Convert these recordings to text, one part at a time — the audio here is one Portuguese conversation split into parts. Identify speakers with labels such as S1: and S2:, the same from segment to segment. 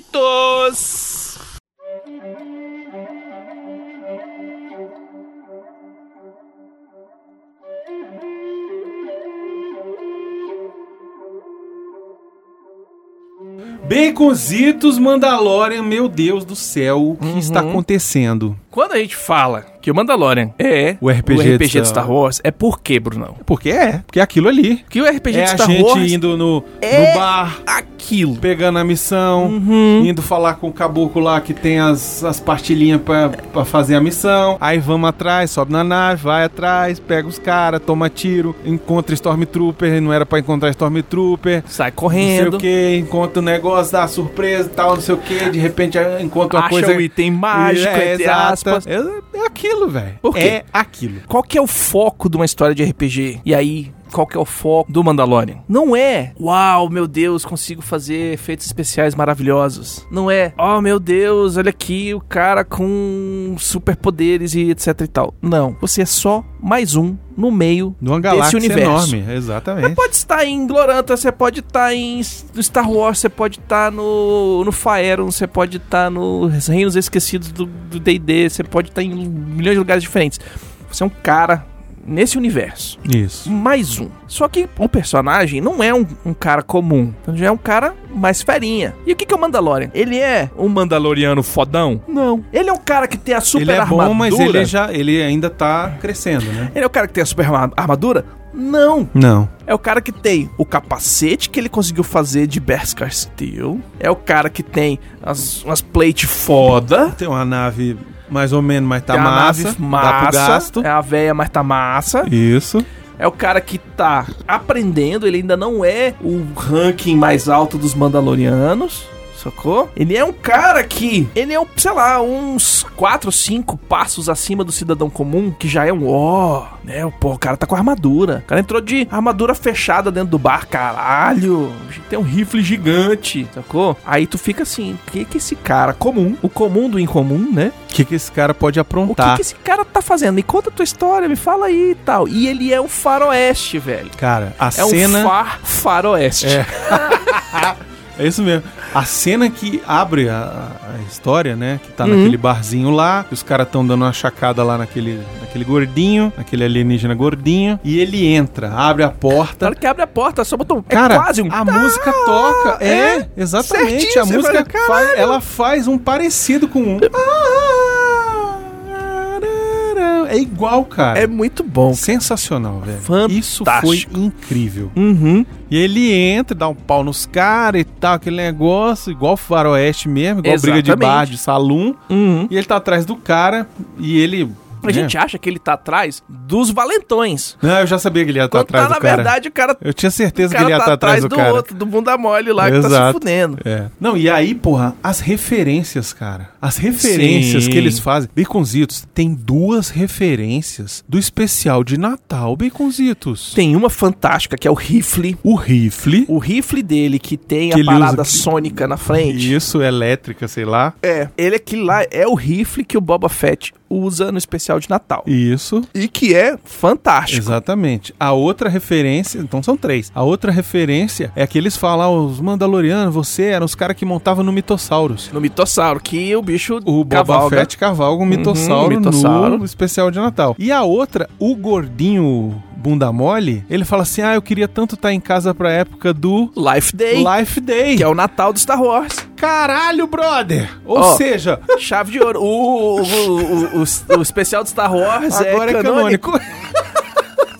S1: Pós-créditos!
S2: Baconzitos Mandalorian, meu Deus do céu, o que está acontecendo?
S1: Quando a gente fala que o Mandalorian é
S2: O RPG
S1: o
S2: de
S1: RPG de
S2: Star-
S1: Star Wars, é por quê, Brunão?
S2: Porque é, porque é aquilo ali.
S1: Que o RPG
S2: é
S1: de
S2: a
S1: Star
S2: gente
S1: Wars
S2: indo no,
S1: é-
S2: no bar,
S1: aquilo.
S2: pegando a missão,
S1: Uhum.
S2: indo falar com o caboclo lá que tem as, as partilhinhas pra, pra fazer a missão. Aí vamos atrás, sobe na nave, vai atrás, pega os caras, toma tiro, encontra Stormtrooper, não era pra encontrar Stormtrooper. Não
S1: Sai
S2: sei
S1: correndo,
S2: o que, encontra o negócio, dá surpresa e tal, não sei o que, de repente encontra uma
S1: acha
S2: coisa.
S1: o item mágico,
S2: é,
S1: entre
S2: exata.
S1: aspas.
S2: É, é aquilo, velho.
S1: Por quê?
S2: É aquilo.
S1: Qual que é o foco de uma história de RPG? E aí, qual que é o foco do Mandalorian? Não é, uau, meu Deus, consigo fazer efeitos especiais maravilhosos. Não é, oh meu Deus, olha aqui o cara com superpoderes e etc e tal. Não, você é só mais um no meio
S2: Numa galáxia
S1: universo.
S2: enorme,
S1: Você
S2: exatamente.
S1: pode estar em Gloranta, você pode estar em S- no Star Wars, você pode estar no, no Faeron, você pode estar nos Reinos Esquecidos do do D&D, você pode estar em milhões de lugares diferentes. Você é um cara nesse universo.
S2: Isso.
S1: Mais um. Só que o personagem não é um, um cara comum. Então já é um cara mais ferinha. E o que, que é o Mandalorian? Ele é um Mandaloriano fodão? Não. Ele é um cara que tem a super
S2: ele é
S1: armadura.
S2: bom, mas ele, já, ele ainda tá crescendo, né?
S1: Ele é o cara que tem a super arma- armadura? Não.
S2: Não.
S1: É o cara que tem o capacete que ele conseguiu fazer de Beskar Steel. É o cara que tem as, umas plate foda.
S2: Tem uma nave mais ou menos, mas tá
S1: Tem a
S2: massa.
S1: nave
S2: Dá pro
S1: massa.
S2: gasto.
S1: É a véia, mas tá massa.
S2: Isso.
S1: É o cara que tá aprendendo. Ele ainda não é o ranking mais alto dos Mandalorianos. Sacou? Ele é um cara que. Ele é, um, sei lá, uns 4, 5 passos acima do cidadão comum, que já é um ó, né? Pô, o cara tá com armadura. O cara entrou de armadura fechada dentro do bar, caralho. Tem um rifle gigante, sacou? Aí tu fica assim: o que que esse cara comum, o comum do incomum, né?
S2: O que, que esse cara pode
S1: O
S2: aprontar?
S1: que, que esse cara tá fazendo? Me conta a tua história, me fala aí e tal. E ele é um faroeste, velho.
S2: Cara, a
S1: É um
S2: cena.
S1: far faroeste.
S2: É. É isso mesmo. A cena que abre a, a- a história, né? Que tá
S1: Uhum.
S2: naquele barzinho lá, que os caras estão dando uma chacada lá naquele, naquele gordinho, naquele alienígena gordinho. E ele entra, abre a
S1: Na
S2: porta.
S1: hora que abre a porta, só botou.
S2: Cara,
S1: é quase um.
S2: a música toca. Tá, É,
S1: é.
S2: exatamente.
S1: Certinho,
S2: a
S1: você
S2: música
S1: fala,
S2: faz, ela faz um parecido com um. É igual, cara.
S1: É muito bom.
S2: sensacional, velho. Isso foi
S1: Fantástico.
S2: incrível.
S1: Uhum.
S2: E ele entra, dá um pau nos caras e tal, aquele negócio, igual faroeste mesmo, igual briga de
S1: Exatamente.
S2: bar, de salão.
S1: Uhum.
S2: E ele tá atrás do cara e ele.
S1: A gente
S2: É.
S1: acha que ele tá atrás dos valentões.
S2: né? Não, eu já sabia que ele ia estar
S1: Quando
S2: Tá atrás
S1: tá,
S2: do
S1: na
S2: cara.
S1: verdade, o cara,
S2: eu tinha
S1: o
S2: certeza que
S1: cara
S2: ele ia
S1: tá
S2: estar atrás do, cara.
S1: outro, do bunda mole lá, que tá se
S2: Exato.
S1: fudendo.
S2: É. Não, e aí, porra, as referências, cara. As referências
S1: Sim.
S2: que eles fazem. Baconzitos, tem duas referências do especial de Natal, Baconzitos.
S1: Tem uma fantástica que é o rifle.
S2: O rifle.
S1: O rifle dele que tem
S2: Que
S1: a
S2: ele usa
S1: parada
S2: aqui.
S1: sônica na frente.
S2: Isso, elétrica, sei lá.
S1: É, ele aquele lá é o rifle que o Boba Fett usa no especial de Natal.
S2: Isso.
S1: E que é fantástico.
S2: Exatamente. A outra referência, então são três. A outra referência é que eles falam, ah, os Mandalorianos, você eram os caras que montavam no Mitossauros.
S1: No mitossauro, que o bicho
S2: O Boba
S1: cavalga.
S2: Fett cavalga um mitossauro,
S1: Uhum, mitossauro.
S2: no especial de Natal. E a outra, o gordinho bunda mole, ele fala assim, ah, eu queria tanto estar em casa pra época do
S1: Life Day,
S2: Life Day.
S1: que é o Natal do Star Wars.
S2: Caralho, brother! Ou
S1: Ó.
S2: seja,
S1: Chave de ouro. O, o, o, o, o- o especial do Star Wars
S2: agora
S1: é,
S2: é
S1: canônico.
S2: canônico.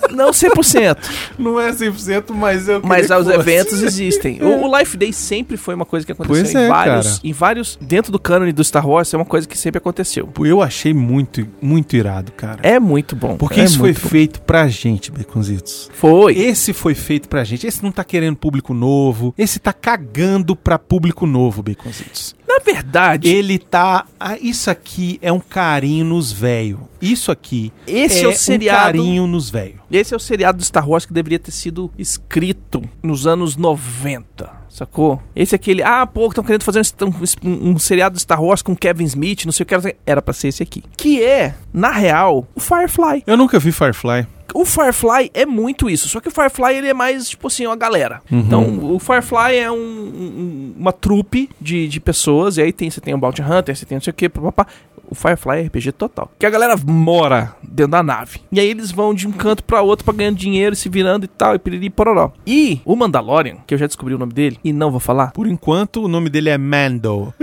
S1: Não 100%,
S2: Não é 100%, mas eu
S1: mas
S2: queria que
S1: os
S2: fosse.
S1: eventos existem. O, o Life Day sempre foi uma coisa que aconteceu
S2: Pois
S1: em
S2: é,
S1: vários...
S2: cara.
S1: Em vários... Dentro do cânone do Star Wars, é uma coisa que sempre aconteceu.
S2: Tipo, Eu achei muito, muito irado, cara.
S1: É muito bom.
S2: Porque
S1: é
S2: isso foi
S1: muito bom.
S2: feito pra gente, Baconzitos.
S1: Foi.
S2: Esse foi feito pra gente. Esse não tá querendo público novo. Esse tá cagando pra público novo, Baconzitos.
S1: Na verdade,
S2: Ele tá. Ah, isso aqui é um carinho nos velho. Isso aqui
S1: Esse é o seriado-
S2: um carinho nos velho.
S1: Esse é o seriado do Star Wars que deveria ter sido escrito nos anos 90. Sacou? Esse é aquele. Ah, pô, estão querendo fazer um, um- um seriado do Star Wars com Kevin Smith, não sei o que. não sei o que." Era pra ser esse aqui. Que é, na real, o Firefly.
S2: Eu nunca vi Firefly.
S1: O Firefly é muito isso, só que o Firefly ele é mais, tipo assim, uma galera.
S2: Uhum.
S1: Então, o Firefly é um- um- uma trupe de, de pessoas, e aí tem, você tem o Bounty Hunter, você tem não sei o que, papapá. O Firefly é RPG total. Que a galera mora dentro da nave. E aí eles vão de um canto pra outro pra ganhando dinheiro, se virando e tal, e piriri e pororó. E o Mandalorian, que eu já descobri o nome dele, e não vou falar.
S2: Por enquanto, o nome dele é Mando.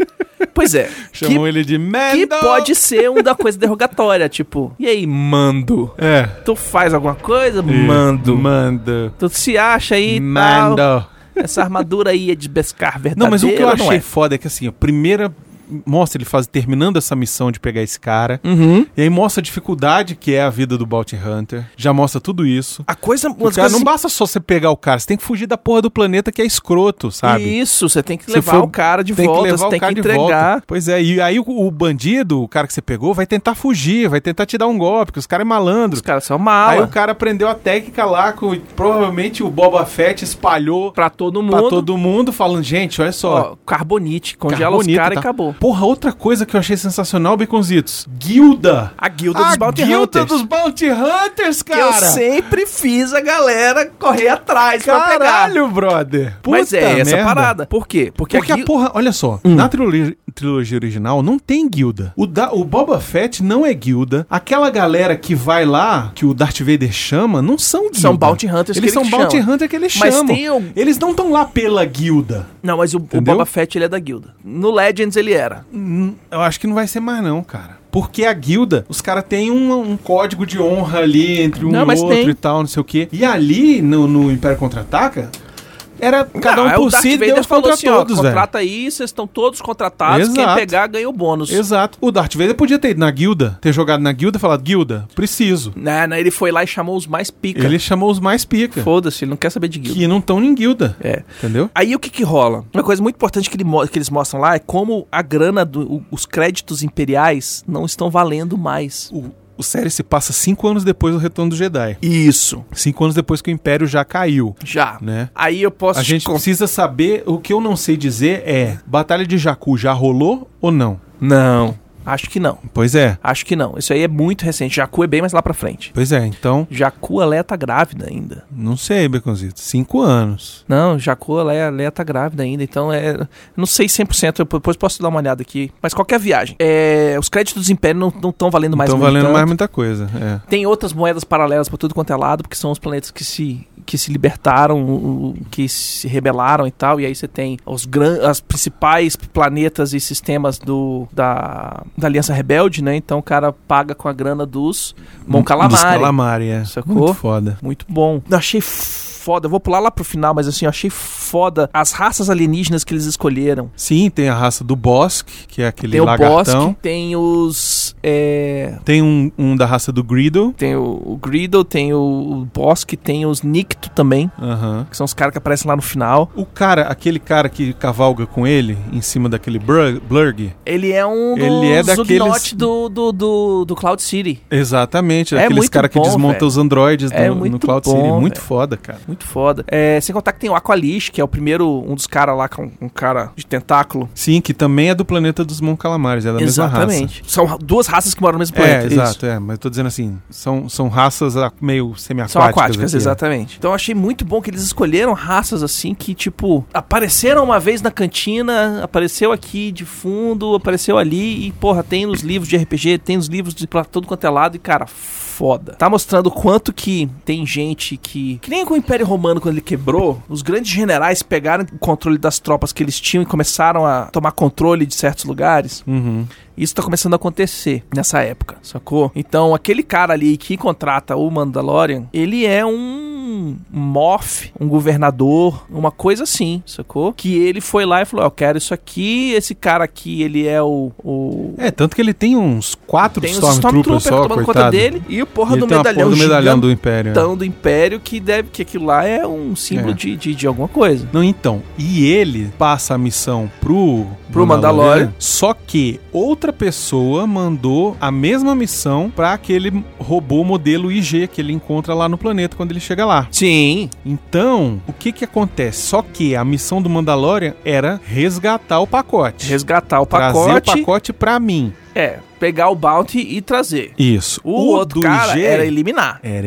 S1: Pois é.
S2: Chamam ele de
S1: que,
S2: Mando.
S1: que pode ser um da coisa derrogatória, tipo, e aí, mando?
S2: É.
S1: Tu faz alguma coisa?
S2: Mando. Mando.
S1: Tu se acha aí e tal.
S2: Mando.
S1: Essa armadura aí é de pescar verdadeira,
S2: Não, mas o que eu
S1: não
S2: achei
S1: é?
S2: foda é que assim, a primeira mostra ele faz terminando essa missão de pegar esse cara.
S1: Uhum.
S2: E aí mostra a dificuldade que é a vida do Bounty Hunter. Já mostra tudo isso.
S1: A coisa...
S2: O cara, não basta só você pegar o cara, você tem que fugir da porra do planeta que é escroto, sabe?
S1: Isso, você tem que
S2: Você
S1: levar
S2: foi-
S1: o cara de
S2: tem
S1: volta,
S2: que levar
S1: você
S2: o
S1: tem
S2: cara
S1: que
S2: de volta.
S1: entregar.
S2: Pois é, e aí o, o bandido, o cara que você pegou, vai tentar fugir, vai tentar te dar um golpe, porque os caras é malandro.
S1: Os caras são
S2: Aí
S1: mala.
S2: o cara aprendeu a técnica lá, com, provavelmente o Boba Fett espalhou pra,
S1: Pra todo mundo,
S2: todo mundo, falando, gente, olha só.
S1: ó, carbonite, congela os
S2: carbonita,
S1: caras e
S2: tá?
S1: acabou.
S2: Porra, outra coisa que eu achei sensacional, Baconzitos. Guilda.
S1: A guilda dos Bounty
S2: guilda
S1: Hunters.
S2: dos Bounty Hunters,
S1: Que eu
S2: cara.
S1: sempre fiz a galera correr atrás pra pegar.
S2: Caralho, brother.
S1: Mas
S2: Puta
S1: é essa
S2: merda.
S1: parada. Por quê? Porque,
S2: Porque é a
S1: a Hum. guil-
S2: porra, olha só, na trilogia, trilogia original não tem guilda. O, da, o Boba Fett não é guilda. Aquela galera que vai lá, que o Darth Vader chama, não são guilda.
S1: São bounty hunters que
S2: Eles são
S1: ele
S2: bounty
S1: chama.
S2: hunter que eles
S1: Mas
S2: chamam.
S1: tem um-
S2: Eles não estão lá pela guilda.
S1: Não, mas o, o
S2: Entendeu?
S1: Boba Fett ele é da guilda. No Legends ele era.
S2: Hum, Eu acho que não vai ser mais não, cara. Porque a guilda, os caras têm um, um código de honra ali entre um
S1: Não,
S2: e
S1: mas
S2: outro
S1: tem.
S2: e tal, não sei o quê. E ali, no, no Império Contra-Ataca, era cada
S1: Não,
S2: um
S1: aí o
S2: por
S1: Darth
S2: si,
S1: Vader
S2: Deus
S1: falou
S2: contra
S1: assim, ó,
S2: todos, velho.
S1: Contrata aí, vocês estão todos contratados. Quem
S2: Exato.
S1: pegar ganha o bônus.
S2: Exato. O Darth Vader podia ter ido na guilda, ter jogado na guilda e falado, guilda, preciso.
S1: Né, né, ele foi lá e chamou os mais pica.
S2: Ele chamou os mais pica,
S1: Foda-se, ele não quer saber de guilda.
S2: que não estão em guilda,
S1: É.
S2: entendeu?
S1: Aí o que que rola? Uma coisa muito importante que, ele mo- que eles mostram lá é como a grana, do, o- os créditos imperiais não estão valendo mais.
S2: O, o série se passa cinco anos depois do Retorno do Jedi.
S1: Isso.
S2: Cinco anos depois que o Império já caiu,
S1: Já.
S2: né?
S1: Aí eu posso
S2: A
S1: te
S2: gente
S1: con-
S2: precisa saber, o que eu não sei dizer é, Batalha de Jakku já rolou ou não?
S1: Não. Acho que não.
S2: Pois é,
S1: Acho que não. Isso aí é muito recente. Jacu é bem mais lá pra frente.
S2: pois é, então,
S1: Jacu, a Leia tá grávida ainda.
S2: não sei, Beconzito, cinco anos.
S1: Não, Jacu, a Leia, a Leia tá grávida ainda, então é... Não sei 100%, eu depois posso dar uma olhada aqui. Mas qualquer viagem. É, os créditos do Império não estão valendo mais
S2: Estão
S1: muito
S2: Então valendo
S1: tanto.
S2: mais muita coisa, é.
S1: Tem outras moedas paralelas pra tudo quanto é lado, porque são os planetas que se, que se libertaram, o- o- que se rebelaram e tal. E aí você tem os gran, as principais planetas e sistemas do, da, da Aliança Rebelde, né? Então o cara paga com a grana dos Mon
S2: Dos
S1: Calamari.
S2: Calamari, é.
S1: Sacou?
S2: Muito foda.
S1: Muito bom. Eu achei foda. Eu vou pular lá pro final, mas assim, eu achei foda as raças alienígenas que eles escolheram.
S2: Sim, tem a raça do Bosque, que é aquele
S1: Tem o
S2: lagartão.
S1: Bosque, tem os. é,
S2: Tem um, um da raça do Griddle.
S1: tem o, o Griddle, tem o, o Bosque, tem os Nicto também,
S2: Aham.
S1: que são os caras que aparecem lá no final.
S2: O cara, aquele cara que cavalga com ele, em cima daquele brug- Blurg.
S1: Ele é um dos
S2: Ele é daqueles-
S1: Zugnaut do, do, do, do Cloud City.
S2: Exatamente,
S1: É
S2: aqueles
S1: muito
S2: caras que
S1: bom,
S2: desmontam
S1: velho.
S2: os androides
S1: É
S2: no, no
S1: muito
S2: Cloud
S1: bom,
S2: City. Muito
S1: velho.
S2: foda, cara.
S1: Muito foda. É, sem contar que tem o Aqualish, que é o primeiro, um dos caras lá, com um cara de tentáculo.
S2: Sim, que também é do planeta dos Mon Calamares, é da mesma raça.
S1: Exatamente. São duas raças que moram no mesmo
S2: É,
S1: planeta. isso.
S2: exato, é. Mas eu tô dizendo assim, são, são raças ah, meio semi-aquáticas.
S1: São aquáticas,
S2: aqui, é.
S1: exatamente. Então eu achei muito bom que eles escolheram raças assim que, tipo, apareceram uma vez na cantina, apareceu aqui de fundo, apareceu ali e, porra, tem nos livros de RPG, tem nos livros de pra todo quanto é lado e, cara, foda. Tá mostrando o quanto que tem gente que. Que nem com o Império Romano, quando ele quebrou, os grandes generais pegaram o controle das tropas que eles tinham e começaram a tomar controle de certos lugares.
S2: Uhum.
S1: Isso tá começando a acontecer nessa época, sacou? Então, aquele cara ali que contrata o Mandalorian, ele é um morph, um governador, uma coisa assim, sacou? Que ele foi lá e falou: "Ó, Eu quero isso aqui, esse cara aqui, ele é o. o...
S2: É, tanto que ele tem uns quatro
S1: Tem os
S2: Stormtroopers
S1: Stormtroopers
S2: só,
S1: tomando
S2: coitado.
S1: conta dele e o porra
S2: E
S1: do
S2: ele tem uma
S1: medalhão, Então,
S2: porra do medalhão do
S1: gigantão
S2: Império. é.
S1: do Império que deve que aquilo lá é um símbolo
S2: É.
S1: de, de, de alguma coisa.
S2: Não, então, e ele passa a missão pro,
S1: Pro Mandalorian.
S2: Só que outra pessoa mandou a mesma missão pra aquele robô modelo IG que ele encontra lá no planeta quando ele chega lá.
S1: Sim.
S2: Então, o que que acontece? Só que a missão do Mandalorian era resgatar o pacote.
S1: Resgatar o
S2: Trazer o
S1: pacote.
S2: pacote pra mim.
S1: É. pegar o bounty e trazer.
S2: Isso.
S1: O, outro
S2: do
S1: cara
S2: IG
S1: era eliminar.
S2: era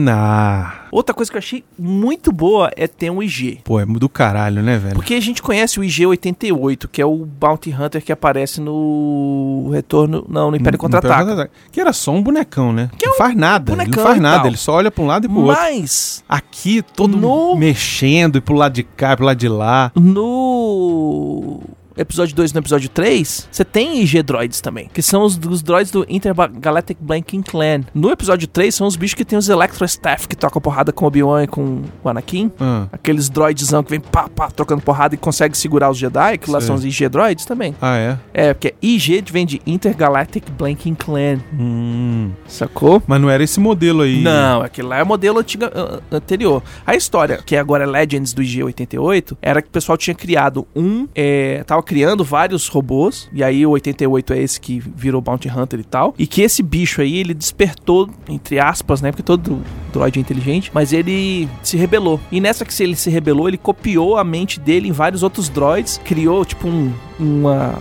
S2: eliminar.
S1: Outra coisa que eu achei muito boa é ter um IG.
S2: Pô, é do caralho, né, velho?
S1: Porque a gente conhece o IG-88, que é o Bounty Hunter que aparece no Retorno... Não, no Império Contra-Ataca.
S2: um Que era só um bonecão, né?
S1: um Que é
S2: não
S1: um
S2: faz nada, ele não
S1: bonecão
S2: faz
S1: e
S2: nada,
S1: tal.
S2: ele só olha pra um lado e pro outro.
S1: Mas
S2: Aqui, todo
S1: No-
S2: mundo mexendo e pro lado de cá, pro lado de lá.
S1: no episódio 2 e no episódio 3, você tem IG droids também, que são os, os droids do Intergalactic Blanking Clan. No episódio 3 são os bichos que tem os Electro Staff que tocam porrada com Obi-Wan e com o Anakin.
S2: Ah,
S1: Aqueles droidzão que vem pá, pá, trocando porrada e consegue segurar os Jedi, que lá
S2: Sei.
S1: são os IG droids também.
S2: ah é?
S1: É, porque IG vem de Intergalactic Blanking Clan,
S2: Hum.
S1: sacou?
S2: Mas não era esse modelo aí.
S1: Não, aquele lá é o modelo antiga- an- anterior. A história, que agora é Legends do IG-88, era que o pessoal tinha criado um, é, tava criando vários robôs, e aí o 88 é esse que virou Bounty Hunter e tal, e que esse bicho aí, ele despertou, entre aspas, né, porque todo droid é inteligente, mas ele se rebelou. E nessa que se ele se rebelou, ele copiou a mente dele em vários outros droids, criou, tipo, um, uma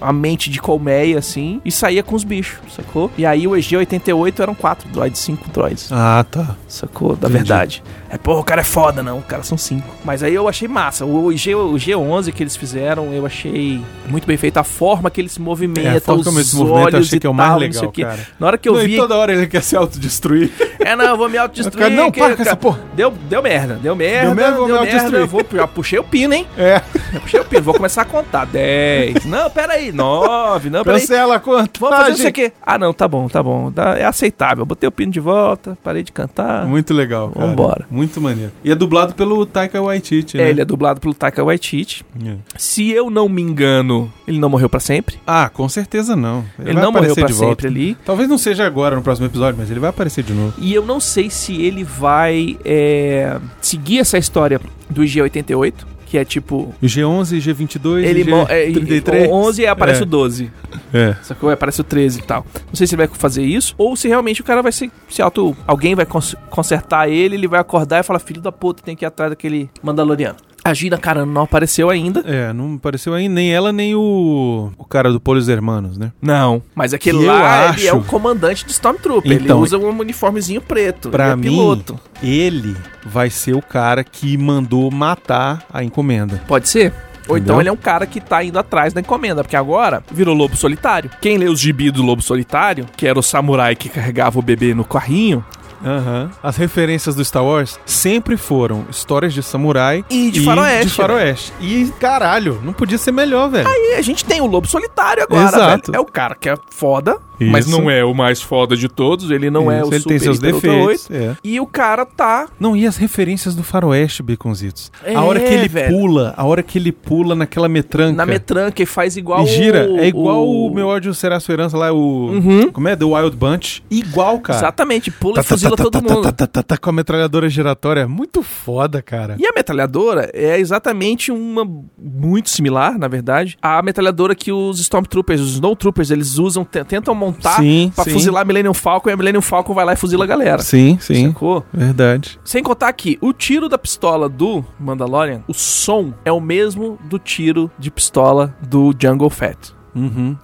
S1: a mente de colmeia, assim, e saía com os bichos, sacou? E aí o EG-88 eram quatro droids, cinco droids,
S2: Ah, tá.
S1: sacou? Da
S2: Entendi.
S1: verdade. É, pô, o cara é foda, não, o cara são cinco. Mas aí eu achei massa. O EG, o G11 que eles fizeram, eu achei muito bem feito. A forma que ele se movimenta,
S2: É, a forma
S1: os
S2: como ele se
S1: olhos
S2: movimenta, eu achei
S1: e
S2: que é o
S1: tal,
S2: mais
S1: não sei
S2: legal,
S1: o quê.
S2: cara.
S1: Na hora que eu
S2: Não, e
S1: vi...
S2: toda hora ele quer se autodestruir.
S1: É, não, eu vou me autodestruir.
S2: Não,
S1: que-
S2: para com essa porra.
S1: Deu, deu merda, deu merda,
S2: Deu merda,
S1: deu merda,
S2: eu vou me autodestruir.
S1: eu vou, eu puxei o pino, hein?
S2: É.
S1: Eu puxei o pino, vou começar a contar. 10, não, peraí, 9, não, peraí.
S2: Cancela quanto?
S1: Vamos fazer não sei o quê. Ah, não, tá bom, tá bom. Dá- É aceitável. Botei o pino de volta, parei de cantar.
S2: Muito legal, cara.
S1: Vambora.
S2: Muito maneiro. E é dublado pelo Taika Waititi, né?
S1: É, ele é dublado pelo Taika Waititi.
S2: É.
S1: Se eu não me engano, ele não morreu pra sempre.
S2: Ah, com certeza não.
S1: Ele,
S2: vai
S1: não morreu
S2: aparecer
S1: pra
S2: de volta.
S1: sempre ali.
S2: Talvez não seja agora, no próximo episódio, mas ele vai aparecer de novo.
S1: E eu não sei se ele vai é, seguir essa história do IG-88, que é tipo...
S2: G11, G22,
S1: Ele mo- é,
S2: G33.
S1: o 11 e aparece
S2: É.
S1: o 12.
S2: É.
S1: Sacou? Aí Aparece o 13 e tal. Não sei se ele vai fazer isso, ou se realmente o cara vai se, se auto. Alguém vai cons- consertar ele, ele vai acordar e falar: Filho da puta, tem que ir atrás daquele Mandaloriano. A Gina, cara, não apareceu ainda.
S2: É, não apareceu aí nem ela, nem o, o cara do Polos Hermanos, né?
S1: Não. Mas aquele
S2: Que eu
S1: lá, ele é
S2: acho.
S1: o comandante de Stormtrooper.
S2: Então,
S1: ele usa um uniformezinho preto.
S2: Pra
S1: ele é
S2: mim,
S1: piloto.
S2: ele vai ser o cara que mandou matar a encomenda.
S1: Pode ser?
S2: Entendeu?
S1: Ou então ele é um cara que tá indo atrás da encomenda, porque agora virou lobo solitário. Quem lê os gibi do lobo solitário, que era o samurai que carregava o bebê no carrinho,
S2: Aham. As referências do Star Wars sempre foram histórias de samurai
S1: E de faroeste,
S2: de faroeste. E caralho, não podia ser melhor, velho.
S1: E a gente tem o lobo solitário agora,
S2: Exato.
S1: velho. É o cara que é foda,
S2: Isso.
S1: mas não é o mais foda de todos. Ele não é o
S2: Isso, ele
S1: super
S2: tem seus
S1: hiper ultra
S2: defeitos.
S1: oito.
S2: É.
S1: E o cara tá.
S2: Não, e as referências do faroeste, Baconzitos?
S1: É,
S2: a hora que ele
S1: velho.
S2: pula, a hora que ele pula naquela metranca.
S1: Na metranca e faz igual.
S2: E gira.
S1: o-
S2: É igual o... Meu ódio será sua herança lá, o.
S1: Uhum.
S2: Como é? The Wild Bunch. Igual, cara.
S1: Exatamente, pula e fuzila todo mundo.
S2: Tá, tá, tá, tá, com a metralhadora giratória. Muito foda, cara.
S1: E a metralhadora é exatamente uma muito similar, na verdade, à metralhadora que os Stormtroopers, os Snowtroopers, eles usam, te- tentam montar
S2: Sim,
S1: pra
S2: sim.
S1: fuzilar a Millennium Falcon e a Millennium Falcon vai lá e fuzila a é galera.
S2: Sim, sim.
S1: Sacou?
S2: Verdade.
S1: Sem contar que o tiro da pistola do Mandalorian, o som é o mesmo do tiro de pistola do Jungle Fett.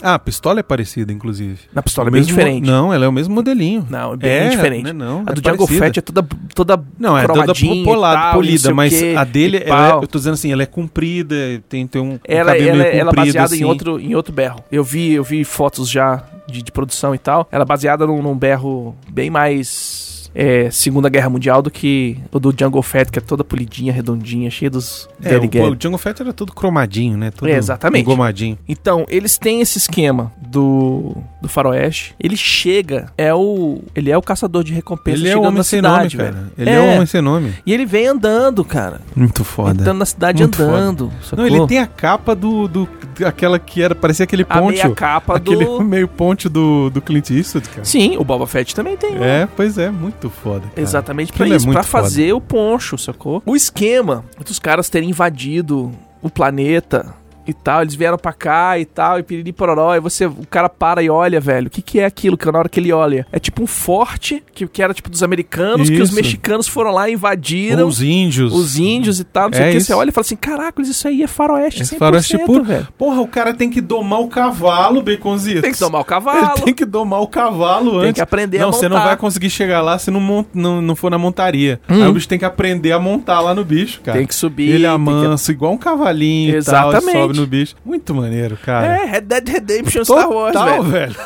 S2: Ah, a pistola é parecida, inclusive.
S1: Na pistola
S2: O
S1: é bem
S2: mesmo-
S1: diferente.
S2: Não, ela é o mesmo modelinho.
S1: Não, é bem diferente.
S2: né, não,
S1: a
S2: é
S1: do Jungle
S2: parecida.
S1: Fett é toda toda
S2: Não, é toda
S1: cromadinha e
S2: polada,
S1: tal, não sei
S2: polida,
S1: o
S2: mas
S1: quê
S2: a dele,
S1: e
S2: ela é-
S1: pau.
S2: eu tô dizendo assim, ela é comprida, tem, tem um, um
S1: ela,
S2: cabelo
S1: ela,
S2: meio
S1: ela
S2: comprido,
S1: é baseada
S2: assim.
S1: em outro em outro berro. Eu vi eu vi fotos já de, de produção e tal. Ela é baseada num, num berro bem mais é, Segunda Guerra Mundial do que o do Jungle Fett, que é toda polidinha, redondinha, cheia dos
S2: É,
S1: Daddy
S2: o,
S1: Gad.
S2: o Jungle Fett era todo cromadinho, né? Todo
S1: É, exatamente.
S2: Engomadinho.
S1: Então, eles têm esse esquema do, do faroeste. Ele chega, é o ele é o caçador de recompensas
S2: Ele é um
S1: chegando
S2: homem
S1: na
S2: sem nome,
S1: cidade,
S2: cara.
S1: velho.
S2: Ele é. um homem sem nome.
S1: E ele vem andando, cara.
S2: Muito foda.
S1: Entrando na cidade
S2: Muito
S1: andando.
S2: Não,
S1: sacou?
S2: ele tem a capa do, do aquela que era, parecia aquele
S1: a
S2: ponte.
S1: meia capa
S2: Aquele
S1: do
S2: meio ponte do, do Clint Eastwood, cara.
S1: Sim, o Boba Fett também tem. né?
S2: É, pois é, muito foda. cara.
S1: Exatamente pra
S2: Aquilo é
S1: isso,
S2: muito
S1: pra
S2: foda.
S1: fazer o poncho, sacou? O esquema dos caras terem invadido o planeta e tal, eles vieram pra cá e tal, e piriri pororó, e você, o cara para e olha, velho, o que que é aquilo que na hora que ele olha? É tipo um forte, que, que era tipo dos americanos, que os
S2: Isso.
S1: mexicanos foram lá e invadiram
S2: Os índios.
S1: os índios e tal, não sei
S2: É
S1: o que,
S2: isso.
S1: você olha e fala assim, caracoles, isso aí é faroeste 100%,
S2: Esse faroeste puro.
S1: velho.
S2: Porra, o cara tem que domar o cavalo, Baconzitos.
S1: Tem que tomar o
S2: Ele
S1: cavalo,
S2: tem que domar o cavalo antes.
S1: Tem que aprender
S2: não,
S1: a montar.
S2: você não vai conseguir chegar lá se não, mon- não, não for na montaria.
S1: Hum.
S2: Aí o bicho tem que aprender a montar lá no bicho, cara.
S1: Tem que subir.
S2: Ele é
S1: tem que-
S2: manso, igual um cavalinho e tal,
S1: Exatamente.
S2: ele sobe no bicho. Muito maneiro, cara.
S1: É, Red Dead Redemption Star
S2: Total,
S1: Wars, velho.
S2: velho.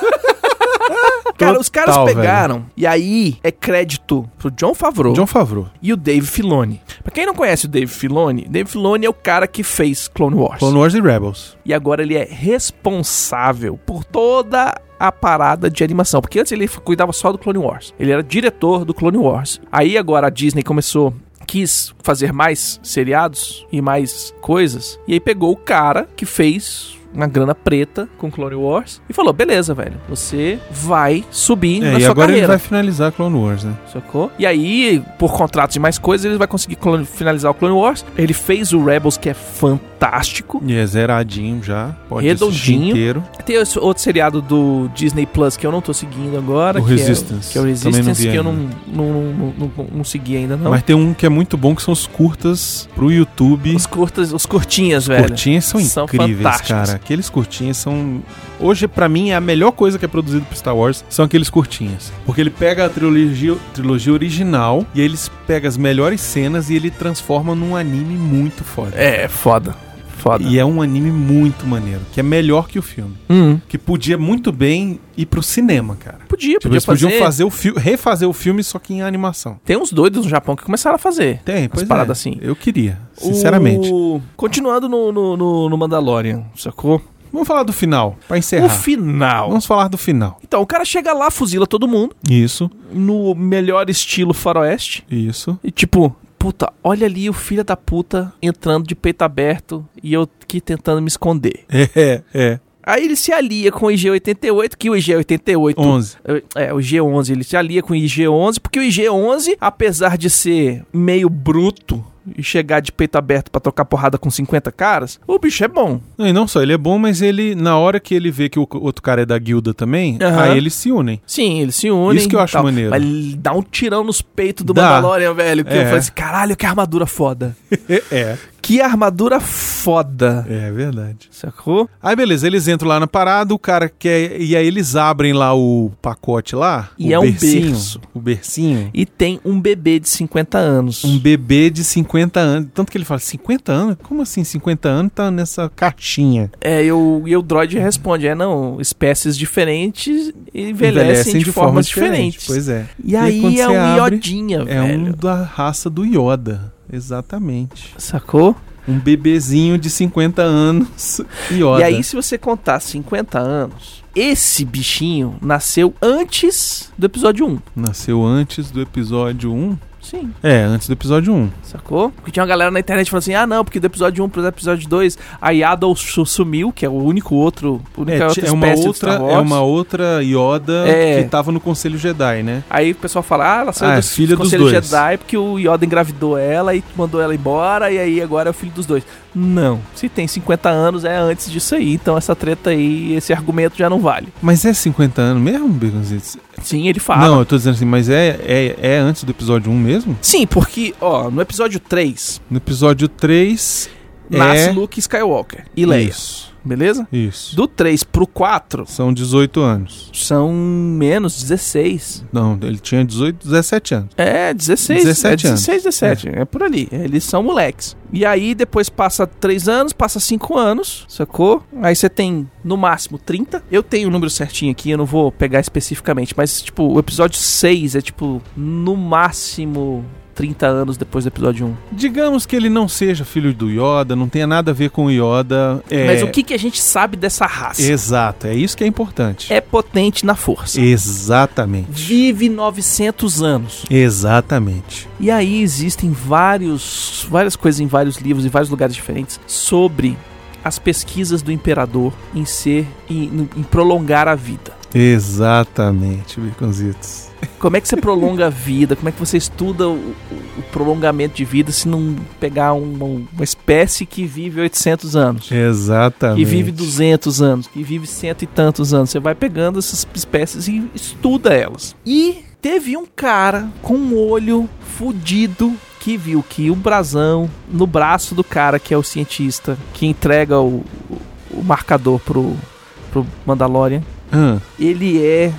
S1: Cara, os caras
S2: Total,
S1: pegaram, e aí é crédito pro John Favreau
S2: John Favreau.
S1: e o Dave Filoni. Pra quem não conhece o Dave Filoni, Dave Filoni é o cara que fez Clone Wars.
S2: Clone Wars e Rebels.
S1: E agora ele é responsável por toda a parada de animação. Porque antes ele f- cuidava só do Clone Wars. Ele era diretor do Clone Wars. Aí agora a Disney começou. Quis fazer mais seriados e mais coisas. E aí pegou o cara que fez uma grana preta com Clone Wars e falou: beleza, velho, você vai subir na
S2: É, e
S1: sua
S2: agora ele
S1: carreira.
S2: vai finalizar Clone Wars, né?
S1: Sacou? E aí, por contratos e mais coisas, ele vai conseguir clone- finalizar o Clone Wars. Ele fez o Rebels, que é fantástico.
S2: E é zeradinho já. Pode assistir
S1: Redondinho.
S2: inteiro.
S1: Tem esse outro seriado do Disney Plus que eu não tô seguindo agora.
S2: O
S1: que
S2: Resistance.
S1: É, que é o
S2: Também não
S1: Resistance,
S2: vi
S1: que eu não,
S2: ainda.
S1: não, não, não, não- não segui ainda, não.
S2: Mas tem um que é muito bom, que são os curtas pro YouTube.
S1: os, curtas, os curtinhas, velho.
S2: Curtinhas são
S1: são
S2: incríveis,
S1: fantásticos.
S2: cara. Aqueles curtinhas são. Hoje, pra mim, é a melhor coisa que é produzida pro Star Wars são aqueles curtinhas. Porque ele pega a trilogia, trilogia original e aí eles pegam as melhores cenas e ele transforma num anime muito foda.
S1: É, foda. Foda.
S2: E é um anime muito maneiro, que é melhor que o filme.
S1: Hum.
S2: Que podia muito bem ir pro cinema, cara.
S1: Podia,
S2: Tipo,
S1: podia
S2: eles
S1: fazer.
S2: podiam fazer o fi- refazer o filme só que em animação.
S1: Tem uns doidos no Japão que começaram a fazer.
S2: Tem, pois
S1: paradas
S2: é.
S1: assim.
S2: Eu queria, sinceramente.
S1: O- Continuando no, no, no- no Mandalorian, sacou?
S2: Vamos falar do final, pra encerrar.
S1: O final.
S2: Vamos falar do final.
S1: Então, o cara chega lá, fuzila todo mundo,
S2: Isso,
S1: no melhor estilo faroeste.
S2: isso.
S1: E tipo, puta, olha ali o filho da puta entrando de peito aberto e eu aqui tentando me esconder.
S2: É, é.
S1: Aí ele se alia com o IG-88, que o IG-88...
S2: 11.
S1: É, o G11, ele se alia com o IG-11, porque o IG-11, apesar de ser meio bruto e chegar de peito aberto pra tocar porrada com 50 caras, o bicho é bom.
S2: Não, e não só, ele é bom, mas ele, na hora que ele vê que o co- outro cara é da guilda também,
S1: Aham.
S2: aí eles se unem.
S1: Sim, eles se unem.
S2: Isso que eu
S1: e
S2: acho
S1: tal.
S2: maneiro.
S1: Mas ele dá um tirão nos peitos do
S2: Dá.
S1: Mandalorian, velho, que
S2: É.
S1: eu falei assim, caralho, que armadura foda.
S2: É,
S1: Que armadura foda.
S2: é verdade.
S1: Sacou?
S2: Aí beleza, eles entram lá na parada, o cara quer. E aí eles abrem lá o pacote lá.
S1: E
S2: o
S1: é um
S2: bercinho,
S1: berço.
S2: O bercinho.
S1: e tem um bebê de 50 anos.
S2: Um bebê de 50 anos. Tanto que ele fala, 50 anos? Como assim 50 anos tá nessa caixinha?
S1: É, e o, e o droid responde: é, não, espécies diferentes envelhecem, de, formas diferentes.
S2: Pois é.
S1: E aí
S2: quando
S1: é
S2: você
S1: um
S2: abre,
S1: iodinha,
S2: É
S1: velho.
S2: um da raça do Yoda. Exatamente.
S1: Sacou?
S2: Um bebezinho de 50 anos e olha.
S1: E aí, se você contar 50 anos, esse bichinho nasceu antes do episódio 1.
S2: Nasceu antes do episódio 1?
S1: Sim,
S2: É, antes do episódio 1.
S1: sacou? Porque tinha uma galera na internet falando assim: ah, não, porque do episódio 1 pro episódio 2, a Yaddle su- sumiu, que é o único outro.
S2: É,
S1: Única outra
S2: ti- é uma
S1: espécie do
S2: outra,
S1: Star
S2: é
S1: Wars.
S2: uma outra Yoda
S1: É.
S2: que tava no Conselho Jedi, né?
S1: Aí o pessoal fala, ah, ela saiu
S2: Ah, é
S1: do
S2: filha dos
S1: Conselho
S2: dois.
S1: Jedi porque o Yoda engravidou ela e mandou ela embora e aí agora é o filho dos dois. Não, se tem 50 anos é antes disso aí, então essa treta aí, esse argumento já não vale.
S2: Mas é 50 anos mesmo, Begonzitos?
S1: Sim, ele fala.
S2: Não, eu tô dizendo assim, mas é, é, é antes do episódio 1 mesmo?
S1: Sim, porque, ó, no episódio 3,
S2: No episódio 3
S1: nasce
S2: é...
S1: Luke Skywalker e Leia,
S2: Isso,
S1: beleza?
S2: isso.
S1: Do 3 pro 4,
S2: São 18 anos.
S1: são menos 16.
S2: Não, ele tinha 18, 17 anos.
S1: É, 16,
S2: 17
S1: é
S2: anos.
S1: 16 17, é. por ali. Eles são moleques. E aí depois passa 3 anos, passa 5 anos, sacou? Aí você tem no máximo 30. Eu tenho o número certinho aqui, eu não vou pegar especificamente, mas tipo, o episódio 6 é tipo no máximo 30 anos depois do episódio 1.
S2: Digamos que ele não seja filho do Yoda, não tenha nada a ver com o Yoda. É...
S1: Mas o que que a gente sabe dessa raça?
S2: Exato, é isso que é importante.
S1: É potente na força.
S2: Exatamente.
S1: Vive 900 anos.
S2: Exatamente.
S1: E aí existem vários, várias coisas em vários livros, em vários lugares diferentes, sobre as pesquisas do imperador em ser em, em prolongar a vida.
S2: Exatamente, Baconzitos.
S1: Como é que você prolonga a vida? Como é que você estuda o, o prolongamento de vida se não pegar uma, uma espécie que vive 800 anos?
S2: Exatamente.
S1: Que vive 200 anos, que vive cento e tantos anos. Você vai pegando essas espécies e estuda elas. E teve um cara com um olho fudido que viu que o brasão no braço do cara que é o cientista que entrega o, o marcador pro, pro Mandalorian,
S2: Ah,
S1: ele é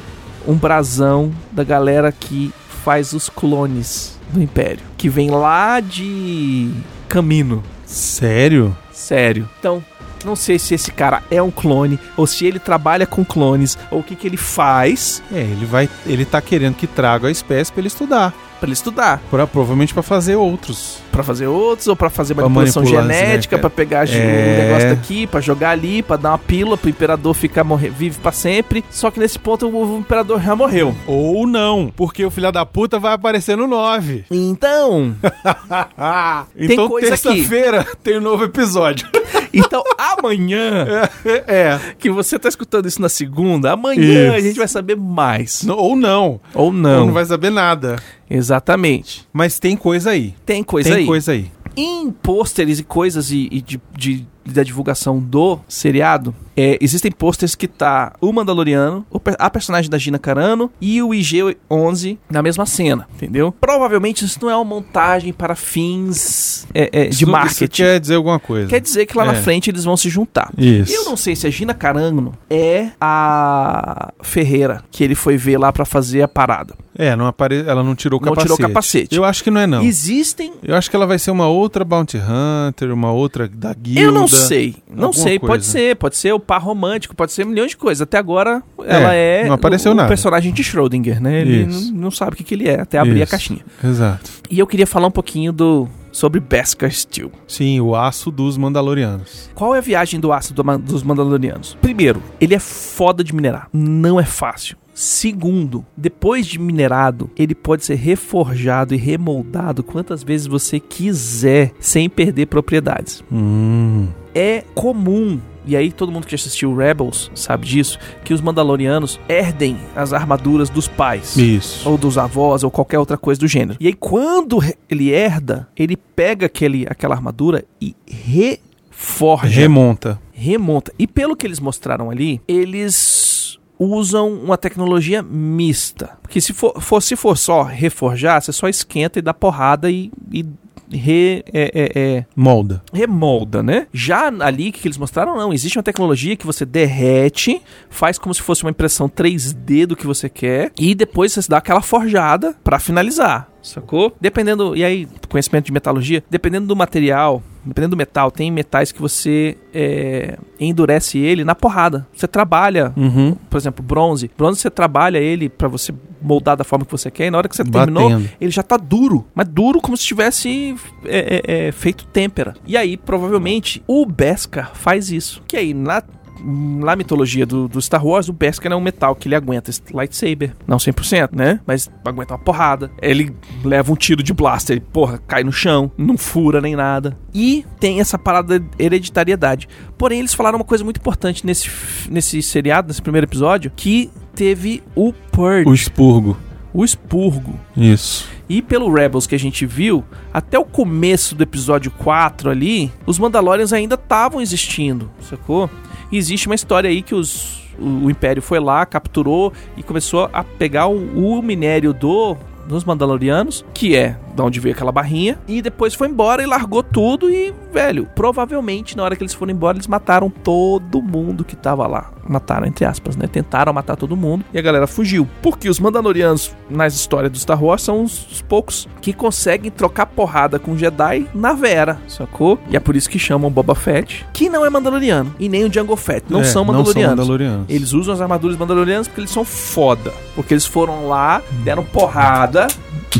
S1: um brasão da galera que faz os clones do Império, que vem lá de Camino.
S2: sério?
S1: Sério. Então, não sei se esse cara é um clone, ou se ele trabalha com clones, ou o que, que ele faz
S2: É, ele vai. Ele tá querendo que traga a espécie pra ele estudar.
S1: pra ele estudar.
S2: Pra, provavelmente pra fazer outros.
S1: Pra fazer outros, ou pra fazer
S2: Pra
S1: manipulação
S2: manipular, né,
S1: genética,
S2: cara?
S1: pra pegar ju-
S2: É.
S1: um negócio daqui, pra jogar ali, pra dar uma pílula pro imperador ficar morrer, vivo pra sempre. Só que nesse ponto o o imperador já morreu.
S2: Ou não, porque o filho da puta vai aparecer no 9.
S1: Então,
S2: então,
S1: coisa aqui.
S2: terça-feira tem um novo episódio.
S1: então amanhã
S2: é.
S1: que você tá escutando isso na segunda, amanhã
S2: Isso.
S1: a gente vai saber mais.
S2: No- ou não.
S1: Ou
S2: Ou
S1: não.
S2: não vai saber nada.
S1: Exatamente.
S2: Mas tem coisa aí.
S1: Tem coisa
S2: tem
S1: aí.
S2: coisa aí.
S1: Em pôsteres e coisas e, e de, de- da divulgação do seriado, é, existem pôsteres que tá o Mandaloriano, o per- a personagem da Gina Carano e o IG-11 na mesma cena, entendeu? Provavelmente isso não é uma montagem para fins é, é, de
S2: Isso- isso
S1: marketing.
S2: quer dizer alguma coisa.
S1: Quer dizer que lá na
S2: É.
S1: frente eles vão se juntar.
S2: Isso.
S1: Eu não sei se a Gina Carano é a Ferreira que ele foi ver lá pra fazer a parada.
S2: É, não apare... ela não tirou o
S1: Não
S2: capacete.
S1: tirou o capacete.
S2: Eu acho que não é, não.
S1: Existem.
S2: Eu acho que ela vai ser uma outra Bounty Hunter, uma outra da guilda.
S1: Eu não sei, não
S2: alguma
S1: sei, pode
S2: coisa.
S1: ser, pode ser o par romântico, pode ser milhões de coisas. Até agora ela é
S2: não apareceu
S1: o, o
S2: nada.
S1: personagem de Schrödinger, né? Ele
S2: Isso.
S1: n- não sabe o que, que ele é, até abrir
S2: Isso.
S1: a caixinha.
S2: Exato.
S1: E eu queria falar um pouquinho do sobre Beskar Steel.
S2: Sim, o aço dos Mandalorianos.
S1: Qual é a viagem do aço do ma- dos Mandalorianos? Primeiro, ele é foda de minerar. Não é fácil. Segundo, depois de minerado, ele pode ser reforjado e remoldado quantas vezes você quiser, sem perder propriedades.
S2: Hum.
S1: É comum, e aí todo mundo que já assistiu Rebels sabe disso, que os Mandalorianos herdem as armaduras dos pais
S2: Isso.
S1: ou dos avós, ou qualquer outra coisa do gênero. E aí, quando re- ele herda, ele pega aquele, aquela armadura e reforja,
S2: Remonta.
S1: remonta. E pelo que eles mostraram ali, eles usam uma tecnologia mista. Porque se for, for- se for só reforjar, você só esquenta e dá porrada e, e re- é- é- é,
S2: Molda.
S1: remolda, né? Já ali que eles mostraram, não. Existe uma tecnologia que você derrete, faz como se fosse uma impressão 3D do que você quer, e depois você dá aquela forjada pra finalizar. Sacou? Dependendo, e aí, conhecimento de metalurgia, dependendo do material, dependendo do metal, tem metais que você é, endurece ele na porrada. Você trabalha,
S2: Uhum.
S1: por exemplo, bronze. Bronze você trabalha ele pra você moldar da forma que você quer, e na hora que você terminou,
S2: Batendo.
S1: ele já tá duro, mas duro como se tivesse é, é, é, feito têmpera. E aí, provavelmente, o Beskar faz isso. Que aí, na, na mitologia do, do Star Wars, o Beskar é um metal que ele aguenta esse lightsaber. Não 100%, né? Mas aguenta uma porrada. Ele leva um tiro de blaster, ele, porra, cai no chão, não fura nem nada. E tem essa parada de hereditariedade. Porém, eles falaram uma coisa muito importante nesse, f- nesse seriado, nesse primeiro episódio, que teve o Purge,
S2: O expurgo.
S1: o expurgo.
S2: Isso.
S1: E pelo Rebels que a gente viu, até o começo do episódio 4 ali, os Mandalorians ainda estavam existindo, sacou? E existe uma história aí que os, o, o Império foi lá, capturou e começou a pegar o, o minério do dos Mandalorianos, que é da onde veio aquela barrinha, e depois foi embora e largou tudo e, velho, provavelmente na hora que eles foram embora, eles mataram todo mundo que tava lá. Mataram, entre aspas, né? Tentaram matar todo mundo e a galera fugiu. Porque os Mandalorianos, nas histórias do Star Wars, são os, os poucos que conseguem trocar porrada com Jedi na Vera, sacou? E é por isso que chamam Boba Fett, que não é Mandaloriano, e nem o Jango Fett, não
S2: É,
S1: são Mandalorianos.
S2: mandalorianos.
S1: Eles usam as armaduras mandalorianas porque eles são foda. Porque eles foram lá, deram porrada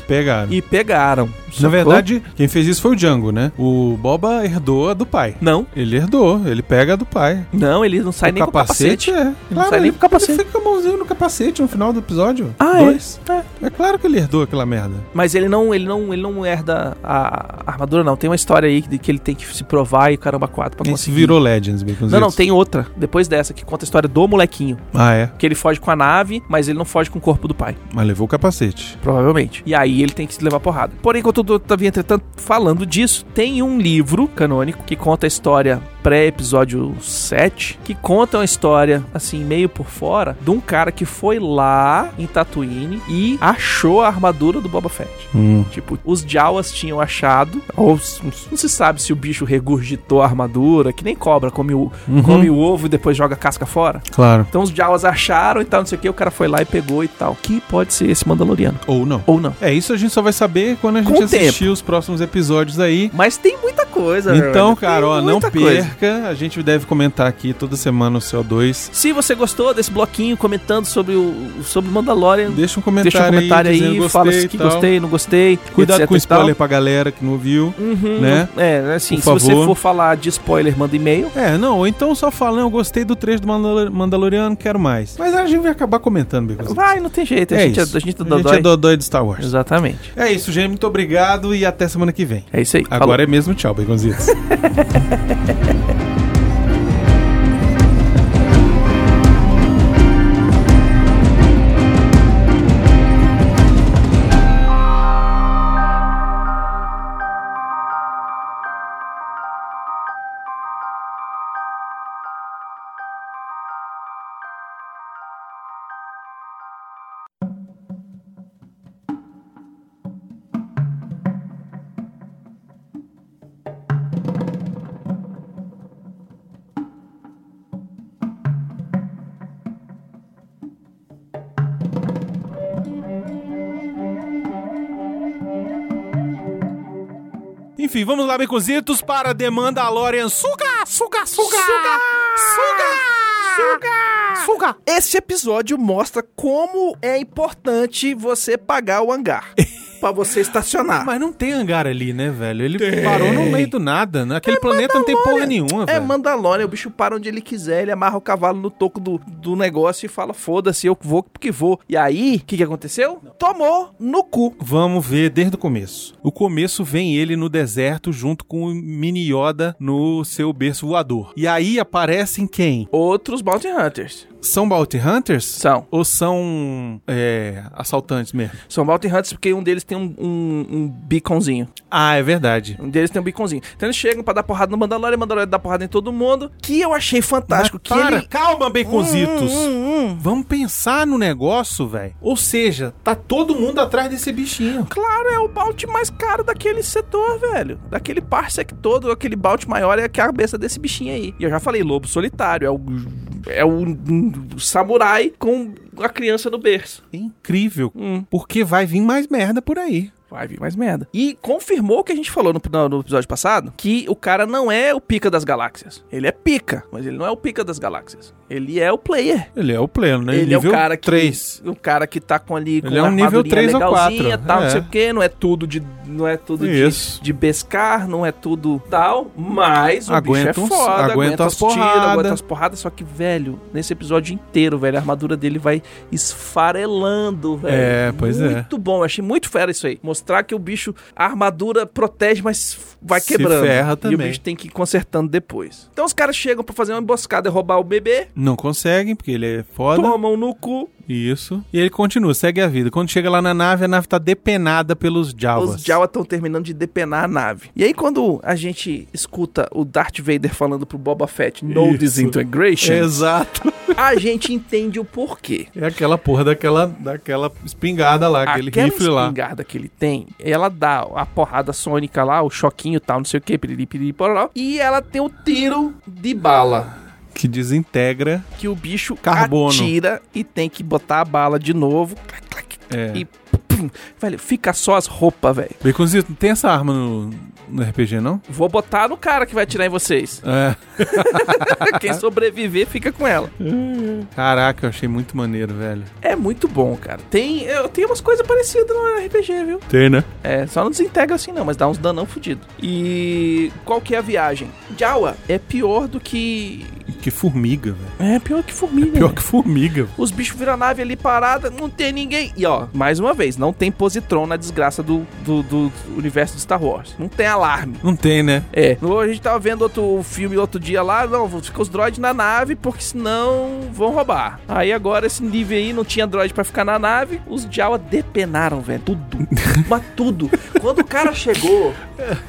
S2: pegaram.
S1: e pegaram.
S2: Na
S1: sacou?
S2: verdade, quem fez isso foi o Django, né? O Boba herdou a do pai.
S1: Não,
S2: Ele herdou, ele pega a do pai.
S1: não, ele não sai nem com o capacete.
S2: é. Claro,
S1: sai nem
S2: ele-
S1: com o capacete.
S2: Ele fica com a mãozinha no capacete no final do episódio.
S1: Ah, é?
S2: Dois. É. é claro que ele herdou aquela merda.
S1: Mas ele não, ele não, ele não herda a a armadura, não. Tem uma história aí de que ele tem que se provar e o caramba quatro pra
S2: Ele
S1: conseguir.
S2: virou Legends, Baconzitos.
S1: assim? Não, não, tem outra, depois dessa, que conta a história do molequinho.
S2: Ah, é.
S1: Que ele foge com a nave, mas ele não foge com o corpo do pai,
S2: Mas levou o capacete.
S1: provavelmente. E aí ele tem que se levar porrada. Porém, enquanto eu tava, entretanto, falando disso, tem um livro canônico que conta a história pré-episódio 7, que conta uma história, assim, meio por fora, de um cara que foi lá em Tatooine e achou a armadura do Boba Fett.
S2: Hum.
S1: Tipo, os Jawas tinham achado, ou s- não se sabe se o bicho regurgitou a armadura, que nem cobra, come o,
S2: Uhum.
S1: come o ovo e depois joga a casca fora.
S2: Claro.
S1: Então os Jawas acharam e tal, não sei o que, o cara foi lá e pegou e tal. Que pode ser esse Mandaloriano,
S2: Ou não.
S1: ou não.
S2: É, isso a gente só vai saber quando a
S1: Com
S2: gente
S1: o tempo.
S2: assistir os próximos episódios aí.
S1: Mas tem muita coisa,
S2: Então,
S1: velho.
S2: cara,
S1: Tem
S2: ó, não
S1: muita coisa.
S2: perca. A gente deve comentar aqui toda semana o CO2.
S1: Se você gostou desse bloquinho comentando sobre o sobre o Mandalorian,
S2: Deixa um comentário,
S1: deixa um comentário aí,
S2: dizendo
S1: fala
S2: gostei
S1: se que
S2: e tal.
S1: gostei, não gostei.
S2: Cuidado
S1: etc
S2: com
S1: e tal.
S2: spoiler pra galera que não viu.
S1: Uhum,
S2: né?
S1: não- É, assim,
S2: Por
S1: se você
S2: favor.
S1: for falar de spoiler, manda e-mail.
S2: É, não, ou então só fala, não, eu gostei do trecho do Mandalor- Mandaloriano, quero mais. Mas a gente vai acabar comentando, Baconzitos.
S1: Vai, não tem jeito, a,
S2: É
S1: gente, é-
S2: isso.
S1: a gente é
S2: A gente é
S1: dodói.
S2: dodói de Star Wars.
S1: Exatamente.
S2: É isso, gente. Muito obrigado e até semana que vem.
S1: É isso aí.
S2: Agora é mesmo tchau, Baconzitos. Enfim, vamos lá, Baconzitos, para The Mandalorian. Suga! Suga! Suga! Suga! Suga! Suga!
S1: Esse episódio mostra como é importante você pagar o hangar pra você estacionar.
S2: Mas não tem hangar ali, né, velho? Ele parou no meio do nada, né? Aquele planeta não tem porra nenhuma,
S1: É
S2: velho.
S1: Mandalorian, o bicho para onde ele quiser, ele amarra o cavalo no toco do, do negócio e fala: foda-se, eu vou porque vou. E aí, o que, que aconteceu? Tomou no cu.
S2: Vamos ver desde o começo. O começo vem ele no deserto junto com o mini Yoda no seu berço voador. E aí aparecem quem?
S1: Outros Bounty Hunters.
S2: São Bounty Hunters?
S1: São.
S2: Ou são é, assaltantes mesmo?
S1: São Bounty Hunters porque um deles tem um, um, um beaconzinho.
S2: Ah, é verdade.
S1: Um deles tem um beaconzinho. Então eles chegam pra dar porrada no Mandalorian, o Mandalorian dá porrada em todo mundo. Que eu achei fantástico.
S2: Mas
S1: que
S2: para,
S1: ele...
S2: calma, Baconzitos.
S1: Hum, hum, hum.
S2: Vamos pensar no negócio, velho. Ou seja, tá todo mundo atrás desse bichinho.
S1: Claro, é o balde mais caro daquele setor, velho. Daquele parsec todo, aquele balde maior é a cabeça desse bichinho aí. E eu já falei, lobo solitário, é o. É o um, samurai com a criança no berço. Hum,
S2: É incrível, porque vai vir mais merda por aí.
S1: Vai vir mais merda. E confirmou o que a gente falou no, no episódio passado: que o cara não é o pica das galáxias. Ele é pica, mas ele não é o pica das galáxias. Ele é o player.
S2: Ele é o pleno, né?
S1: Ele é o cara que.
S2: 3.
S1: O cara que tá com ali. Com
S2: Ele é um
S1: uma
S2: nível
S1: armadurinha
S2: 3 ou
S1: legalzinha,
S2: 4,
S1: Tal,
S2: é.
S1: Não sei o quê. Não é tudo de. Não é tudo de-
S2: Isso.
S1: de pescar, não é tudo tal, mas o
S2: Aguenta
S1: bicho é
S2: uns-
S1: foda,
S2: aguenta as porradas.
S1: aguenta as porradas, só que, velho, nesse episódio inteiro, velho, a armadura dele vai esfarelando, velho.
S2: É, pois é.
S1: Muito bom, eu achei muito fera isso aí. Mostrar que o bicho, a armadura protege, mas vai
S2: Se
S1: quebrando.
S2: ferra também.
S1: E o bicho tem que ir consertando depois. Então os caras chegam pra fazer uma emboscada e roubar o bebê,
S2: Não conseguem, porque ele é foda.
S1: tomam um no cu,
S2: Isso. E ele continua, segue a vida. Quando chega lá na nave, a nave tá depenada pelos Jawas.
S1: Os Jawa estão terminando de depenar a nave. E aí, quando a gente escuta o Darth Vader falando pro Boba Fett No
S2: Isso.
S1: Disintegration,
S2: Exato.
S1: a gente entende o porquê.
S2: É aquela porra daquela, daquela espingada lá, aquele
S1: Aquela
S2: rifle lá.
S1: espingarda que ele tem, ela dá a porrada sônica lá, o choquinho e tal, não sei o que, piriri, piriri, pororó, e ela tem o tiro de bala.
S2: Que desintegra.
S1: Que o bicho
S2: Carbono.
S1: atira e tem que botar a bala de novo. clac, clac,
S2: É.
S1: E Pum. Velho, fica só as roupas, velho.
S2: Baconzito, não tem essa arma no, no RPG, não?
S1: Vou botar no cara que vai atirar em vocês.
S2: É.
S1: Quem sobreviver, fica com ela.
S2: Caraca, eu achei muito maneiro, velho.
S1: É muito bom, cara. Tem, eu tenho umas coisas parecidas no RPG, viu?
S2: Tem, né?
S1: É, só não desintegra assim não, mas dá uns danão fudido. E qual que é a viagem? Jawa é pior do que...
S2: Que formiga, velho.
S1: É pior que formiga,
S2: Pior
S1: né?
S2: que formiga.
S1: Os bichos viram a nave ali parada, não tem ninguém. E ó, mais uma vez, não tem positron na desgraça do, do, do universo de Star Wars. Não tem alarme.
S2: Não tem, né?
S1: É, no- a gente tava vendo outro filme outro dia lá, não, fica os droids na nave, porque senão vão roubar. Aí agora esse nível aí não tinha droid pra ficar na nave, os Jawa depenaram, velho, tudo. mas tudo. Quando o cara chegou,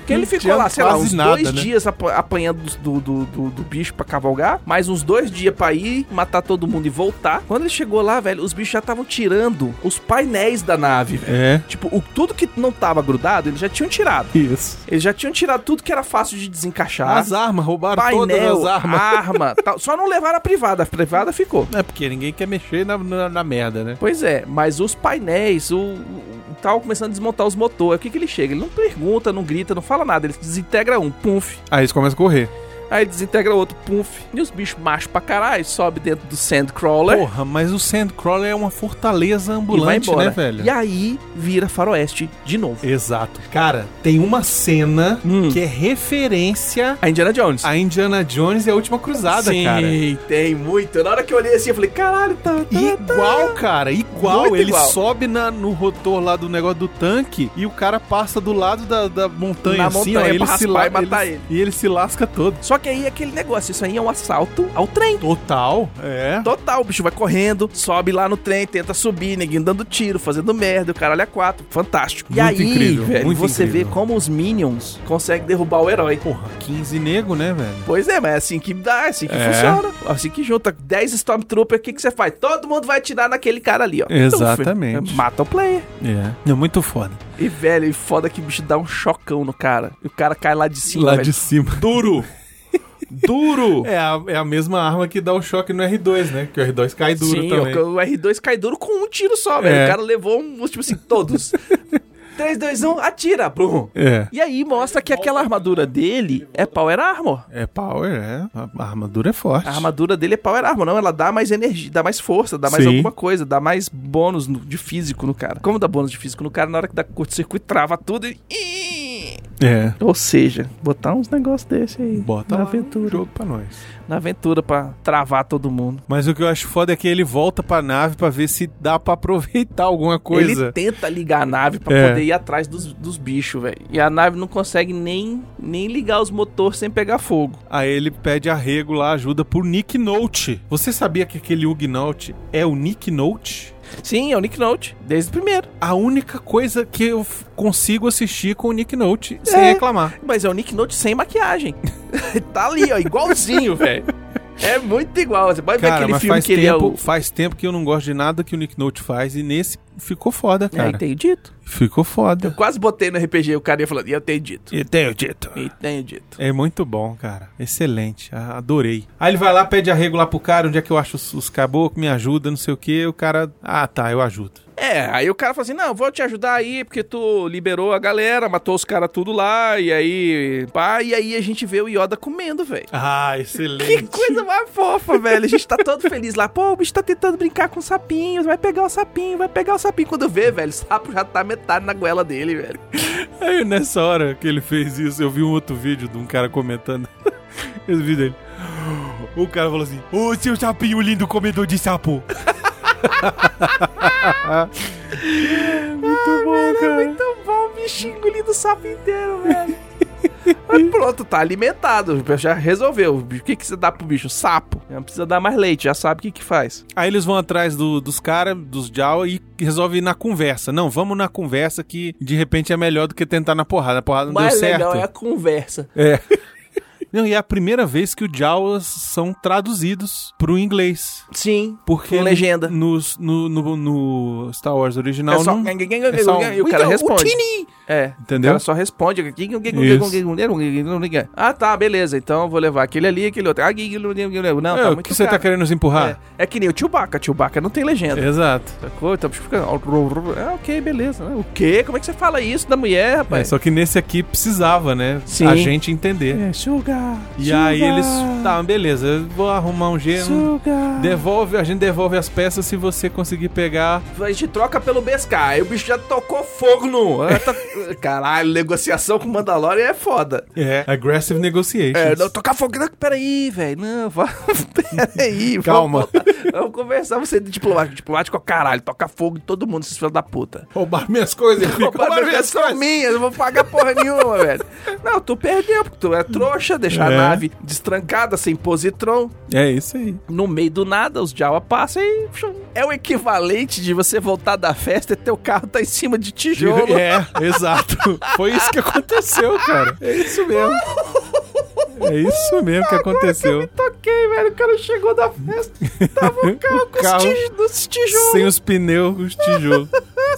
S1: que ele
S2: É, Não
S1: ficou
S2: tinha
S1: lá, sei lá,
S2: quase
S1: uns
S2: nada,
S1: dois
S2: né?
S1: dias apa- apanhando do, do, do, do bicho pra cavalgar, mais uns dois dias pra ir, matar todo mundo e voltar. Quando ele chegou lá, velho, os bichos já estavam tirando os painéis da nave, velho.
S2: É.
S1: Tipo, o, tudo que não tava grudado, eles já tinham tirado.
S2: Isso.
S1: Eles já tinham tirado tudo que era fácil de desencaixar.
S2: As armas, roubaram todas
S1: painel,
S2: as armas.
S1: arma, tal. Só não levaram a privada. A privada ficou.
S2: É porque ninguém quer mexer na, na, na merda, né?
S1: Pois é, mas os painéis, o, o tal começando a desmontar os motores. O que que ele chega? Ele não pergunta, não grita, não fala nada. Ele desintegra um, punf.
S2: Aí eles começam a correr.
S1: Aí desintegra outro, punf. E os bichos machos pra caralho, sobe dentro do Sandcrawler.
S2: Porra, mas o Sandcrawler é uma fortaleza
S1: E vai
S2: ambulante,
S1: embora.
S2: né, velho?
S1: E aí vira faroeste de novo.
S2: Exato. Cara, tem uma cena
S1: Hum.
S2: que é referência
S1: A Indiana Jones.
S2: a Indiana Jones e a Última Cruzada, cara.
S1: tem muito. Na hora que eu olhei assim, eu falei, caralho, tá... tá-
S2: Igual, cara, igual.
S1: Muito
S2: ele
S1: igual.
S2: sobe na- no rotor lá do negócio do tanque e o cara passa do lado da, da montanha
S1: Na
S2: assim,
S1: montanha
S2: ó. Ele
S1: pra
S2: se
S1: raspar
S2: la-
S1: e matar ele.
S2: E ele se lasca todo.
S1: Só que aí é aquele negócio, isso aí é um assalto ao trem.
S2: Total, é.
S1: Total, o bicho vai correndo, sobe lá no trem, tenta subir, ninguém dando tiro, fazendo merda, o caralho é quatro. Fantástico. e
S2: Muito
S1: aí,
S2: incrível,
S1: velho,
S2: muito
S1: você
S2: incrível.
S1: vê como os Minions conseguem derrubar o herói.
S2: Porra, 15 nego, né, velho?
S1: Pois é, mas é assim que dá, é assim que
S2: É.
S1: funciona. Assim que junta 10 Stormtrooper, o que, que você faz? Todo mundo vai atirar naquele cara ali, ó.
S2: Exatamente.
S1: Então, mata o player.
S2: É. É muito foda.
S1: E, velho, e foda que o bicho dá um chocão no cara. E o cara cai lá de cima,
S2: lá
S1: velho.
S2: de cima.
S1: Duro! Duro!
S2: É a, é a mesma arma que dá o choque no R2, né? Que o R2 cai duro
S1: Sim, é
S2: também.
S1: o, o R2 cai duro com um tiro só, velho.
S2: É.
S1: O cara levou um, tipo assim, todos. 3, 2, 1, atira! Brum.
S2: É.
S1: E aí mostra que aquela armadura dele é Power Armor.
S2: É power, é. A a armadura é forte.
S1: A armadura dele é Power Armor, não. Ela dá mais energia, dá mais força, dá mais
S2: Sim.
S1: alguma coisa, dá mais bônus no- de físico no cara. Como dá bônus de físico no cara, na hora que dá curto-circuito, trava tudo e. Ih!
S2: É.
S1: Ou seja, botar uns negócios desse aí.
S2: Bota
S1: na
S2: lá o
S1: aventura.
S2: jogo pra nós.
S1: Na aventura pra travar todo mundo.
S2: Mas o que eu acho foda é que ele volta pra nave pra ver se dá pra aproveitar alguma coisa.
S1: Ele tenta ligar a nave pra
S2: É.
S1: poder ir atrás dos, dos bichos, velho. E a nave não consegue nem, nem ligar os motores sem pegar fogo.
S2: Aí ele pede arrego lá, ajuda por Nick Note. Você sabia que aquele Huguenot é o Nick Note?
S1: Sim, é o Nick Note, desde o primeiro.
S2: A única coisa que eu f- consigo assistir com o Nick Note sem
S1: É.
S2: reclamar.
S1: Mas é o Nick Note sem maquiagem. tá ali, ó, igualzinho, velho. É muito igual. Você pode ver
S2: Cara,
S1: aquele
S2: mas
S1: filme
S2: faz
S1: que ele é
S2: tempo,
S1: o.
S2: faz tempo que eu não gosto de nada que o Nick Note faz e nesse ficou foda,
S1: É,
S2: cara.
S1: entendido.
S2: ficou foda.
S1: Eu quase botei no RPG o cara ia falando, e eu tenho dito.
S2: E tenho dito.
S1: E tenho dito.
S2: É muito bom, cara. Excelente. A- Adorei. Aí ele vai lá, pede arrego lá pro cara, onde é que eu acho os, os caboclos, me ajuda, não sei o que. O cara, ah, tá, eu ajudo.
S1: É, aí o cara fala assim: não, vou te ajudar aí, porque tu liberou a galera, matou os caras tudo lá, e aí. Pá, e aí a gente vê o Yoda comendo, velho.
S2: Ah, excelente.
S1: Que coisa mais fofa, velho. A gente tá todo feliz lá. Pô, o bicho tá tentando brincar com sapinhos. Vai pegar o sapinho, vai pegar o sapinho. Quando vê, velho, o sapo já tá metade na goela dele, velho.
S2: Aí nessa hora que ele fez isso, eu vi um outro vídeo de um cara comentando. Esse vídeo dele. O cara falou assim: Ô seu sapinho lindo comedor de sapo. muito bom, cara.
S1: Muito bom, o bichinho engolindo o sapo inteiro, velho. Mas pronto, tá alimentado. Já resolveu. O que, que você dá pro bicho? Sapo. Não precisa dar mais leite, já sabe o que que faz.
S2: Aí eles vão atrás do- dos caras, dos Jawa, e resolve ir na conversa. Não, vamos na conversa é que de repente é melhor do que tentar na porrada. A porrada não deu certo.
S1: conversa.
S2: É. Não, e é a primeira vez que o Jawas são traduzidos pro inglês.
S1: Sim.
S2: Porque
S1: Com legenda.
S2: Nos, no, no, no Star Wars
S1: É
S2: original
S1: só...
S2: não... um.
S1: É só... E o cara responde. É. O
S2: Entendeu?
S1: cara só responde. Ah, tá, beleza. Então eu vou levar aquele ali, aquele outro. Ah, Não,
S2: É,
S1: tá
S2: o
S1: muito
S2: que você tá
S1: caro.
S2: querendo É. nos empurrar?
S1: É, é que nem o Chewbacca. Chewbacca não tem legenda.
S2: Exato.
S1: Sacou? Então fica. Ah, ok, beleza. né? O quê? Como é que você fala isso da mulher,
S2: É,
S1: rapaz?
S2: só que nesse aqui precisava, né?
S1: Sim.
S2: A gente entender.
S1: É, sugar.
S2: E aí eles. Tá, beleza, eu vou arrumar um jeito.
S1: Sugar.
S2: Devolve, a gente devolve as peças se você conseguir pegar.
S1: A gente troca pelo BSK. Aí o bicho já tocou fogo no. Ah, tá- Caralho, negociação com o Mandalorian é foda.
S2: É. Aggressive negotiations.
S1: É, não, tocar fogo. Não, peraí, velho. Não, vá. Peraí, vamos-
S2: Calma.
S1: Vamos conversar, você é diplomático. Diplomático é o caralho. Toca fogo em todo mundo, esses filhos da puta.
S2: Roubar minhas coisas e fica.
S1: Roubaram minhas são minhas, não vou pagar porra nenhuma, velho. Não, tu perdeu, porque tu é trouxa, deixar
S2: É.
S1: a nave destrancada, sem positron.
S2: É isso aí.
S1: No meio do nada, os Jawa passam e. pshum. É o equivalente de você voltar da festa e teu carro tá em cima de tijolo.
S2: É, exato. Foi isso que aconteceu, cara. É isso mesmo. É isso mesmo que
S1: Eu me
S2: aconteceu.
S1: toquei, velho. O cara chegou da festa, tava o carro com
S2: Carro
S1: os tij- nos tijolos.
S2: Sem os pneus, os tijolos.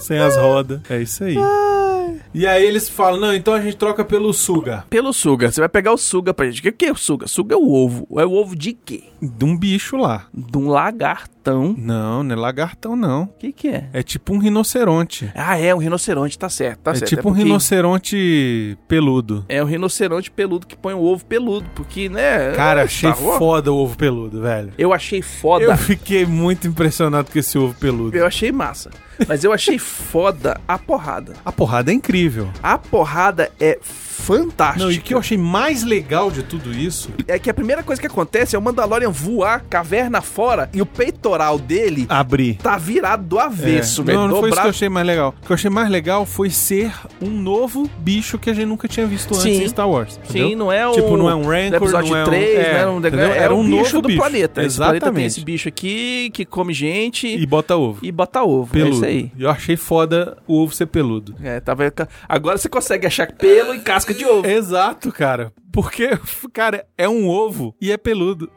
S2: sem as rodas. É isso aí.
S1: Ai.
S2: E aí eles falam: não, então a gente troca pelo Suga.
S1: Pelo Suga, você vai pegar o Suga pra gente. O que que é o Suga? Suga é o ovo. É o ovo de quê?
S2: De um bicho lá.
S1: De um lagartão.
S2: Não, não é lagartão, não.
S1: O que que é?
S2: É tipo um rinoceronte.
S1: Ah, é, um rinoceronte, tá certo, tá
S2: é
S1: certo.
S2: tipo um
S1: porque
S2: rinoceronte peludo.
S1: É um rinoceronte peludo que põe o ovo peludo, porque, né...
S2: Cara,
S1: tá
S2: achei
S1: louco?
S2: foda o ovo peludo, velho.
S1: Eu achei foda.
S2: Eu fiquei muito impressionado com esse ovo peludo.
S1: Eu achei massa. Mas eu achei foda a porrada.
S2: A porrada é incrível.
S1: A porrada é fantástica.
S2: Não, e o que eu achei mais legal de tudo isso
S1: É que a primeira coisa que acontece é o Mandalorian voar caverna fora e o peitoral dele
S2: abrir.
S1: tá virado do avesso,
S2: Ah. É.
S1: velho.
S2: Não, não foi isso que eu
S1: dobrado.
S2: achei mais legal. O que eu achei mais legal foi ser um novo bicho que a gente nunca tinha visto antes
S1: Sim.
S2: em Star Wars. entendeu?
S1: Sim, não é o.
S2: Tipo, não é um
S1: do
S2: Rancor,
S1: episódio
S2: não é um-
S1: 3,
S2: é,
S1: não era um
S2: entendeu?
S1: negócio. Era
S2: Era
S1: um
S2: um
S1: bicho
S2: novo
S1: do
S2: bicho.
S1: planeta. Esse planeta tem esse
S2: Exatamente.
S1: bicho aqui que come gente
S2: E
S1: e,
S2: bota ovo.
S1: bota ovo. É isso aí.
S2: Eu achei foda o ovo ser peludo.
S1: É, tava... Agora você consegue achar pelo e casca de ovo.
S2: Exato, cara. Porque, cara, é um ovo e é peludo.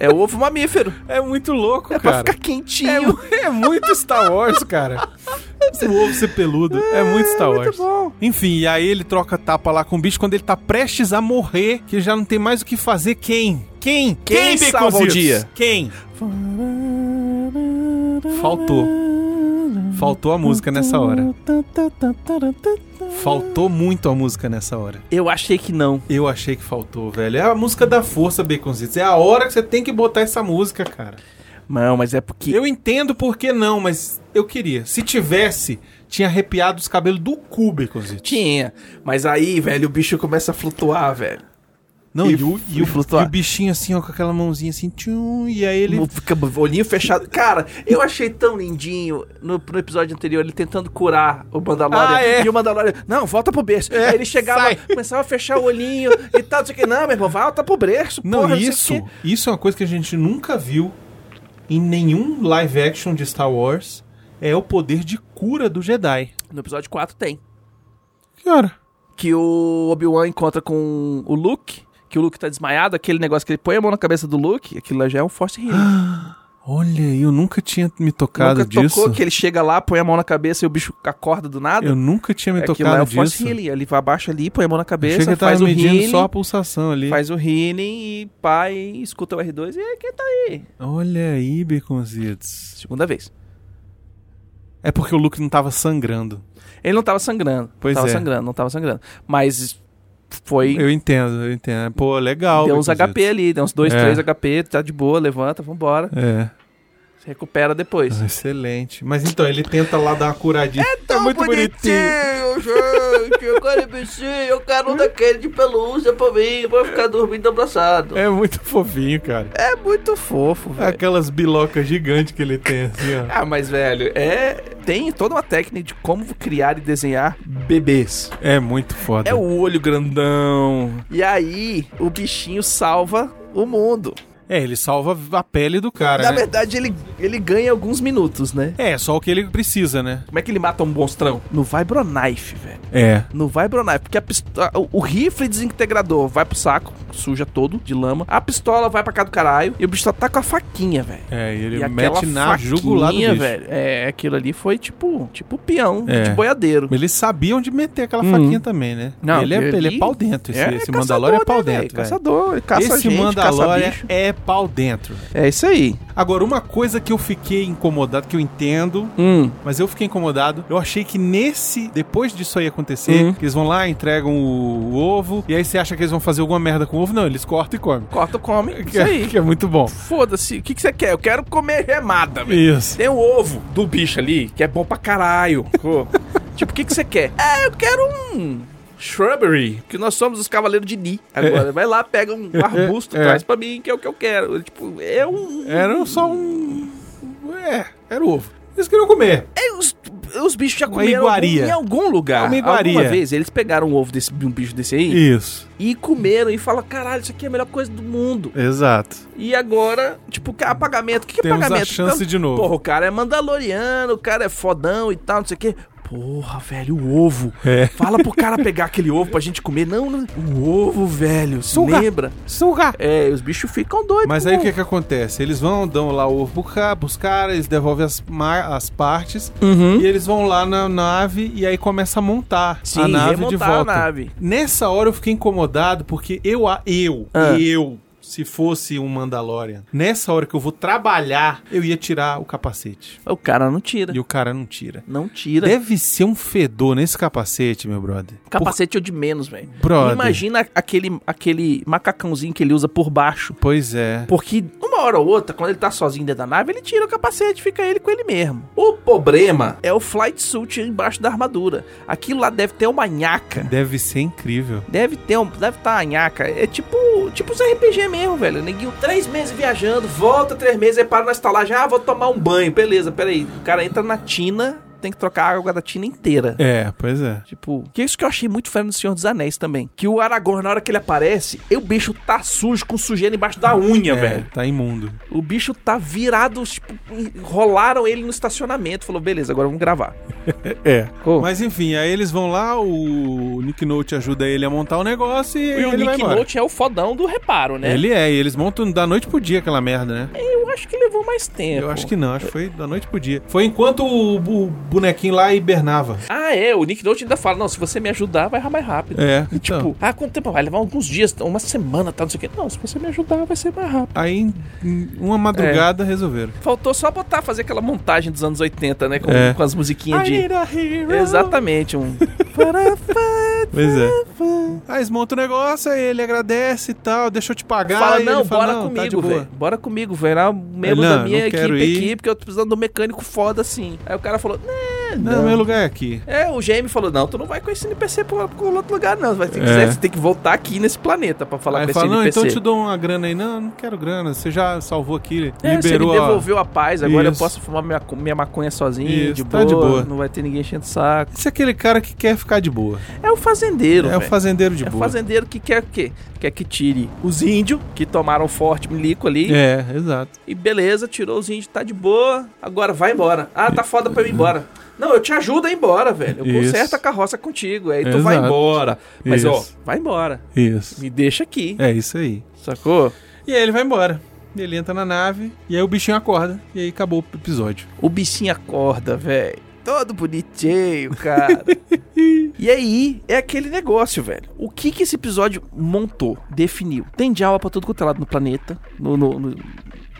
S1: É o ovo mamífero.
S2: É muito louco,
S1: É pra
S2: cara.
S1: ficar quentinho.
S2: É mu- É, muito Star Wars, cara. O ovo ser peludo. É muito Star Wars.
S1: Muito bom.
S2: Enfim, e aí ele troca tapa lá com o bicho quando ele tá prestes a morrer, que já não tem mais o que fazer. Quem? Quem?
S1: Quem salva o
S2: Baconzitos?
S1: dia?
S2: Quem? Faltou. Faltou a música nessa hora. Faltou muito a música nessa hora.
S1: Eu achei que não.
S2: Eu achei que faltou, velho. É a música da força, Baconzitos. É a hora que você tem que botar essa música, cara.
S1: Não, mas é porque.
S2: Eu entendo por que não, mas eu queria. Se tivesse, tinha arrepiado os cabelos do cu, Baconzitos.
S1: Tinha. Mas aí, velho, o bicho começa a flutuar, velho.
S2: Não,
S1: E
S2: e, o, e, o,
S1: flutuar.
S2: e o bichinho assim, ó, com aquela mãozinha assim, tchum, e aí ele.
S1: Ele fica com o olhinho fechado. Cara, eu achei tão lindinho no, no episódio anterior ele tentando curar o Mandalorian.
S2: Ah, é?
S1: E o Mandalorian, não, volta pro berço.
S2: É,
S1: Aí ele chegava,
S2: sai.
S1: começava a fechar o olhinho e tal, não sei o que. Não, meu irmão, volta pro berço.
S2: Não,
S1: porra, sei o
S2: isso,
S1: quê.
S2: isso é uma coisa que a gente nunca viu em nenhum live action de Star Wars. É o poder de cura do Jedi.
S1: No episódio 4 tem.
S2: Cara.
S1: Que o Obi-Wan encontra com o Luke, que o Luke tá desmaiado, aquele negócio que ele põe a mão na cabeça do Luke, aquilo lá já é um force healing.
S2: Ah, Olha, eu nunca tinha me tocado
S1: Nunca
S2: disso.
S1: tocou que ele chega lá, põe a mão na cabeça e o bicho acorda do nada.
S2: Eu nunca tinha me
S1: Aquilo lá é
S2: tocado
S1: o force
S2: disso.
S1: healing. Ele vai abaixo ali, põe a mão na
S2: Achei
S1: cabeça,
S2: que ele tava
S1: faz o
S2: medindo
S1: healing.
S2: só a pulsação ali.
S1: Faz o healing e pai escuta o R2 e é quem tá aí.
S2: Olha aí, Baconzitos.
S1: Segunda vez.
S2: É porque o Luke não tava sangrando.
S1: Ele não tava sangrando.
S2: Pois
S1: tava
S2: é.
S1: sangrando, não tava sangrando. Mas foi.
S2: Eu entendo, eu entendo. Pô, legal.
S1: deu uns
S2: Baconzitos.
S1: HP ali, deu uns 2,
S2: É.
S1: 3 HP, tá de boa, levanta, vambora.
S2: É. ah,
S1: Se recupera depois.
S2: Excelente. Mas então, ele tenta lá dar uma curadinha. É,
S1: Tá gente. Eu quero bichinho, eu quero um daquele de pelúcia pra mim, pra ficar dormindo abraçado.
S2: É muito fofinho, cara.
S1: É muito fofo, velho.
S2: Aquelas bilocas gigantes que ele tem, assim, ó.
S1: Ah, mas velho, é. Tem toda uma técnica de como criar e desenhar bebês.
S2: É muito foda.
S1: É o olho grandão. E aí, o bichinho salva o mundo.
S2: É, ele salva a pele do cara,
S1: Na
S2: né?
S1: verdade, ele, ele ganha alguns minutos, né?
S2: É, só o que ele precisa, né?
S1: Como é que ele mata um monstrão? No Vibronife, velho.
S2: É.
S1: Não vai bronar, porque a pistola, o, o rifle desintegrador vai pro saco, suja todo de lama. A pistola vai pra cá do caralho e o bicho só tá com a faquinha, velho.
S2: É, e ele
S1: e aquela
S2: mete na
S1: faquinha,
S2: jugular do bicho.
S1: velho. É, aquilo ali foi tipo, tipo peão
S2: É.
S1: de boiadeiro.
S2: Mas Ele sabia onde meter aquela
S1: Uhum.
S2: faquinha também, né?
S1: Não,
S2: ele, é,
S1: ele-
S2: ele é pau dentro. Esse, esse
S1: caçador,
S2: Mandalorian é pau
S1: né,
S2: dentro.
S1: velho?
S2: velho.
S1: Caçador, ele caça
S2: Esse
S1: gente, caça
S2: Mandalorian
S1: bicho.
S2: é pau dentro. velho.
S1: É isso aí.
S2: Agora, uma coisa que eu fiquei incomodado, que eu entendo,
S1: Hum.
S2: mas eu fiquei incomodado. Eu achei que nesse. Depois disso aí acontecer,
S1: Uhum.
S2: que eles vão lá, entregam o, o ovo, e aí você acha que eles vão fazer alguma merda com o ovo? Não, eles cortam e comem.
S1: Corta, come.
S2: Que
S1: Isso
S2: é,
S1: aí.
S2: que é muito bom.
S1: Foda-se. O que, que você quer? Eu quero comer remada, velho.
S2: Isso.
S1: Tem o ovo do bicho ali, que é bom pra caralho. sacou? tipo, o que, que você quer? É, eu quero um. Shrubbery, porque nós somos os cavaleiros de Ni. Agora, vai lá, pega um arbusto,
S2: É.
S1: traz pra mim, que é o que eu quero. Tipo, é um.
S2: Era só um. É, era o ovo. Eles queriam comer.
S1: é os, os bichos já comeram
S2: iguaria.
S1: algum- em algum lugar.
S2: É uma iguaria.
S1: Alguma vez eles pegaram um ovo desse, de um bicho desse aí
S2: Isso.
S1: e comeram e falaram: caralho, isso aqui é a melhor coisa do mundo.
S2: Exato.
S1: E agora, tipo, cara, pagamento. O que, que é
S2: Temos
S1: pagamento?
S2: a chance de novo.
S1: Porra, o cara é mandaloriano, o cara é fodão e tal, não sei o quê. Porra, velho, o ovo.
S2: É.
S1: Fala pro cara pegar aquele ovo pra gente comer. Não, não. O ovo, velho. Se
S2: Suga.
S1: lembra?
S2: Sugar.
S1: É, os bichos ficam doidos.
S2: Mas
S1: com
S2: aí o
S1: ovo.
S2: que que acontece? Eles vão, dão lá o ovo pro ca- pros caras, eles devolvem as, ma- as partes
S1: Uhum.
S2: e eles vão lá na nave e aí começa a montar
S1: Sim,
S2: a nave
S1: remontar
S2: de volta.
S1: a nave.
S2: Nessa hora eu fiquei incomodado porque eu, a- eu,
S1: Ah.
S2: eu, se fosse um Mandalorian, nessa hora que eu vou trabalhar, eu ia tirar o capacete.
S1: O cara não tira.
S2: E o cara não tira.
S1: Não tira.
S2: Deve ser um fedor nesse capacete, meu brother.
S1: Capacete é o de menos, velho.
S2: Brother.
S1: Imagina aquele, aquele macacãozinho que ele usa por baixo.
S2: Pois é.
S1: Porque uma hora ou outra, quando ele tá sozinho dentro da nave, ele tira o capacete, fica ele com ele mesmo. O problema é o flight suit embaixo da armadura. Aquilo lá deve ter uma nhaca.
S2: Deve ser incrível.
S1: Deve ter um, deve tá uma nhaca. É tipo, tipo os RPG mesmo, velho. Neguinho, três meses viajando, volta três meses, aí para na estalagem, ah, vou tomar um banho, beleza, peraí. O cara entra na tina, tem que trocar a água da tina inteira.
S2: É, pois é.
S1: Tipo, que é isso que eu achei muito fera no Senhor dos Anéis também. Que o Aragorn, na hora que ele aparece, e o bicho tá sujo com sujeira embaixo da unha,
S2: é,
S1: velho.
S2: Tá imundo.
S1: O bicho tá virado, tipo, rolaram ele no estacionamento. Falou, beleza, agora vamos gravar.
S2: É.
S1: Oh.
S2: Mas enfim, aí eles vão lá, o Nick Note ajuda ele a montar o negócio e,
S1: E
S2: ele
S1: o
S2: vai
S1: Nick
S2: embora.
S1: Note é o fodão do reparo, né?
S2: Ele é, e eles montam da noite pro dia aquela merda, né?
S1: Eu acho que levou mais tempo.
S2: Eu acho que não, acho que foi da noite pro dia. Foi enquanto o, bu- bonequinho lá hibernava.
S1: Ah, é, o Nick Note ainda fala, não, se você me ajudar, vai mais rápido.
S2: É,
S1: E, tipo,
S2: então.
S1: ah, quanto tempo vai? Levar alguns dias, uma semana, tá, não sei o quê. Não, se você me ajudar, vai ser mais rápido.
S2: Aí, em- em uma madrugada, resolveram.
S1: Faltou só botar, fazer aquela montagem dos anos 80, né? Com,
S2: É.
S1: com as musiquinhas de...
S2: a hero.
S1: Exatamente, um...
S2: Pois é. Aí eles montam o negócio, aí ele agradece e tal, deixa eu te pagar.
S1: fala,
S2: aí ele
S1: não, bora
S2: "Não, tá de
S1: comigo,
S2: boa."
S1: velho. Bora comigo, velho. Era um membro
S2: Não,
S1: da minha
S2: não quero
S1: equipe
S2: ir.
S1: aqui, porque eu tô precisando de um mecânico foda assim. Aí o cara falou, né,
S2: Não,
S1: não.
S2: meu lugar é aqui.
S1: É, o GM falou, não, tu não vai com esse NPC pra, pra outro lugar, não. Vai ter que, quiser, você tem que voltar aqui nesse planeta pra
S2: É.
S1: falar
S2: aí
S1: com esse
S2: fala, não,
S1: NPC.
S2: então eu te dou uma grana aí. Não, não quero grana, você já salvou aqui,
S1: É, você me
S2: liberou a...
S1: devolveu a paz, agora
S2: Isso.
S1: eu posso fumar minha, minha maconha sozinho,
S2: Isso,
S1: de,
S2: tá
S1: boa,
S2: de boa.
S1: não vai ter ninguém enchendo o saco.
S2: Esse é aquele cara que quer ficar de boa.
S1: É o fazendeiro,
S2: É o
S1: velho.
S2: fazendeiro de
S1: É o
S2: boa.
S1: fazendeiro que quer o quê? Quer que tire os índios que tomaram forte milico ali.
S2: É, exato.
S1: E beleza, tirou os índios, tá de boa. Agora vai embora. Ah, tá foda pra eu ir embora. Não, eu te ajudo a ir embora, velho. Eu
S2: Isso.
S1: conserto a carroça contigo. Aí tu vai
S2: Exato.
S1: embora. Mas ó,
S2: Isso.
S1: vai embora.
S2: Isso.
S1: Me deixa aqui.
S2: É isso aí.
S1: Sacou?
S2: E aí ele vai embora. Ele entra na nave, e aí o bichinho acorda, e aí acabou o episódio.
S1: O bichinho acorda, velho. Todo bonitinho, cara. e aí, é aquele negócio, velho. O que que esse episódio montou, definiu? Tem Jawa pra todo quanto é lado no planeta, no, no- no-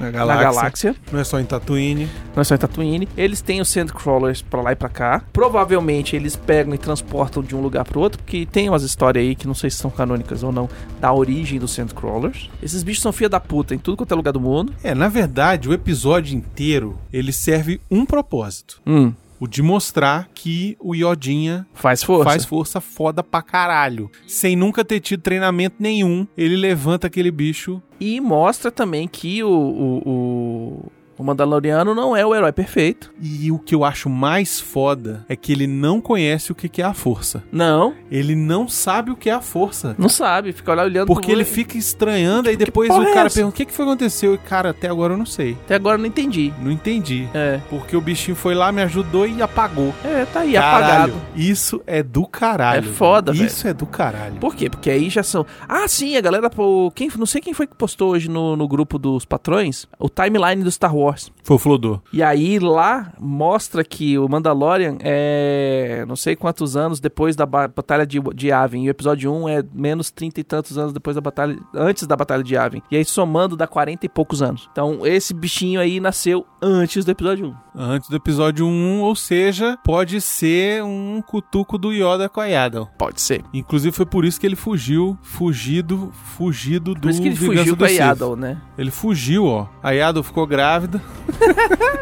S2: Na
S1: na
S2: galáxia.
S1: galáxia.
S2: Não é só em Tatooine.
S1: Não é só em Tatooine. Eles têm os Sandcrawlers pra lá e pra cá. Provavelmente eles pegam e transportam de um lugar pro outro, porque tem umas histórias aí que não sei se são canônicas ou não, da origem dos Sandcrawlers. Esses bichos são filha da puta em tudo quanto é lugar do mundo.
S2: É, na verdade, o episódio inteiro, ele serve um propósito.
S1: Hum,
S2: O de mostrar que o Iodinha
S1: faz força.
S2: faz força foda pra caralho. Sem nunca ter tido treinamento nenhum, ele levanta aquele bicho.
S1: E mostra também que o, o, o, O Mandaloriano não é o herói perfeito.
S2: E o que eu acho mais foda é que ele não conhece o que que é a força.
S1: Não,
S2: Ele não sabe o que é a força.
S1: não sabe. Fica lá olhando
S2: Porque
S1: pro-
S2: ele fica estranhando, aí depois
S1: porra
S2: o
S1: é
S2: cara
S1: essa?
S2: pergunta: o que, que foi que aconteceu? E cara, até agora eu não sei.
S1: Até agora eu não entendi.
S2: Não entendi.
S1: É,
S2: Porque o bichinho foi lá, me ajudou e apagou.
S1: é tá aí,
S2: Caralho,
S1: apagado.
S2: Isso é do caralho.
S1: É foda, velho.
S2: Isso é do caralho.
S1: Por quê? Porque aí já são. Ah, sim, a galera. pô, Quem, não sei quem foi que postou hoje no, no grupo dos patrões o timeline do Star Wars.
S2: Foi o Flodor.
S1: E aí lá mostra que o Mandalorian é não sei quantos anos depois da ba- Batalha de, de Yavin. E o episódio 1 é menos 30 e tantos anos depois da batalha. Antes da Batalha de Yavin. E aí somando dá 40 e poucos anos. Então esse bichinho aí nasceu antes do episódio 1.
S2: Antes do episódio 1, ou seja, pode ser um cutuco do Yoda com a Yaddle.
S1: Pode ser.
S2: Inclusive foi por isso que ele fugiu, fugido, fugido do
S1: Por isso que ele
S2: Vingança
S1: fugiu
S2: do
S1: com a
S2: Sith.
S1: Yaddle, né?
S2: Ele fugiu, ó. A Yaddle ficou grávida,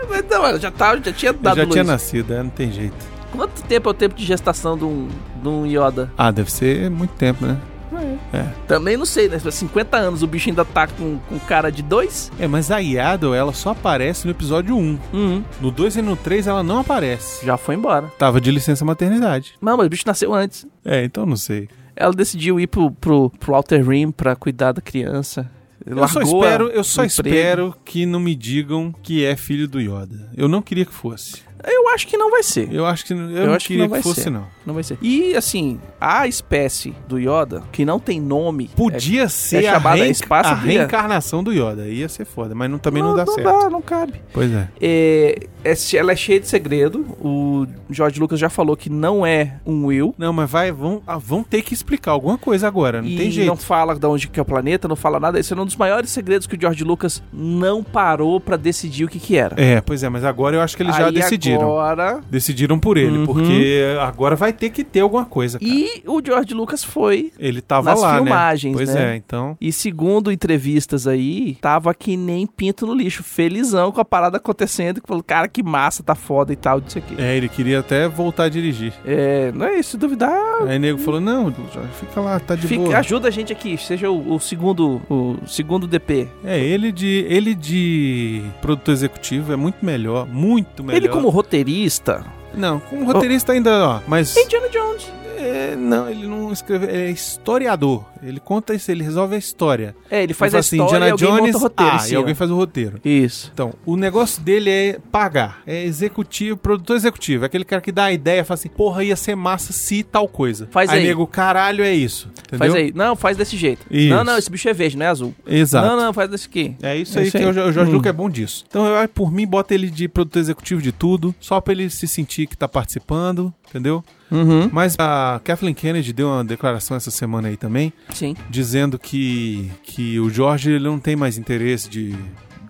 S1: Mas não, ela já, tá, já tinha
S2: Ela
S1: dado
S2: já
S1: luz.
S2: tinha nascido, é, não tem jeito.
S1: Quanto tempo é o tempo de gestação de um, de um Yoda?
S2: Ah, deve ser muito tempo, né?
S1: Também não sei, né? 50 anos o bicho ainda tá com, com cara de dois?
S2: É, mas a Yaddle, ela só aparece no episódio 1.
S1: Uhum.
S2: No 2 e no 3 ela não aparece.
S1: Já foi embora.
S2: Tava de licença maternidade.
S1: Não, mas o bicho nasceu antes.
S2: É, então não sei.
S1: Ela decidiu ir pro, pro, pro Outer Rim pra cuidar da criança.
S2: Eu só
S1: Largou a-
S2: espero, eu só
S1: o emprego.
S2: espero que não me digam que é filho do Yoda. Eu não queria que fosse.
S1: Eu acho que não vai ser.
S2: Eu acho que eu,
S1: Eu
S2: não
S1: acho que
S2: queria
S1: não
S2: que,
S1: vai
S2: fosse,
S1: ser.
S2: não.
S1: Não vai ser. E, assim, a espécie do Yoda, que não tem nome... é
S2: Podia ser a,
S1: chamada
S2: reen-
S1: espaço
S2: a
S1: de-
S2: reencarnação do Yoda. Ia ser foda, mas não, também não, dá
S1: não
S2: certo.
S1: dá, não cabe.
S2: Pois é.
S1: É, é che- ela é cheia de segredo. O George Lucas já falou que não é um Will.
S2: Não, mas vai, vão, ah, vão ter que explicar alguma coisa agora. Não
S1: e
S2: tem jeito.
S1: não fala de onde que é o planeta, não fala nada. Esse é um dos maiores segredos que o George Lucas não parou pra decidir o que que era.
S2: É, pois é, mas agora eu acho que eles já
S1: Aí
S2: decidiram.
S1: agora
S2: Decidiram por ele,
S1: Uhum.
S2: porque agora vai ter que ter alguma coisa. cara.
S1: E o George Lucas foi.
S2: Ele tava
S1: Nas
S2: lá,
S1: filmagens,
S2: né? Pois
S1: né?
S2: é, então.
S1: E segundo entrevistas aí, tava que nem pinto no lixo, felizão com a parada acontecendo, que falou, cara, que massa, tá foda e tal, disso aqui.
S2: É, ele queria até voltar a dirigir.
S1: É, não é isso, se duvidar,
S2: Aí o nego falou: não, Jorge, fica lá, tá de
S1: fica-
S2: boa.
S1: ajuda a gente aqui, seja o, o segundo o segundo DP.
S2: É, ele de, ele de produtor executivo é muito melhor, muito melhor.
S1: Ele como roteirista,
S2: Não, como roteirista ainda, ó, mas...
S1: é Indiana Jones.
S2: É, não, ele não escreve, ele é historiador. Ele conta isso, ele resolve a história.
S1: É, ele faz
S2: Ele fala
S1: a
S2: assim,
S1: história e alguém monta o roteiro. é.
S2: ah,
S1: em cima.
S2: e alguém faz o roteiro.
S1: Isso.
S2: Então, o negócio dele é pagar, é executivo, produtor executivo, é aquele cara que dá a ideia, fala assim, porra, ia ser massa se tal coisa.
S1: Faz aí.
S2: nego, caralho, é isso. Entendeu?
S1: Faz aí. Não, faz desse jeito.
S2: Isso.
S1: Não, não, esse bicho é verde, não é azul.
S2: Exato.
S1: Não, não, faz desse aqui.
S2: É isso
S1: É
S2: aí
S1: isso
S2: que
S1: aí.
S2: o Jo- o Jorge
S1: Hum.
S2: Lucas é bom disso. Então, eu, por mim, bota ele de produtor executivo de tudo, só pra ele se sentir que tá participando, entendeu?
S1: Uhum.
S2: Mas a Kathleen Kennedy deu uma declaração essa semana aí também,
S1: Sim.
S2: dizendo que, que o Jorge ele não tem mais interesse de,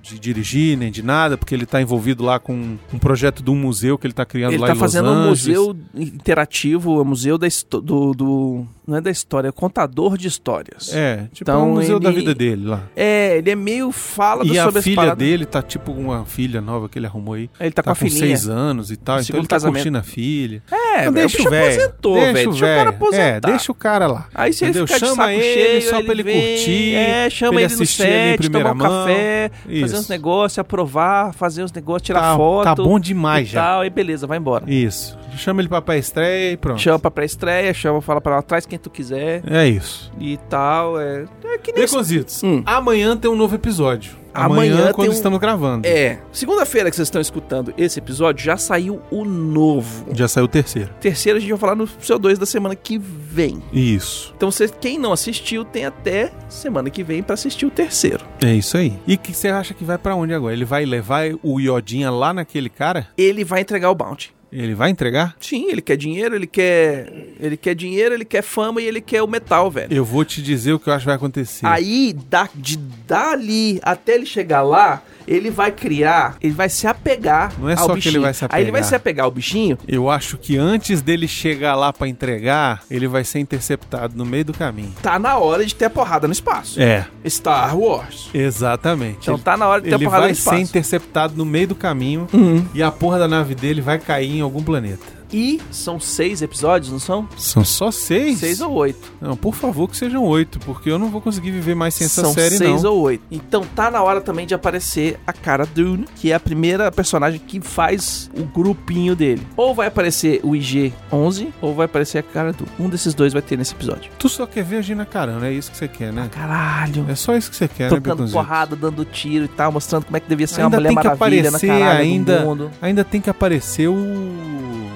S2: de dirigir nem de nada, porque ele tá envolvido lá com um projeto de um museu que ele tá criando
S1: Ele
S2: lá
S1: tá
S2: em Los
S1: fazendo um
S2: Angeles.
S1: museu interativo, é um museu da histo- do, do- Não é da história, é contador de histórias.
S2: É, tipo
S1: Então,
S2: um museu da
S1: ele-
S2: vida dele lá.
S1: É, ele é meio fala do
S2: E a
S1: sobre as
S2: filha
S1: paradas.
S2: dele tá tipo uma filha nova que ele arrumou aí.
S1: Ele tá, com a
S2: com
S1: filhinha.
S2: seis anos e tal, então
S1: Segundo
S2: ele tá
S1: casamento.
S2: curtindo a filha.
S1: É,
S2: Então
S1: velho, o bicho
S2: velho,
S1: aposentou,
S2: deixa o
S1: velho. Deixa, o cara
S2: velho. É,
S1: aposentar.
S2: deixa o cara lá.
S1: Aí se
S2: Entendeu?
S1: ele ficar
S2: Chama
S1: de saco
S2: ele
S1: cheio,
S2: só pra ele
S1: vem,
S2: curtir,
S1: É,
S2: pra
S1: chama
S2: ele
S1: ele no
S2: assistir ali em
S1: set,
S2: primeira
S1: tomar um
S2: mão.
S1: café, fazer
S2: Isso.
S1: uns negócios, aprovar, fazer uns negócios, tirar
S2: tá,
S1: foto.
S2: tá bom demais
S1: e
S2: já.
S1: Tal, e beleza, vai embora.
S2: Isso. Chama ele pra pré-estreia e pronto.
S1: Chama pra pré-estreia, chama, fala pra lá, traz quem tu quiser
S2: É isso.
S1: e tal. É, é que nem
S2: Deconzitos.
S1: Hum.
S2: Amanhã tem um novo episódio. Amanhã,
S1: Amanhã tem
S2: quando
S1: um-
S2: estamos gravando.
S1: É, segunda-feira que vocês estão escutando esse episódio, já saiu o novo.
S2: Já saiu o terceiro.
S1: Terceiro a gente vai falar no CO2 da semana que vem.
S2: Isso.
S1: Então você, quem não assistiu, tem até semana que vem pra assistir o terceiro.
S2: É isso aí. E que você acha que vai pra onde agora? Ele vai levar o Iodinha lá naquele cara?
S1: Ele vai entregar o bounty.
S2: Ele vai entregar?
S1: Sim, ele quer dinheiro, ele quer, ele quer dinheiro, ele quer fama e ele quer o metal, velho.
S2: Eu vou te dizer o que eu acho que vai acontecer.
S1: Aí, da, de dali até ele chegar lá, ele vai criar, ele vai se apegar
S2: Não é
S1: ao
S2: só que ele
S1: bichinho.
S2: vai se
S1: Aí ele vai
S2: apegar.
S1: se apegar ao bichinho
S2: Eu acho que antes dele chegar lá pra entregar, ele vai ser interceptado no meio do caminho.
S1: Tá na hora de ter a porrada no espaço.
S2: É,
S1: Star Wars.
S2: exatamente.
S1: Então tá na hora de ter
S2: ele
S1: a porrada no
S2: vai Hum.
S1: espaço.
S2: ser interceptado no meio do caminho
S1: Uhum.
S2: e a porra da nave dele vai cair em algum planeta.
S1: E são seis episódios, não são?
S2: São só seis?
S1: Seis ou oito.
S2: Não, por favor que sejam oito, porque eu não vou conseguir viver mais sem essa
S1: são
S2: série,
S1: seis
S2: não.
S1: ou oito. Então tá na hora também de aparecer a cara Dune, que é a primeira personagem que faz o grupinho dele. Ou vai aparecer o IG-11, ou vai aparecer a cara Dune. Um desses dois vai ter nesse episódio.
S2: Tu só quer ver a Gina Carano, é isso que você quer, né?
S1: Caralho.
S2: É só isso que você quer, né,
S1: Tocando
S2: Betonzito?
S1: porrada, Ah, dando tiro e tal, mostrando como é que devia ser
S2: Ainda
S1: uma mulher
S2: tem que
S1: maravilha na
S2: aparecer
S1: caralho
S2: ainda.
S1: do mundo.
S2: Ainda tem que aparecer o...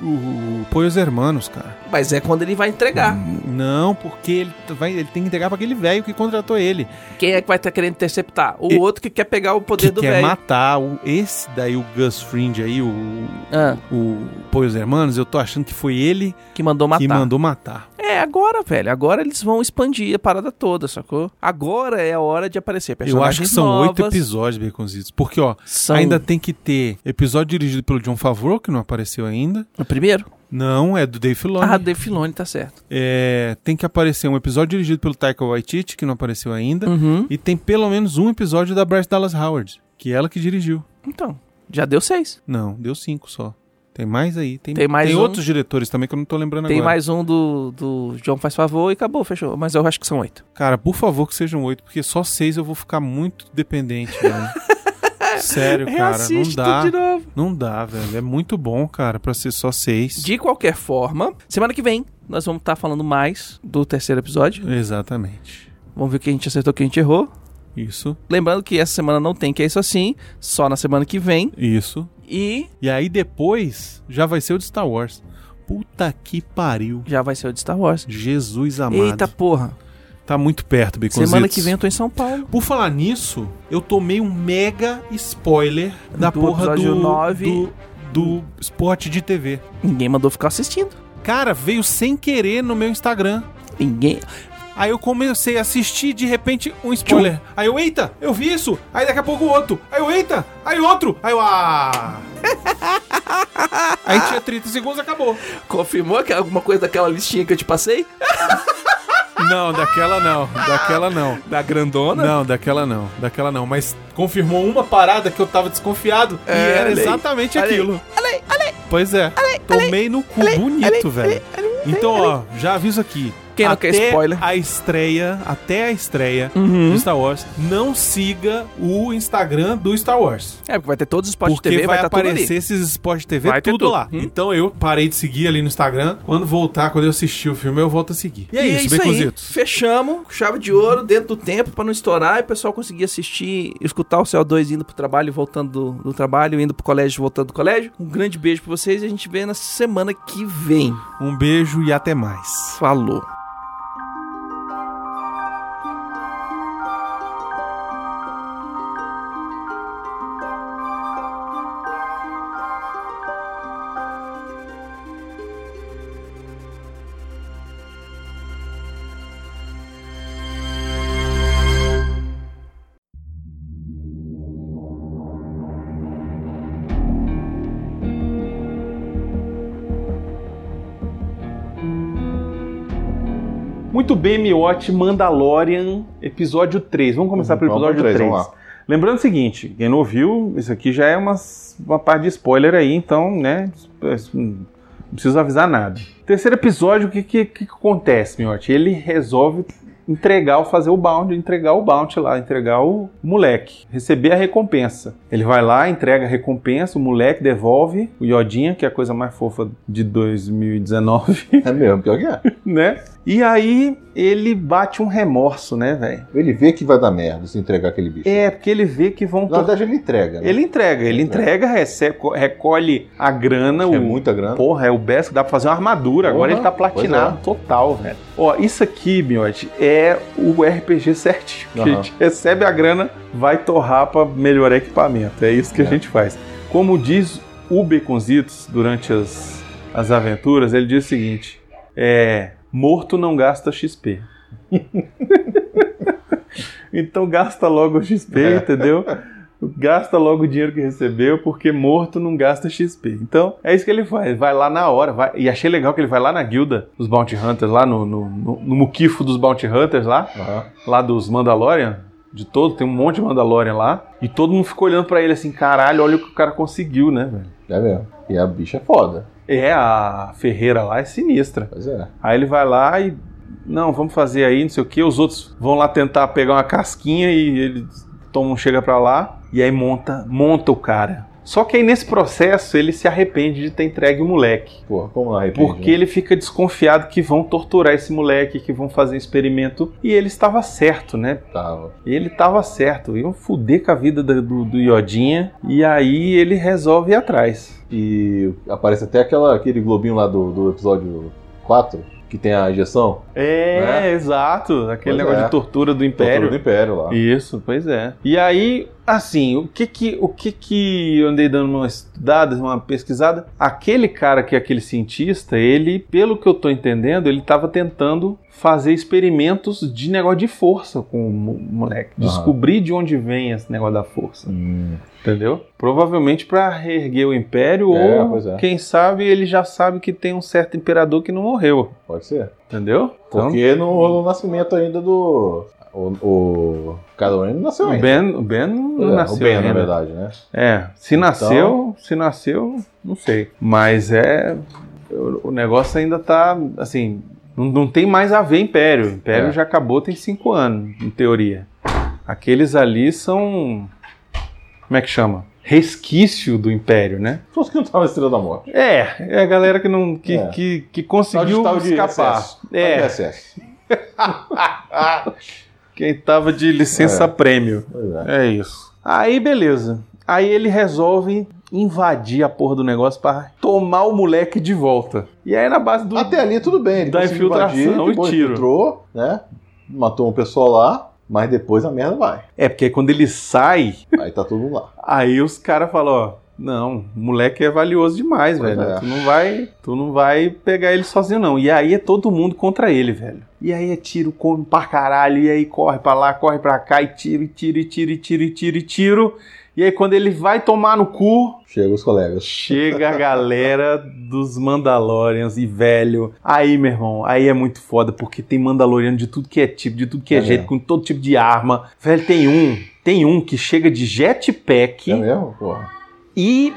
S2: O... o... o Poios Hermanos, cara.
S1: Mas é quando ele vai entregar.
S2: Hum. Não, porque ele, t- vai, ele tem que entregar pra aquele velho que contratou ele.
S1: Quem é que vai estar querendo interceptar? O
S2: E-
S1: outro que quer pegar o poder
S2: Que
S1: do
S2: quer
S1: velho.
S2: matar o, esse daí, o Gus Fringe aí, o,
S1: Ah,
S2: o Poios Hermanos. Eu tô achando que foi ele
S1: que mandou matar.
S2: que mandou matar.
S1: É, agora, velho. Agora eles vão expandir a parada toda, sacou? Agora é a hora de aparecer
S2: Eu
S1: personagens
S2: acho que são oito
S1: novas.
S2: episódios, Baconzitos. Porque, ó,
S1: São-
S2: ainda tem que ter episódio dirigido pelo John Favreau, que não apareceu ainda.
S1: O primeiro?
S2: Não, é do Dave Filoni.
S1: Ah, Dave Filoni, tá certo.
S2: É, tem que aparecer um episódio dirigido pelo Taika Waititi, que não apareceu ainda.
S1: Uhum.
S2: E tem pelo menos um episódio da Bryce Dallas Howard, que é ela que dirigiu.
S1: Então, já deu seis.
S2: Não, deu cinco só. Tem mais aí. Tem,
S1: Tem mais um.
S2: outros diretores também que eu não tô lembrando
S1: Tem
S2: agora.
S1: mais um do, do John Faz Favor e acabou, fechou. Mas eu acho que são oito.
S2: Cara, por favor que sejam oito, porque só seis eu vou ficar muito dependente, velho. Sério, cara, não
S1: Reassiste
S2: dá.
S1: É, tudo de novo.
S2: Não dá, velho. É muito bom, cara, pra ser só seis.
S1: De qualquer forma, semana que vem nós vamos estar falando mais do terceiro episódio.
S2: Exatamente.
S1: Vamos ver o que a gente acertou, o que a gente errou.
S2: Isso,
S1: Lembrando que essa semana não tem, que é isso assim. Só na semana que vem.
S2: isso.
S1: E
S2: E aí depois já vai ser o de Star Wars. Puta que pariu.
S1: já vai ser o de Star Wars.
S2: Jesus amado.
S1: Eita porra.
S2: Tá muito perto, Biconzitos.
S1: Semana que vem eu tô em São Paulo.
S2: Por falar nisso, eu tomei um mega spoiler da
S1: Do
S2: porra
S1: episódio
S2: do,
S1: nove.
S2: do, do esporte de TV.
S1: Ninguém mandou ficar assistindo.
S2: Cara, veio sem querer no meu Instagram.
S1: Ninguém.
S2: Aí eu comecei a assistir, de repente, um spoiler. Aí eu, eita, eu vi isso. Aí daqui a pouco outro. Aí eu, eita, aí outro. Aí eu, ah... Aí tinha 30 segundos, acabou.
S1: Confirmou que é alguma coisa daquela listinha que eu te passei?
S2: Não, daquela não. Daquela não.
S1: Da grandona?
S2: Não, daquela não, daquela não. Mas confirmou uma parada que eu tava desconfiado
S1: É,
S2: e era
S1: olha aí.
S2: exatamente
S1: Olha aí.
S2: aquilo. Pois é, tomei no cu bonito, velho. Então, ó, já aviso aqui.
S1: Quem não
S2: até
S1: quer spoiler?
S2: A estreia, até a estreia
S1: Uhum.
S2: do Star Wars, não siga o Instagram do Star Wars.
S1: É, porque vai ter todos os spots de
S2: porque
S1: TV,
S2: vai,
S1: vai estar tudo
S2: aparecer
S1: ali.
S2: esses spots de TV,
S1: Vai ter
S2: tudo,
S1: tudo.
S2: lá.
S1: Hum.
S2: Então eu parei de seguir ali no Instagram. Quando voltar, quando eu assistir o filme, eu volto a seguir. E é isso, bem
S1: aí. Fechamos, com chave de ouro, dentro do tempo, pra não estourar, e o pessoal conseguir assistir, escutar o CO2 indo pro trabalho, e voltando do, do trabalho, indo pro colégio, e voltando do colégio. Um grande beijo pra vocês e a gente vê na semana que vem.
S2: Um beijo e até mais.
S1: Falou.
S2: Muito bem, Miote, Mandalorian, episódio 3. Vamos começar
S3: Uhum,
S2: pelo
S3: vamos
S2: episódio
S3: pro
S2: 3.
S3: três, vamos
S2: Lembrando o seguinte, quem não ouviu, isso aqui já é uma, uma parte de spoiler aí, então, né, não preciso avisar nada. Terceiro episódio, o que, que, que acontece, Miote? Ele resolve entregar, o- fazer o bounty, entregar o bounty lá, entregar o moleque, receber a recompensa. Ele vai lá, entrega a recompensa, o moleque devolve o Iodinha, que é a coisa mais fofa de 2019
S3: É mesmo, pior que é.
S2: né? E aí ele bate um remorso, né, velho?
S3: Ele vê que vai dar merda se entregar aquele bicho.
S2: É, porque ele vê que vão.
S3: Na verdade, ele entrega, né?
S2: Ele entrega, ele
S3: É.
S2: entrega, rece- recolhe a grana,
S3: é
S2: o.
S3: muita grana.
S2: Porra, é o best, dá pra fazer uma armadura. Agora
S3: Porra,
S2: ele tá platinado
S3: pois é.
S2: total, velho. Ó, isso aqui, Miote, é o RPG certinho. Que a
S3: Aham.
S2: gente recebe a grana, vai torrar pra melhorar equipamento. É isso que
S3: É.
S2: a gente faz. Como diz o Baconzitos durante as, as aventuras, ele diz o seguinte: é. Morto não gasta XP. então gasta logo o XP,
S3: É.
S2: entendeu? Gasta logo o dinheiro que recebeu, porque morto não gasta XP. Então, é isso que ele faz. Vai lá na hora. vai- E achei legal que ele vai lá na guilda dos Bounty Hunters, lá no, no, no, no muquifo dos Bounty Hunters, lá,
S3: Aham.
S2: lá dos Mandalorian. De todo, tem um monte de Mandalorian lá. E todo mundo ficou olhando pra ele assim, caralho, olha o que o cara conseguiu, né, velho?
S3: É mesmo. E a bicha é foda.
S2: É, a Ferreira lá é sinistra.
S3: Pois é.
S2: Aí ele vai lá e. Não, vamos fazer aí, não sei o que. Os outros vão lá tentar pegar uma casquinha e ele toma um chega pra lá. E aí monta, monta o cara. Só que aí nesse processo ele se arrepende de ter entregue o moleque.
S3: Porra, como não arrepende?
S2: Porque ele fica desconfiado que vão torturar esse moleque, que vão fazer experimento. E ele estava certo, né?
S3: né? Tava.
S2: Ele estava certo. Iam fuder com a vida do, do, do Iodinha. E aí ele resolve ir atrás.
S3: E aparece até aquela, aquele globinho lá do, do episódio 4, que tem a injeção.
S2: É,
S3: Né?
S2: exato. Aquele
S3: Pois
S2: negócio
S3: é.
S2: de tortura do
S3: Tortura
S2: Império.
S3: Do Império lá.
S2: Isso, pois é. E aí, assim, o que que, o que que eu andei dando uma estudada, uma pesquisada? Aquele cara que é aquele cientista, ele, pelo que eu tô entendendo, ele tava tentando fazer experimentos de negócio de força com o mo- moleque.
S3: Aham.
S2: Descobrir de onde vem esse negócio da força,
S3: Hum,
S2: entendeu? Provavelmente pra reerguer o Império
S3: É,
S2: ou,
S3: pois é.
S2: quem sabe, ele já sabe que tem um certo imperador que não morreu,
S3: pode ser.
S2: entendeu? Então-
S3: Porque não rolou o nascimento ainda do. O, o Kylo Ren não nasceu
S2: Então, O
S3: ainda.
S2: Ben, o ben não
S3: Pois é,
S2: nasceu.
S3: o Ben, na
S2: ainda.
S3: verdade, né?
S2: É, se nasceu, se nasceu, não sei. Mas é. o- O negócio ainda tá. Assim. Não, não tem mais a ver Império. O Império
S3: É.
S2: já acabou tem cinco anos, em teoria. Aqueles ali são. Como é que chama? Resquício do Império, né?
S3: Por isso que não tava na Estrela da Morte.
S2: É, é a galera que não. que,
S3: É.
S2: que, que conseguiu
S3: Tal de- tal de
S2: escapar.
S3: excesso. Tal de
S2: É,
S3: excesso.
S2: quem tava de licença prêmio.
S3: Pois é.
S2: É isso. Aí, beleza. Aí ele resolve invadir a porra do negócio pra tomar o moleque de volta. E aí na base do.
S3: Até ali tudo bem, ele
S2: Da
S3: conseguiu
S2: infiltração
S3: invadir,
S2: e
S3: depois
S2: tiro.
S3: infiltrou, né? Matou um pessoal lá, mas depois a merda vai.
S2: É, porque aí quando ele sai,
S3: Aí tá todo mundo lá.
S2: aí os caras falam, ó. Não, o moleque é valioso demais,
S3: Pois
S2: velho.
S3: é.
S2: Tu não vai, tu não vai pegar ele sozinho não. E aí é todo mundo contra ele, velho. E aí é tiro, come pra caralho, e aí corre pra lá, corre pra cá, e tiro, e tiro, e tiro, e tiro, e tiro, e tiro. E aí quando ele vai tomar no cu,
S3: Chega os colegas.
S2: Chega a galera dos Mandalorians e velho. Aí, meu irmão, aí é muito foda, porque tem Mandaloriano de tudo que é tipo, de tudo que é,
S3: É
S2: jeito,
S3: mesmo.
S2: com todo tipo de arma. Velho, tem um, tem um que chega de jetpack
S3: É mesmo? Porra.
S2: e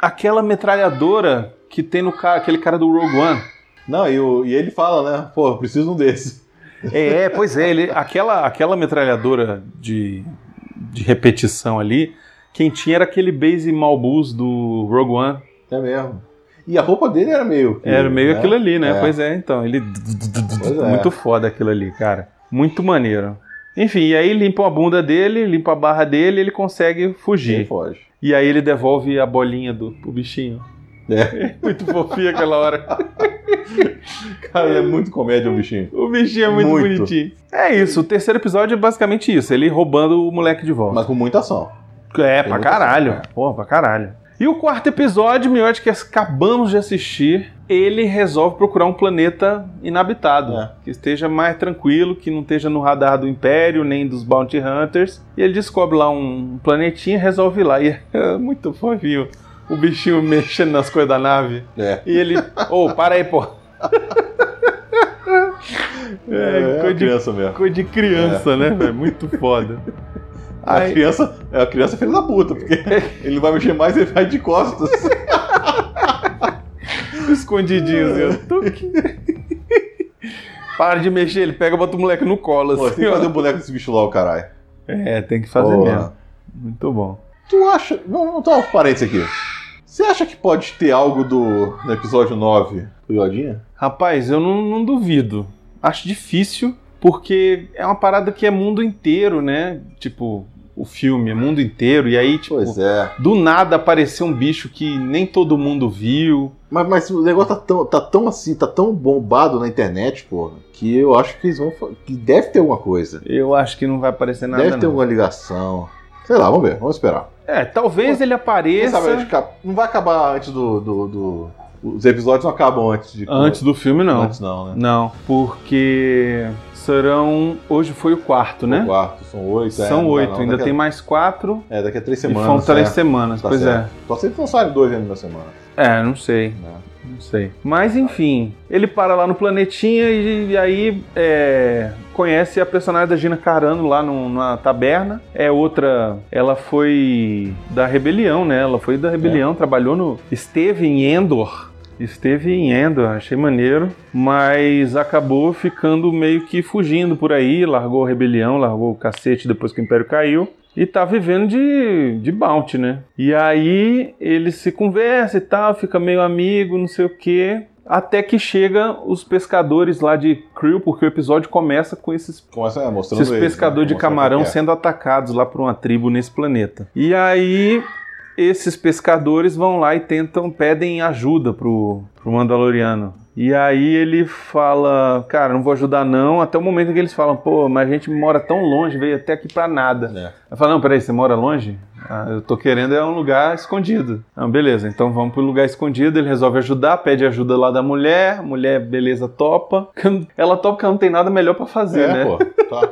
S2: aquela metralhadora que tem no cara, aquele cara do Rogue One.
S3: Não, e, o- e ele fala, né? Pô, eu preciso de um desse.
S2: É, é, pois é, ele- aquela, aquela metralhadora de, de repetição ali, quem tinha era aquele base Malbus do Rogue One.
S3: É mesmo. E a roupa dele era meio. que,
S2: Era meio
S3: né?
S2: aquilo ali, né?
S3: É.
S2: Pois é, então. Ele.
S3: é.
S2: Muito foda aquilo ali, cara. Muito maneiro. Enfim, e aí limpa a bunda dele, limpa a barra dele, ele consegue
S3: Ele
S2: fugir.
S3: foge.
S2: E aí ele devolve a bolinha do pro bichinho.
S3: É.
S2: Muito fofinho aquela hora.
S3: Cara, ele é muito comédia, o bichinho.
S2: O bichinho é muito,
S3: Muito.
S2: bonitinho. É isso, o terceiro episódio é basicamente isso, ele roubando o moleque de volta.
S3: Mas com muita ação.
S2: É,
S3: Tem
S2: pra
S3: muita
S2: caralho.
S3: ação, cara.
S2: Pô, pra caralho. E o quarto episódio, Miotti, que acabamos de assistir, ele resolve procurar um planeta inabitado.
S3: É.
S2: Que esteja mais tranquilo, que não esteja no radar do Império, nem dos Bounty Hunters. E ele descobre lá um planetinha e resolve ir lá. E é muito fofinho. O bichinho mexendo nas coisas da nave.
S3: É.
S2: E ele. Ô, para aí, pô. É, coisa de,
S3: uma É, criança mesmo.
S2: coisa de criança, né, velho? Muito foda.
S3: A criança, a criança é filha da puta, porque ele vai mexer mais e ele vai de costas.
S2: escondidinho,
S3: É.
S2: assim, ó. Tuque. Para de mexer, ele pega e bota o moleque no colo,
S3: Pô,
S2: assim,
S3: tem que
S2: ó.
S3: fazer um boneco desse bicho lá, o caralho.
S2: É, tem que fazer
S3: Pô,
S2: mesmo. Muito bom.
S3: Tu acha. Vamos montar um parênteses aqui. Você acha que pode ter algo do. no episódio 9 do Iodinha?
S2: Rapaz, eu não, não duvido. Acho difícil, porque é uma parada que é mundo inteiro, né? Tipo, o filme é mundo inteiro, e aí, tipo,
S3: Pois é.
S2: do nada apareceu um bicho que nem todo mundo viu.
S3: Mas, mas o negócio tá tão, tá tão assim, tá tão bombado na internet, porra, que eu acho que eles vão. fa- que deve ter alguma coisa.
S2: Eu acho que não vai aparecer nada,
S3: deve ter
S2: não.
S3: alguma ligação. Sei lá, vamos ver, vamos esperar.
S2: É, talvez ele
S3: Quem
S2: apareça
S3: sabe, acho que acaba- não vai acabar antes do, do, do- Os episódios não acabam antes de.
S2: antes do filme, não.
S3: Antes não, né?
S2: Não, porque serão. Hoje foi o quarto, né?
S3: O quarto, são oito. é,
S2: São
S3: não dá
S2: oito,
S3: não.
S2: ainda
S3: Daqui a-
S2: tem mais quatro.
S3: É, daqui a três
S2: e
S3: semanas.
S2: são três
S3: é.
S2: semanas,
S3: Tá
S2: pois
S3: certo. Só se eles lançarem dois ainda na semana.
S2: é. É, não sei,
S3: Né?
S2: não sei. Mas enfim, ele para lá no planetinha e, e aí é, conhece a personagem da Gina Carano lá no- na taberna. É outra. Ela É. foi da rebelião, né? Ela foi da rebelião, trabalhou no. Esteve em Endor. Esteve em Endor, achei maneiro, mas acabou ficando meio que fugindo por aí, largou a rebelião, largou o cacete depois que o Império caiu. E tá vivendo de, de bounty, né? E aí ele se conversa e tal, fica meio amigo, não sei o quê. Até que chega os pescadores lá de Crew, porque o episódio começa com esses
S3: Começa é, mostrando
S2: esses
S3: eles,
S2: pescadores
S3: né?
S2: de
S3: Mostrando
S2: camarão
S3: qual que é.
S2: sendo atacados lá por uma tribo nesse planeta. E aí esses pescadores vão lá e tentam, pedem ajuda pro, pro Mandaloriano. E aí ele fala, cara, não vou ajudar não, até o momento em que eles falam, pô, mas a gente mora tão longe, veio até aqui pra nada.
S3: É.
S2: Ela fala, não, peraí, você mora longe? Ah, eu tô querendo é um lugar escondido. Ah, beleza, então vamos pro lugar escondido. Ele resolve ajudar, pede ajuda lá da mulher. Mulher, beleza, topa. Ela topa porque ela não tem nada melhor pra fazer,
S3: É,
S2: né?
S3: pô. Tá.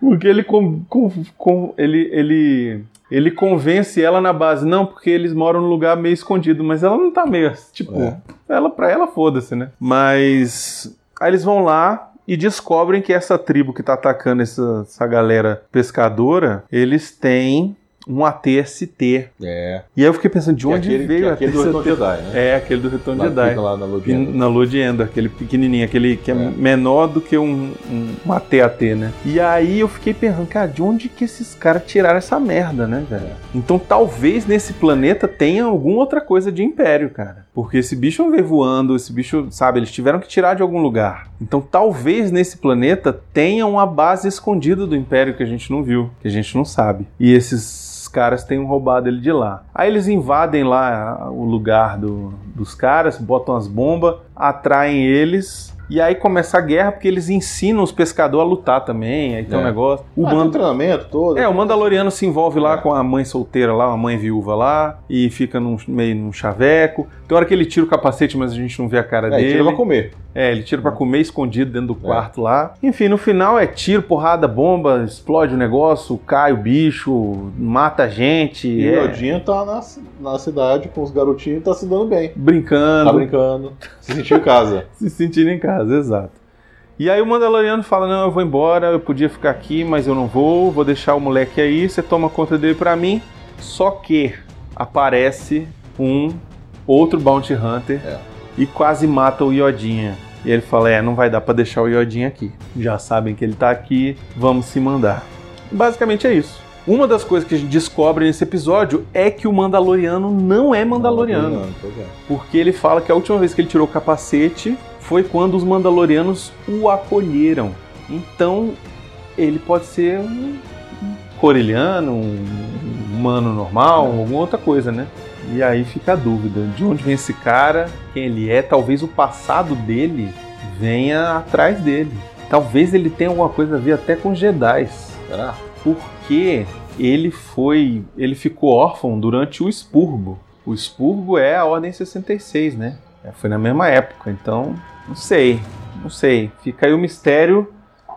S2: Porque ele, com, com, com- ele, ele, ele convence ela na base, não, porque eles moram num lugar meio escondido, mas ela não tá meio, tipo,
S3: É.
S2: ela pra ela foda-se, né? Mas aí eles vão lá e descobrem que essa tribo que tá atacando essa, essa galera pescadora, eles têm um ATST.
S3: É.
S2: E aí eu fiquei pensando, de
S3: Que
S2: onde
S3: aquele,
S2: veio
S3: que
S2: a
S3: aquele do Retorno Jedi, né?
S2: É, aquele do Retorno
S3: Lá que
S2: Jedi.
S3: fica lá na
S2: Que-
S3: Lodinha.
S2: Na lua de Endor, aquele pequenininho, aquele que é,
S3: É.
S2: menor do que um, um, um AT-AT, né? E aí eu fiquei pensando, cara, de onde que esses caras tiraram essa merda, né, velho? Então talvez nesse planeta tenha alguma outra coisa de império, cara. Porque esse bicho não veio voando, esse bicho, sabe, eles tiveram que tirar de algum lugar. Então talvez nesse planeta tenha uma base escondida do império que a gente não viu, que a gente não sabe. E esses os caras tenham roubado ele de lá. Aí eles invadem lá ah, o lugar do- dos caras, botam as bombas, atraem eles. E aí começa a guerra porque eles ensinam os pescadores a lutar também. Aí tem um
S3: É.
S2: negócio. O
S3: Ah, tem
S2: Mando-
S3: um treinamento todo.
S2: é, o Mandaloriano se envolve lá
S3: É.
S2: com a mãe solteira lá, a mãe viúva lá, e fica num, meio num chaveco. Tem hora que ele tira o capacete, mas a gente não vê a cara
S3: É,
S2: dele.
S3: tira pra comer.
S2: É, ele
S3: Hum.
S2: tira pra comer escondido dentro do
S3: É.
S2: quarto lá. Enfim, no final é tiro, porrada, bomba, explode o negócio, cai o bicho, mata a gente.
S3: E
S2: é,
S3: o Yodinho tá na, na cidade com os garotinhos e tá se dando bem.
S2: brincando,
S3: Tá brincando. Se sentiu em casa.
S2: se sentindo em casa, exato. E aí o Mandaloriano fala: Não, eu vou embora, eu podia ficar aqui, mas eu não vou, vou deixar o moleque aí, você toma conta dele pra mim. Só que aparece um outro Bounty Hunter
S3: É.
S2: e quase mata o Iodinha. E ele fala: É, não vai dar pra deixar o Iodinha aqui. Já sabem que ele tá aqui, vamos se mandar. Basicamente é isso. Uma das coisas que a gente descobre nesse episódio é que o Mandaloriano não é Mandaloriano.
S3: Pois é.
S2: Porque ele fala que a última vez que ele tirou o capacete foi quando os Mandalorianos o acolheram. Então, ele pode ser um coreliano, um humano normal, alguma outra coisa, né? E aí fica a dúvida: de onde vem esse cara? Quem ele é? Talvez o passado dele venha atrás dele. Talvez ele tenha alguma coisa a ver até com os Jedi's
S3: Será?
S2: porque ele foi, ele ficou órfão durante o expurgo. O expurgo é a ordem 66, né? É, Foi na mesma época, então não sei, não sei. Fica aí o mistério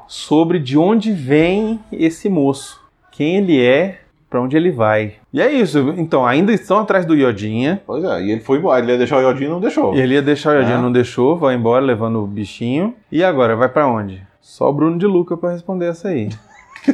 S2: sobre de onde vem esse moço, quem ele é, pra onde ele vai. E é isso. Então ainda estão atrás do Iodinha.
S3: Pois é. E ele foi embora. Ele ia deixar o Yodinho e não deixou.
S2: E ele ia deixar o Iodinha,
S3: Ah.
S2: não deixou, vai embora levando o bichinho. E agora vai pra onde? Só o Bruno de Luca pra responder essa aí.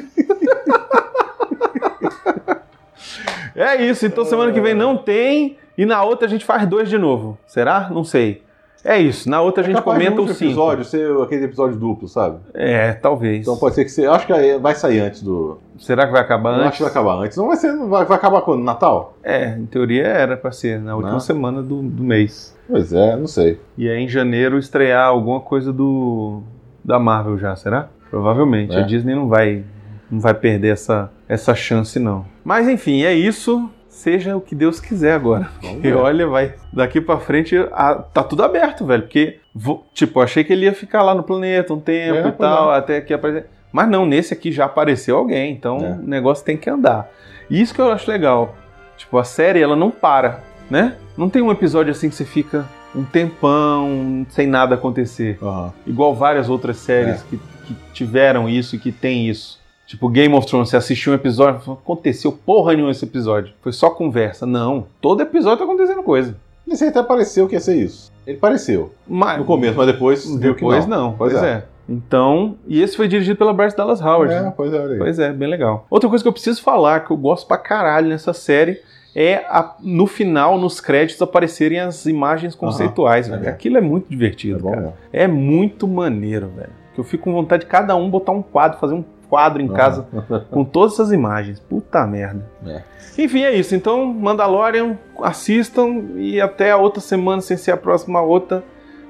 S2: é isso, então semana que vem não tem e na outra a gente faz dois de novo. Será? Não sei. É isso, na outra a
S3: É
S2: gente
S3: capaz de
S2: comenta
S3: no
S2: o
S3: último
S2: cinco.
S3: episódio ser aquele episódio duplo, sabe?
S2: É, talvez.
S3: Então pode ser que você. Acho que vai sair antes do.
S2: Será que vai acabar
S3: Não
S2: antes?
S3: acho que vai acabar antes. Não vai ser. não Vai, vai acabar quando? Natal?
S2: É, em teoria era pra ser na última
S3: Não.
S2: semana do, do mês.
S3: Pois é, não sei.
S2: E aí em janeiro estrear alguma coisa do da Marvel já, será? Provavelmente.
S3: É.
S2: A Disney não vai não vai perder essa, essa chance não. Mas enfim, é isso. Seja o que Deus quiser agora.
S3: Vamos
S2: Porque
S3: ver.
S2: olha, vai daqui pra frente a- tá tudo aberto, velho, porque vo- tipo, eu achei que ele ia ficar lá no planeta um tempo
S3: É,
S2: e
S3: pois
S2: tal, até que aparecer. Mas não, nesse aqui já apareceu alguém, então
S3: É.
S2: o negócio tem que andar. E isso que eu acho legal. Tipo, a série ela não para, né? Não tem um episódio assim que você fica um tempão sem nada acontecer.
S3: Aham.
S2: Igual várias outras
S3: É.
S2: séries que, que tiveram isso e que tem isso. Tipo, Game of Thrones, você assistiu um episódio, não aconteceu porra nenhuma esse episódio. Foi só conversa. Não. Todo episódio tá acontecendo coisa.
S3: Esse aí até pareceu que ia ser isso. Ele pareceu.
S2: Mas,
S3: No começo, mas depois. viu que
S2: depois não. Pois,
S3: Pois
S2: é.
S3: é.
S4: Então, e esse foi dirigido pela Bryce Dallas Howard.
S3: É,
S4: né?
S3: pois é, olha aí.
S4: Pois é, bem legal. Outra coisa que eu preciso falar, que eu gosto pra caralho nessa série, é a- no final, nos créditos, aparecerem as imagens conceituais,
S3: Aham,
S4: velho.
S3: é.
S4: Aquilo é muito divertido,
S5: Tá
S3: É bom,
S4: cara.
S3: né?
S4: É muito maneiro, velho. Que eu fico com vontade de cada um botar um quadro, fazer um quadro em
S3: Aham.
S4: casa com todas essas imagens. Puta merda.
S3: É.
S4: Enfim, é isso. Então, Mandalorian, assistam e até a outra semana, sem ser a próxima outra,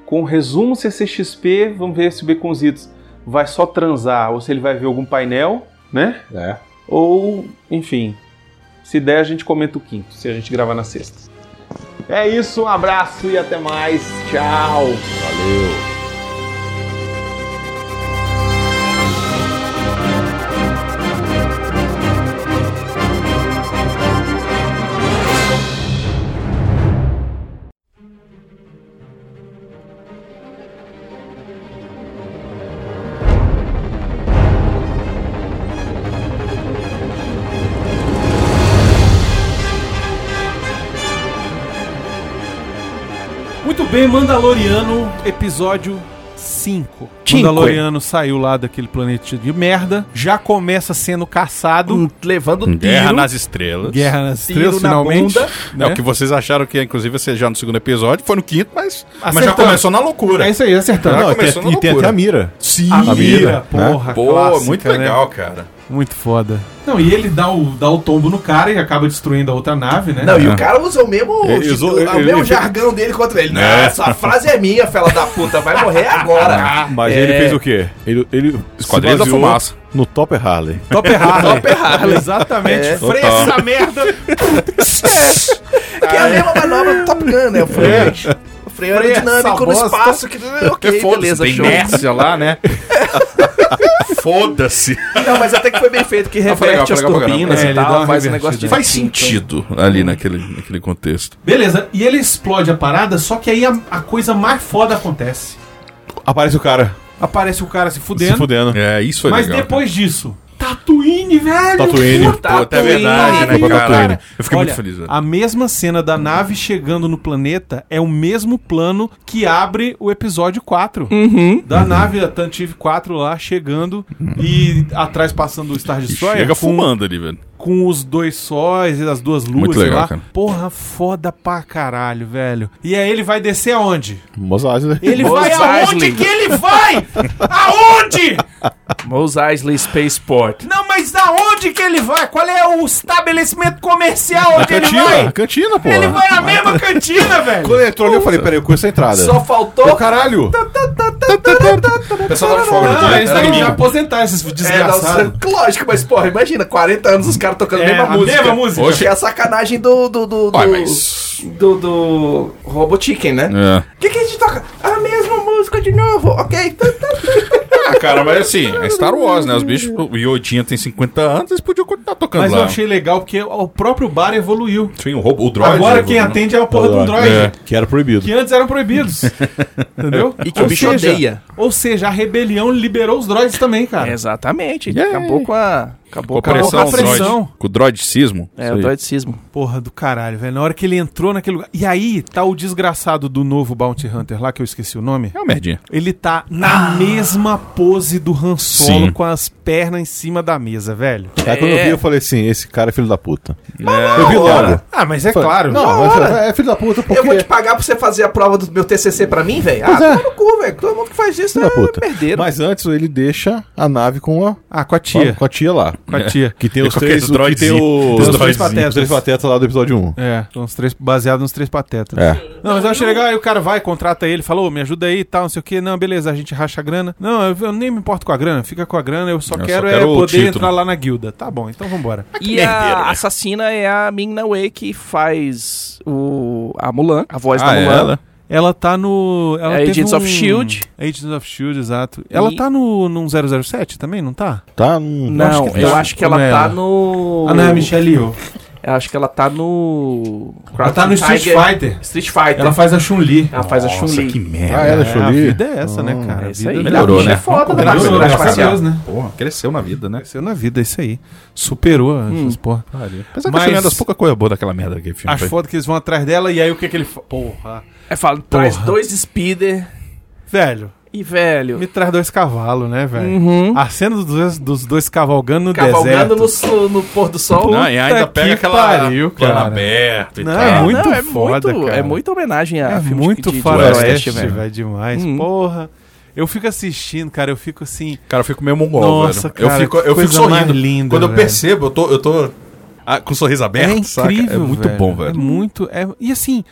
S4: com o resumo CCXP. Vamos ver se o Beconzitos vai só transar ou se ele vai ver algum painel, né?
S3: É.
S4: Ou, enfim, se der, a gente comenta o quinto, se a gente gravar na sexta. É isso, um abraço e até mais. Tchau!
S3: Valeu.
S2: Muito bem, Mandaloriano, episódio 5.
S1: Cinco.
S2: Mandaloriano saiu lá daquele planeta de merda, já começa sendo caçado.
S1: Hum, Levando
S6: Guerra
S1: tiro.
S6: nas estrelas.
S2: Guerra nas
S1: Tiro
S2: estrelas,
S1: na
S2: finalmente.
S1: bunda.
S6: É o
S2: né?
S6: que vocês acharam que, inclusive, ia ser já no segundo episódio, foi no quinto, mas, mas já
S2: Acertamos.
S6: começou na loucura.
S2: É isso aí, acertando.
S6: Já
S5: Não, e tem,
S6: começou na
S5: e tem
S6: loucura.
S5: até a mira.
S6: Sim.
S2: A mira,
S5: mira, né?
S2: porra,
S6: Pô,
S2: clássica,
S6: muito
S2: né?
S6: legal, cara.
S2: Muito foda. Não, e ele dá o, dá o tombo no cara e acaba destruindo a outra nave, né?
S1: Não, e o cara usa o mesmo, tipo, é
S6: Ele usou-
S1: o,
S6: ele-
S1: mesmo
S6: ele-
S1: jargão dele contra ele.
S6: É.
S1: Nossa, a frase é minha, fela da puta, vai morrer
S3: Ah,
S1: agora.
S5: Ah, Mas
S1: É.
S5: ele fez o quê? Ele, ele se
S6: Esquadrilha da
S5: baseou
S6: Fumaça.
S5: no Topper Harley.
S2: Top Harley.
S1: Top Harley.
S2: Exatamente.
S1: É.
S2: Freia
S6: Total.
S2: essa merda.
S1: que é a mesma manobra do Top Gun, né? O freio, o freio
S2: Freio, essa
S1: aerodinâmico no
S2: bosta.
S1: espaço. Que, ok, beleza,
S6: tem
S1: show.
S6: inércia lá, né? Foda-se.
S1: Não, mas até que foi bem feito, que
S6: foi
S1: reverte
S6: legal, foi
S1: as
S6: legal pra
S1: turbinas
S2: caramba. É,
S1: e
S2: ele dá
S1: tal,
S2: uma
S1: faz um
S2: revertida.
S1: negócio de...
S6: Faz sentido ali naquele, naquele contexto.
S2: Beleza, e ele explode a parada, só que aí a, a coisa mais foda acontece.
S5: Aparece o cara
S2: Aparece o cara se
S5: se
S2: fudendo,
S5: fudendo.
S6: É, isso foi
S2: mas
S6: legal.
S2: depois disso, Tatooine, velho!
S5: Tatooine.
S6: Pô, até verdade, né,
S5: Tatooine.
S6: cara? Eu fiquei
S2: Olha,
S6: muito feliz, né? velho.
S2: a mesma cena da nave chegando no planeta é o mesmo plano que abre o episódio 4. Da nave, a Tantive 4 lá chegando e atrás passando o Star
S6: E
S2: Destroyer
S6: Chega
S2: é com,
S6: fumando ali, velho.
S2: com os dois sóis e as duas luas
S6: Muito
S2: sei
S6: legal,
S2: lá.
S6: cara.
S2: Porra, foda pra caralho, velho. E aí ele vai descer aonde?
S5: Mos Eisley.
S2: Ele
S1: Mos
S2: vai aonde
S1: Eisley.
S2: que ele vai? Aonde?
S1: Mos Eisley Spaceport.
S2: Não, mas aonde que ele vai? Qual é o estabelecimento comercial onde ele
S5: Cantina,
S2: vai?
S5: cantina, porra.
S2: Ele vai na mesma cantina, velho.
S5: Quando ele entrou ali, eu falei, peraí, eu conheço a entrada.
S1: Só faltou...
S5: Ô, caralho!
S6: O pessoal tava fogo
S2: Não, eles devem já
S6: no
S2: aposentar esses
S1: É,
S2: desgraçados.
S1: não, lógico, mas porra, imagina, 40 anos os caras tocando
S2: É,
S1: a mesma
S2: a
S1: música.
S2: mesma música.
S1: Hoje é a sacanagem do. do. do. do,
S6: Ué, mas...
S1: do, do Robot Chicken, né?
S6: É.
S1: O que, que a gente toca? A mesma música de novo, ok? Tá, tá.
S6: Ah, cara, mas assim, é Star Wars, né? Os bichos, o Yodinha tem 50 anos, eles podiam continuar tocando
S2: Mas eu
S6: lá.
S2: achei legal porque o próprio bar evoluiu.
S6: Sim, o, robô, o droid.
S2: Agora
S6: né,
S2: quem
S6: né?
S2: atende é a porra de um droid.
S6: É.
S5: Que era proibido.
S2: Que antes eram proibidos. Entendeu?
S1: E que o bicho odeia.
S2: Ou seja, a rebelião liberou os droids também,
S6: É.
S2: cara.
S1: Exatamente.
S6: Yeah.
S1: Acabou com a. Acabou
S6: Com a
S1: com a.
S6: pressão,
S2: com a pressão.
S6: droid. Com o droidicismo.
S1: É, o doidicismo.
S2: Porra do caralho, velho. Na hora que ele entrou naquele lugar. E aí tá o desgraçado do novo Bounty Hunter lá, que eu esqueci o nome.
S6: É uma merdinha.
S2: Ele tá na mesma pose do Han Solo
S6: Ah. Sim.
S2: com as pernas em cima da mesa, velho.
S5: Aí quando eu
S1: É.
S5: vi, eu falei assim, esse cara é filho da puta.
S6: É.
S5: eu vi logo.
S6: Ora.
S2: Ah, mas é
S5: Falei,
S2: claro.
S5: Não, mas é filho da puta porque...
S1: Eu vou te pagar pra você fazer a prova do meu TCC pra mim, velho? Ah,
S5: Pois é.
S1: toma no cu, velho. Todo mundo que faz isso
S5: Filho da puta.
S1: é merdeiro.
S5: Mas antes ele deixa a nave com a,
S2: Ah, com a tia.
S5: com a tia lá.
S2: Com a tia.
S5: Que tem
S6: E
S5: os
S6: com
S5: três,
S6: aqueles
S5: que tem
S6: droidzinhos.
S5: os,
S6: Os
S5: os três
S6: droidzinhos.
S5: patetas. Os três patetas lá do episódio 1.
S2: É, uns três, baseado nos três patetas.
S5: É.
S2: Não, mas eu achei legal, aí o cara vai, contrata ele, falou, me ajuda aí e tal, não sei o que. Não, beleza, a gente racha a grana. Não, eu, eu nem me importo com a grana, fica com a grana, eu só,
S6: Eu só
S2: quero,
S6: quero
S2: é
S6: o
S2: poder
S6: título.
S2: entrar lá na guilda. Tá bom, então vambora.
S1: E
S6: merdeiro,
S1: a
S6: né?
S1: assassina é a Ming Na Wei que faz o, a Mulan, a voz
S6: Ah,
S1: da
S6: é
S1: Mulan.
S6: ela?
S2: Ela tá no. Ela
S1: É
S2: teve um
S1: Agents of Shield.
S2: Agents of Shield, exato. Ela
S1: E-
S2: tá no, num 007 também, não tá?
S5: Tá? Hum,
S1: Não,
S5: acho que
S1: eu
S5: tá.
S1: acho que ela
S2: Não é
S1: tá
S2: ela.
S1: no.
S2: é Michelle Yeoh.
S1: Eu acho que ela tá no.
S2: Ela tá no Street
S1: Tiger-
S2: Fighter.
S1: Street Fighter.
S2: Ela faz É, a Chun-Li.
S1: Ela faz a
S6: Nossa,
S1: é Chun-Li.
S6: que
S5: Ah,
S6: merda.
S5: ela
S2: É, a
S5: Chuli.
S2: vida é essa, né, cara?
S1: É
S2: A
S1: isso
S2: vida
S1: aí.
S6: melhorou,
S1: Bicho
S6: né?
S1: É foda, né?
S2: Melhorou,
S1: Atividade
S2: graças a
S1: espacial.
S2: Deus, né?
S6: Porra, cresceu na vida, né?
S2: Cresceu na vida, é isso aí. Superou
S1: Hum.
S2: essas porra.
S1: Ah,
S6: Apesar
S2: Mas-
S6: que é das poucas coisas boas daquela merda daquele filme.
S2: Acho
S6: foi.
S2: foda que eles vão é atrás dela e aí o que que ele... fa- Porra.
S1: É, fala, traz
S2: Porra.
S1: dois speeder.
S2: Velho,
S1: E, velho.
S2: Me traz dois cavalos, né, velho?
S1: Uhum.
S2: A cena dos dois, dos dois cavalgando no deserto.
S1: Cavalgando no, su- no pôr do sol.
S6: Não, e ainda
S2: que
S6: pega aquela
S2: pariu,
S6: plano
S2: cara.
S6: aberto e
S2: Não,
S6: tal.
S2: é muito
S1: é
S2: foda,
S1: muito,
S2: cara.
S1: É muita homenagem a
S2: É
S1: filmes
S2: muito
S1: de- de
S2: faroeste,
S1: faroeste,
S2: velho. demais.
S1: Uhum.
S2: Porra. Eu fico assistindo, cara. Eu fico assim.
S6: Cara, eu fico meio mongol,
S2: Nossa,
S6: velho.
S2: cara,
S6: eu fico,
S2: que
S6: eu fico
S2: coisa mais
S6: sorrindo.
S2: linda,
S6: Quando eu
S2: velho.
S6: percebo, eu tô, eu tô ah, com o sorriso aberto,
S2: é
S6: saca?
S2: incrível.
S6: É muito
S2: velho.
S6: bom,
S2: É
S6: velho.
S2: muito. É... E assim,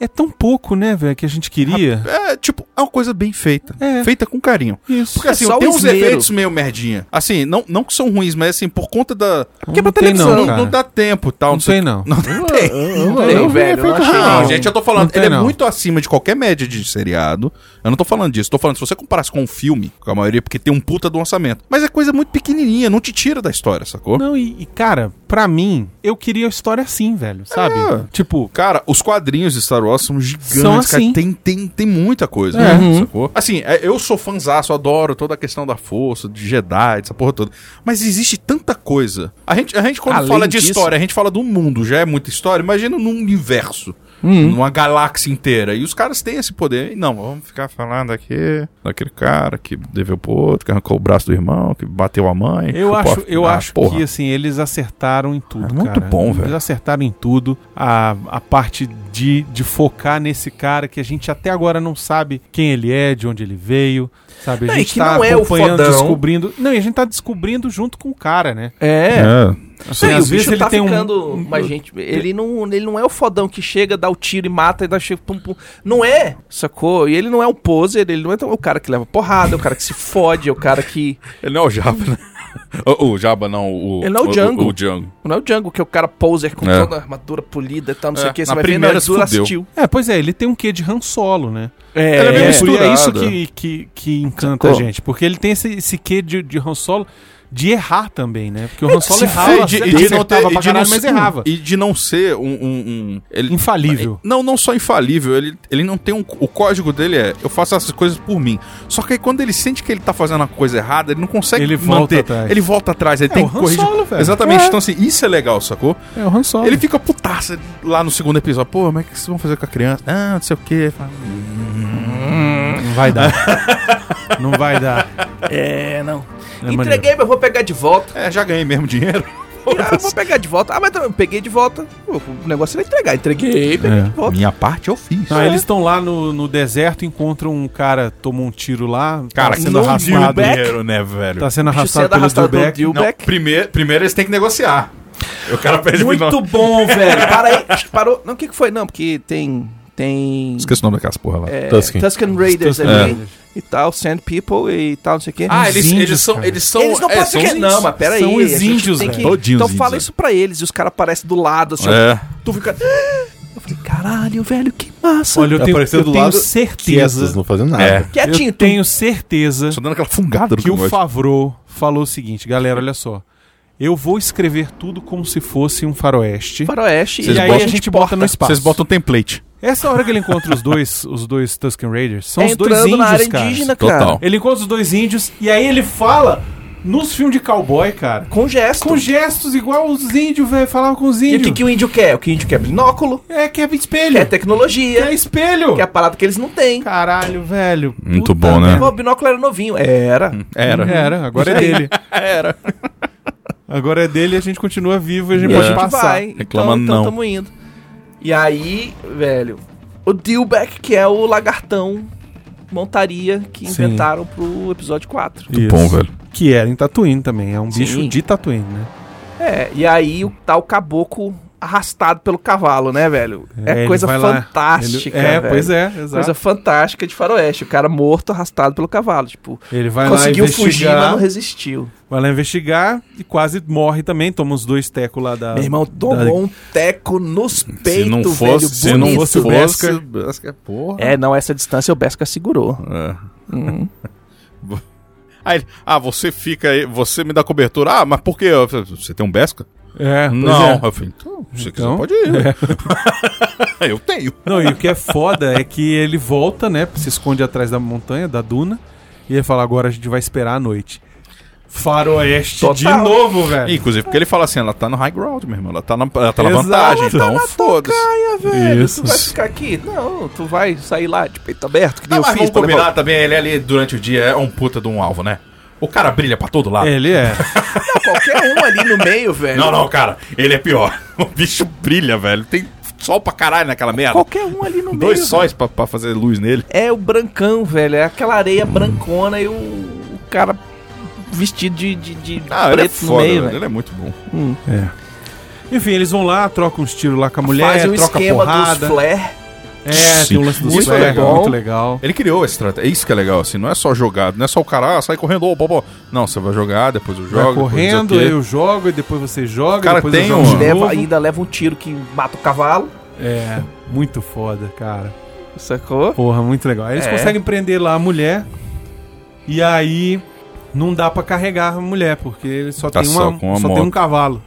S2: é tão pouco, né, velho, que a gente queria.
S6: É, tipo, é uma coisa bem feita.
S2: É.
S6: Feita com carinho.
S2: Isso.
S6: Porque assim,
S1: É só
S6: tem
S1: o
S6: uns
S1: esmero.
S6: efeitos meio merdinha. Assim, não, não que são ruins, mas assim, por conta da.
S2: Porque
S1: pra televisão,
S6: Não,
S2: não, cara.
S6: não dá tempo e tal.
S2: Não sei não.
S6: Não tem.
S1: Não tem, velho. eu não achei
S6: Não,
S1: não.
S6: gente, eu tô falando.
S2: Não tem,
S6: ele é
S2: não.
S6: muito acima de qualquer média de seriado. Eu não tô falando disso. Tô falando, se você comparasse com um filme, com a maioria, porque tem um puta do orçamento. Mas é coisa muito pequenininha, não te tira da história, sacou?
S2: Não, e, e, cara, pra mim, eu queria a história assim, velho, sabe?
S6: É.
S2: Tipo,
S6: Cara, os quadrinhos de Star Wars são gigantes,
S2: São assim.
S6: cara. Tem, tem, tem muita coisa,
S2: É.
S6: né?
S2: Uhum.
S6: Sacou? Assim, é, eu sou fãzaço, adoro toda a questão da força, de Jedi, essa porra toda. Mas existe tanta coisa. A gente, a gente quando
S1: Além
S6: fala de
S1: disso-
S6: história, a gente fala do mundo, já é muita história. Imagina num universo.
S2: Uhum.
S6: Numa galáxia inteira. E os caras têm esse poder. E não, vamos ficar falando aqui daquele cara que deveu pro outro, que arrancou o braço do irmão, que bateu a mãe.
S2: eu
S6: chupou a
S2: acho,
S6: filha.
S2: eu
S6: Ah,
S2: acho
S6: porra.
S2: que, assim, eles acertaram em tudo,
S6: É muito
S2: cara.
S6: bom, velho.
S2: Eles acertaram em tudo. A, a parte de, de focar nesse cara que a gente até agora não sabe quem ele é, de onde ele veio, sabe? A
S1: Não, e
S2: gente
S1: que
S2: tá
S1: não é o
S2: acompanhando,
S1: fodão.
S2: descobrindo... Não, e a gente tá descobrindo junto com o cara, né?
S1: É.
S2: Assim,
S1: Não, e
S2: às vezes
S1: o bicho
S2: ele
S1: tá
S2: tem um-
S1: ficando.
S2: um...
S1: Mas, gente, ele não, ele não é o fodão que chega, dá o tiro e mata e dá chega. Pum, pum. Não é, sacou? E ele não é um poser, ele não é o cara que leva porrada, é o cara que se fode, é o cara que.
S6: Ele não é o Jabba, né? O, o Jabba não, o.
S1: Ele não é o
S6: o
S1: Django.
S6: O, o Django.
S1: Não é o Django, que é o cara poser com
S6: É.
S1: toda a armadura polida e tal, não
S6: É,
S1: sei o que. Você
S6: na
S1: vai ver na
S6: primeira se
S1: armadura
S6: fudeu.
S1: assistiu.
S2: É, pois é, ele tem um quê de Han Solo, né?
S1: É,
S6: Ela é meio
S2: É,
S6: misturada.
S2: e é isso que, que, que encanta
S1: Sacou?
S2: a gente, porque ele tem esse, esse quê de, de Han Solo de errar também, né? Porque o Han Solo
S6: Se
S2: errava,
S6: fez,
S2: acertava pra caralho, mas
S6: ser- um
S2: errava.
S6: E de não ser um. um- um- ele,
S2: Infalível.
S6: Não, não só infalível. Ele, ele não tem um. O código dele é: eu faço essas coisas por mim. Só que aí quando ele sente que ele tá fazendo a coisa errada, ele não consegue
S2: Ele volta
S6: manter.
S2: atrás.
S6: Ele volta atrás, ele
S2: É,
S6: tem
S2: o
S6: que
S2: Han
S6: corrigir.
S2: Solo, velho.
S6: Exatamente.
S2: É.
S6: Então, assim, isso é legal, sacou?
S2: É o Han Solo.
S6: Ele fica putaça lá no segundo episódio. Pô, mas o que vocês vão fazer com a criança? Ah, não sei o quê. Fala,
S2: Não vai dar. não vai dar.
S1: É, não.
S2: É
S1: Entreguei, mas eu vou pegar de volta.
S6: É, já ganhei mesmo dinheiro.
S1: Ah, eu vou pegar de volta. Ah, mas eu peguei de volta. O negócio era entregar. Entreguei, peguei
S2: É.
S1: de volta.
S6: Minha parte eu fiz.
S2: Não, eles estão lá no, no deserto, encontram um cara, toma um tiro lá.
S6: Cara,
S2: tá
S6: que
S2: sendo
S1: não viu o
S2: arrastado.
S1: Beck.
S6: dinheiro, né, velho?
S2: Tá sendo
S1: Bicho,
S2: arrastado
S1: sendo
S2: pelo
S1: arrastado pelo
S2: Dilbeck.
S1: Dilbeck.
S6: Não, primeiro, primeiro eles têm que negociar. O cara perde
S1: Muito bom, velho. Para aí. Parou. Não, o que, que foi? Não, porque tem. Tem.
S6: Esqueci o nome daquelas porra lá.
S1: é,
S5: Tusken.
S1: Tusken Raiders
S2: Tusken
S1: ali.
S2: Raiders.
S6: é.
S1: E tal, Sand People e tal, não sei o quê.
S6: Ah, eles,
S2: índios,
S6: eles são.
S2: cara.
S6: Eles são.
S1: eles não
S6: é,
S1: podem
S6: são
S1: ser-
S6: os
S1: Não,
S6: índios.
S1: mas pera aí.
S2: São os
S1: a gente
S2: índios,
S1: tem
S2: velho.
S1: que-
S6: Todinhos
S1: Então
S6: índios,
S1: fala
S6: velho.
S1: isso pra eles. E os caras aparecem do lado, assim. ó.
S6: É.
S1: Tu fica. "Ah!" Eu falei, caralho, velho, que massa.
S2: Olha, eu tenho,
S5: Apareceu
S2: eu
S5: do
S2: tenho
S5: lado, Quietos,
S2: certeza.
S5: não fazendo nada.
S6: É.
S1: Quietinho,
S2: Eu
S1: tu.
S2: tenho certeza
S6: Só dando aquela fungada no
S2: que o
S6: negócio.
S2: Favreau falou o seguinte, galera, olha só. Eu vou escrever tudo como se fosse um faroeste.
S1: Faroeste.
S6: Vocês
S2: e aí
S6: botam-
S2: a gente bota no espaço.
S6: Vocês botam um template.
S2: Essa hora que ele encontra os dois, os dois Tusken Raiders, são os
S1: É entrando
S2: dois índios,
S1: na área
S2: cara.
S1: indígena, cara.
S6: Total.
S2: Ele encontra os dois índios e aí ele fala nos filmes de cowboy, cara.
S1: Com gesto.
S2: Com gestos igual os índios, velho. Falava com os
S1: E o
S2: índios.
S1: que, que o índio quer? O que o índio quer? Binóculo,
S2: É que é espelho.
S1: quer tecnologia,
S2: É espelho.
S1: quer a parada que eles não têm.
S2: Caralho, velho. Puta
S6: Muito bom, né?
S2: merda.
S1: Tá, Pô, o binóculo era novinho. Era.
S2: Hum.
S6: Era.
S2: Era, agora é dele.
S6: Era.
S2: Agora é dele e a gente continua vivo e a gente
S1: E
S2: pode
S1: a gente
S2: passar.
S1: vai.
S6: Reclamando
S1: então,
S6: não.
S1: Então tamo indo. E aí, velho, o Dilbeck, que é o lagartão montaria que
S2: Sim.
S1: inventaram pro episódio 4.
S2: Muito
S6: Bom, velho.
S2: Que era em Tatooine também. É um
S1: Sim.
S2: bicho de Tatooine, né?
S1: É, e aí o tal caboclo arrastado pelo cavalo, né, velho? É,
S2: ele
S1: coisa
S2: vai lá.
S1: fantástica,
S2: Ele- É,
S1: velho.
S2: pois é, exato.
S1: Coisa fantástica de faroeste. O cara morto, arrastado pelo cavalo. Tipo,
S2: Ele vai
S1: conseguiu
S2: lá
S1: fugir, mas
S2: investigar.
S1: não resistiu.
S2: Vai lá investigar e quase morre também. Toma uns dois tecos lá da.
S1: Meu irmão tomou um teco nos peitos,
S6: se não fosse,
S1: velho.
S6: se não
S1: bonito.
S6: fosse o
S2: Bonito.
S6: Beskar. Beskar, porra.
S1: É, não, essa distância o Besca segurou.
S6: É.
S1: Uhum.
S6: Aí ele, ah, você fica aí, você me dá cobertura. Ah, mas por quê? Eu falei, Você tem um Besca?
S2: É, pois
S6: não.
S2: é.
S6: Eu falei, então, se você quiser,
S2: Então?
S6: pode ir. velho. eu tenho.
S2: Não, e o que é foda é que ele volta, né? Se esconde atrás da montanha, da duna. E ele fala: agora a gente vai esperar a noite. Faroeste
S6: Total.
S2: de novo, velho.
S6: Inclusive, porque ele fala assim, ela tá no high ground, meu irmão. Ela tá na, ela tá na
S2: Exato.
S6: vantagem,
S2: Ela tá
S6: então foda-se.
S1: Caia, velho.
S2: Isso.
S1: Tu vai ficar aqui? Não, tu vai sair lá de peito aberto, que nem
S6: Não,
S1: eu
S6: mas
S1: fiz.
S6: vamos
S1: pra levar-
S6: combinar também, ele ali durante o dia é um puta de um alvo, né? O cara brilha pra todo lado.
S2: Ele é.
S1: Não, qualquer um ali no meio, velho.
S6: Não, não, cara, ele é pior. O bicho brilha, velho. Tem sol pra caralho naquela merda.
S1: Qualquer um ali
S2: é
S1: no meio.
S6: Dois sóis pra, pra fazer luz nele.
S1: É o brancão, velho. É aquela areia brancona e o, o cara vestido de, de, de
S6: Ah, ele é
S1: preto
S6: foda,
S1: no meio,
S6: velho.
S1: velho.
S6: Ele é muito bom.
S2: Enfim, eles vão lá, trocam uns tiros lá com a mulher,
S6: é
S1: Faz um
S2: troca
S1: esquema
S2: porrada.
S1: dos flare.
S2: É,
S6: Sim.
S2: tem o lance do
S6: Isso é
S2: swag,
S6: legal.
S2: muito legal.
S6: Ele criou esse trato. É isso que é legal, assim. Não é só jogado. Não é só o cara, ah, sai correndo, ô, popó. Não, você vai jogar, depois eu
S2: Vai
S6: jogo.
S2: correndo,
S6: depois eu...
S2: eu jogo, e depois você joga,
S6: cara
S2: depois
S6: tem
S2: eu
S6: um-
S2: jogo de
S1: Leva,
S2: novo.
S1: ainda leva um tiro que mata o cavalo.
S2: É, muito foda, cara.
S1: Sacou?
S2: Porra, muito legal. Aí eles
S1: É.
S2: conseguem prender lá a mulher. E aí não dá pra carregar a mulher, porque ele só
S6: Tá
S2: tem
S6: só
S2: uma,
S6: com uma
S2: só tem um
S6: moto. É.
S2: cavalo.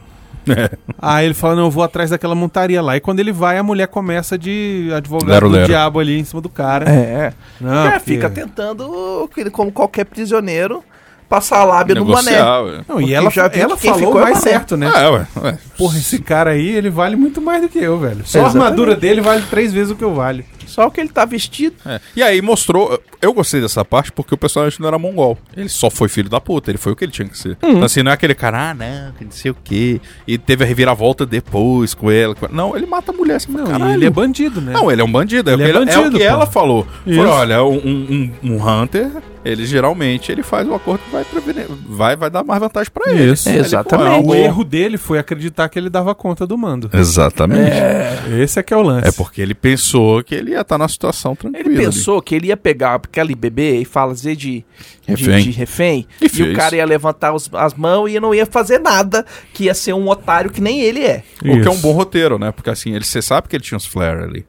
S2: Aí ele fala: "Não, eu vou atrás daquela montaria lá". E quando ele vai, a mulher começa de advogado
S6: Lero,
S2: do
S6: lero.
S2: diabo ali em cima do cara.
S1: É.
S6: Ah,
S2: Não,
S1: é,
S2: porque-
S1: fica tentando, como qualquer prisioneiro, passar a lábia no mané.
S6: Negociar, ué.
S2: Não,
S1: porque
S2: e ela,
S1: já viu
S2: ela
S1: que quem
S2: falou
S1: ficou é
S2: mais
S1: mané.
S2: certo, né?
S6: Ah, ué, ué.
S2: Porra, esse cara aí, ele vale muito mais do que eu, velho. Só a
S1: Exatamente.
S2: armadura dele vale três vezes o que eu valho.
S1: Só que ele tá vestido.
S6: É. E aí mostrou. Eu gostei dessa parte porque o personagem não era mongol. Ele só foi filho da puta, ele foi o que ele tinha que ser.
S2: Uhum.
S6: Então, assim, não é aquele cara, ah, não, que não sei o quê. E teve a reviravolta depois com ela. com- Não, ele mata a mulher assim,
S2: Não,
S6: caralho.
S2: e ele é bandido, né?
S6: Não, ele é um bandido. É,
S2: Ele
S6: o, que
S2: é
S6: ela- é
S2: bandido,
S6: o que
S2: pô.
S6: ela falou.
S2: Isso.
S6: Falou, olha, um, um, um- um hunter, ele geralmente ele faz o acordo que vai, previne- vai, vai dar mais vantagem pra ele.
S2: Isso.
S6: Ele, pô,
S1: Exatamente.
S6: é
S2: o
S6: um-
S2: erro dele foi acreditar que ele dava conta do mando.
S6: Exatamente. É.
S2: Esse é que é o lance.
S6: porque ele pensou que ele ia estar na situação tranquila.
S1: Ele pensou que ele ia pegar aquele bebê e fazer de de-
S6: Refém.
S1: De, refém.
S6: E
S1: E,
S6: fez.
S1: o cara ia levantar os- as mãos e não ia fazer nada, que ia ser um otário que nem ele é.
S6: O que é um
S2: Isso.
S6: bom roteiro, né? Porque assim, ele, você sabe que ele tinha uns flare ali.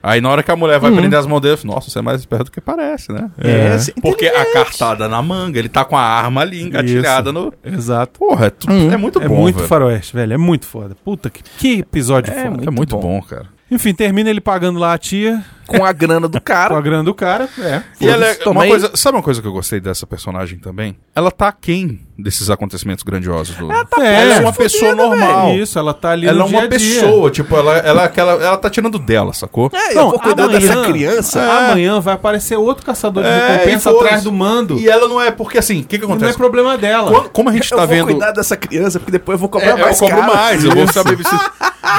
S6: Aí na hora que a mulher
S2: Uhum.
S6: vai prender as mãos dele, eu falo, nossa, você é mais esperto do que parece, né?
S1: É, você é
S6: Porque a cartada na manga, ele tá com a arma ali engatilhada no.
S2: Exato.
S6: Porra, é, tu- é muito
S2: é
S6: bom,
S2: muito
S6: velho.
S2: faroeste, velho. É muito foda. Puta que, que episódio
S1: É
S2: foda.
S1: muito
S6: é muito bom, cara.
S2: Enfim, termina ele pagando lá a tia
S1: Com a grana do
S2: com a
S1: cara.
S2: grana do cara. É.
S6: E ela é- uma
S1: tomei-
S6: coisa, sabe uma coisa que eu gostei dessa personagem também? Ela tá aquém desses acontecimentos grandiosos do. Ela,
S2: ela
S6: é uma pessoa normal.
S2: Isso, ela tá ali
S6: Ela é
S2: no
S6: uma
S2: dia a dia.
S6: pessoa, tipo, ela, ela, aquela, ela tá tirando dela, sacou?
S1: É,
S2: Não,
S1: eu vou cuidar
S2: amanhã- Ah.
S1: dessa criança.
S2: Amanhã vai aparecer outro caçador de
S6: É,
S2: recompensa
S6: e foda-se.
S2: atrás do mando.
S6: E ela não é, porque assim, o que, que
S2: E não é
S6: acontece?
S2: problema dela.
S6: Quando- como a gente
S1: Eu
S6: tá
S1: vou
S6: vendo.
S1: cuidar dessa criança, porque depois eu vou
S6: É,
S1: cobrar mais
S6: eu compro
S1: caro.
S6: mais, eu vou saber preciso.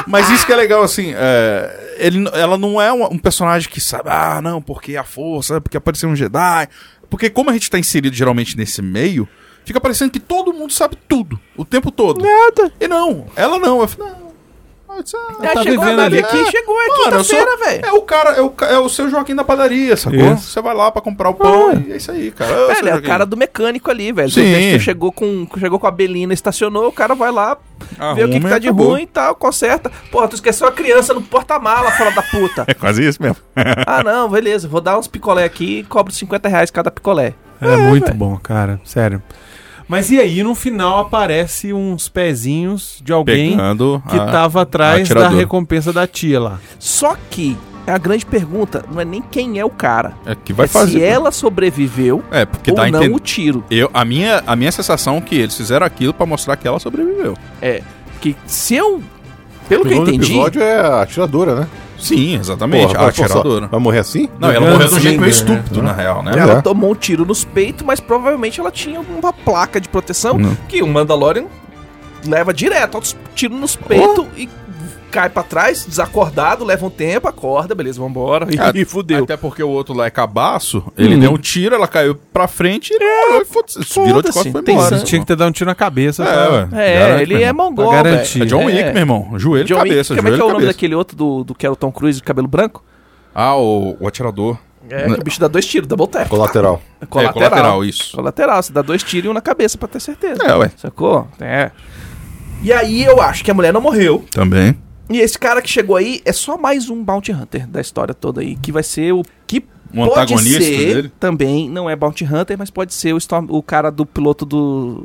S6: Mas isso que é legal, assim, é, ele, ela não é um, um personagem que sabe, ah, não, porque a força, porque apareceu um Jedi. Porque como a gente tá inserido geralmente nesse meio, fica parecendo que todo mundo sabe tudo, o tempo todo. Nada. E não, ela não. Eu falei, não. Eu disse, ah,
S1: Já
S2: Tá
S1: chegou a
S2: vivendo
S1: Navi
S2: ali.
S1: aqui, chegou aqui
S6: Mano, eu sou-
S1: quinta-feira, Tá velho.
S6: É o cara, é o, ca- é o seu Joaquim da padaria, sacou?
S2: Isso.
S6: Você vai lá pra comprar o pão e é isso aí, cara. Ah, seu
S1: Ah. Velho, é o
S6: Joaquim.
S1: cara do mecânico ali, velho.
S6: Sim.
S1: O texto chegou com, chegou com a Belina, estacionou, o cara vai lá, vê o que, que
S6: Arruma e
S1: tá de
S6: acabou.
S1: ruim e tal, conserta. Porra, tu esqueceu a criança no porta-mala, fora da puta.
S6: É quase isso mesmo.
S1: ah, não, beleza, vou dar uns picolé aqui, cobro 50 reais cada picolé.
S2: É, muito bom, cara. Sério. Mas e aí, no final, aparece uns pezinhos de alguém
S6: Pegando
S2: que
S6: a-
S1: tá
S2: tava atrás da
S6: atiradora.
S2: recompensa da tia lá.
S1: Só que a grande pergunta não é nem quem é o cara,
S6: é que vai
S1: é
S6: fazer.
S1: se ela sobreviveu
S6: É, porque
S1: ou
S6: dá a
S1: não
S6: entender.
S1: o tiro.
S6: Eu, a, minha, a minha sensação é que eles fizeram aquilo pra mostrar que ela sobreviveu.
S1: Que se eu, pelo que eu
S5: O nome do
S1: entendi,
S5: episódio é a atiradora, né?
S6: Sim, exatamente.
S5: Porra,
S6: a
S5: pô, só-
S6: atiradora.
S5: Vai morrer assim?
S6: Não, ela
S2: Gunslinger,
S6: morreu de um jeito meio
S2: né?
S6: estúpido, na real, né?
S1: ela
S5: É.
S1: tomou um tiro nos peitos, mas provavelmente ela tinha uma placa de proteção
S6: Não.
S1: que o Mandalorian leva direto, altos tiros nos peitos e cai pra trás, desacordado, leva um tempo, acorda, beleza, vambora. E,
S6: Ah,
S1: e fudeu.
S6: Até porque o outro lá é cabaço, ele deu um tiro, ela caiu pra frente e ele morreu, e É. foda-se, virou de
S1: foda-se,
S6: costas e foi
S1: tem
S6: embora.
S2: Ele tinha que ter dado um tiro na cabeça.
S6: É,
S2: pra-
S6: ué.
S1: É,
S6: Garante,
S1: ele
S6: meu
S1: é
S6: irmão.
S1: mongol,
S2: pra
S1: velho.
S2: garantir.
S6: É John Wick,
S1: É.
S6: meu irmão. Joelho e
S1: John Wick,
S6: cabeça,
S1: como é que
S6: joelho
S1: é o nome
S6: cabeça.
S1: daquele outro do, do que era o Tom Cruise de cabelo branco?
S6: Ah, o, o atirador.
S1: É, que o bicho dá dois tiros, double tap.
S5: Colateral.
S6: É, colateral, isso.
S1: Colateral, você dá dois tiros e um na cabeça pra ter certeza.
S6: É, ué.
S1: Sacou? É. E aí eu acho que a mulher não morreu.
S6: Também.
S1: E esse cara que chegou aí é só mais um Bounty Hunter da história toda aí, que vai ser o que
S2: Um
S6: O antagonista dele?
S1: também, não é Bounty Hunter, mas pode ser o, Storm- o cara do piloto do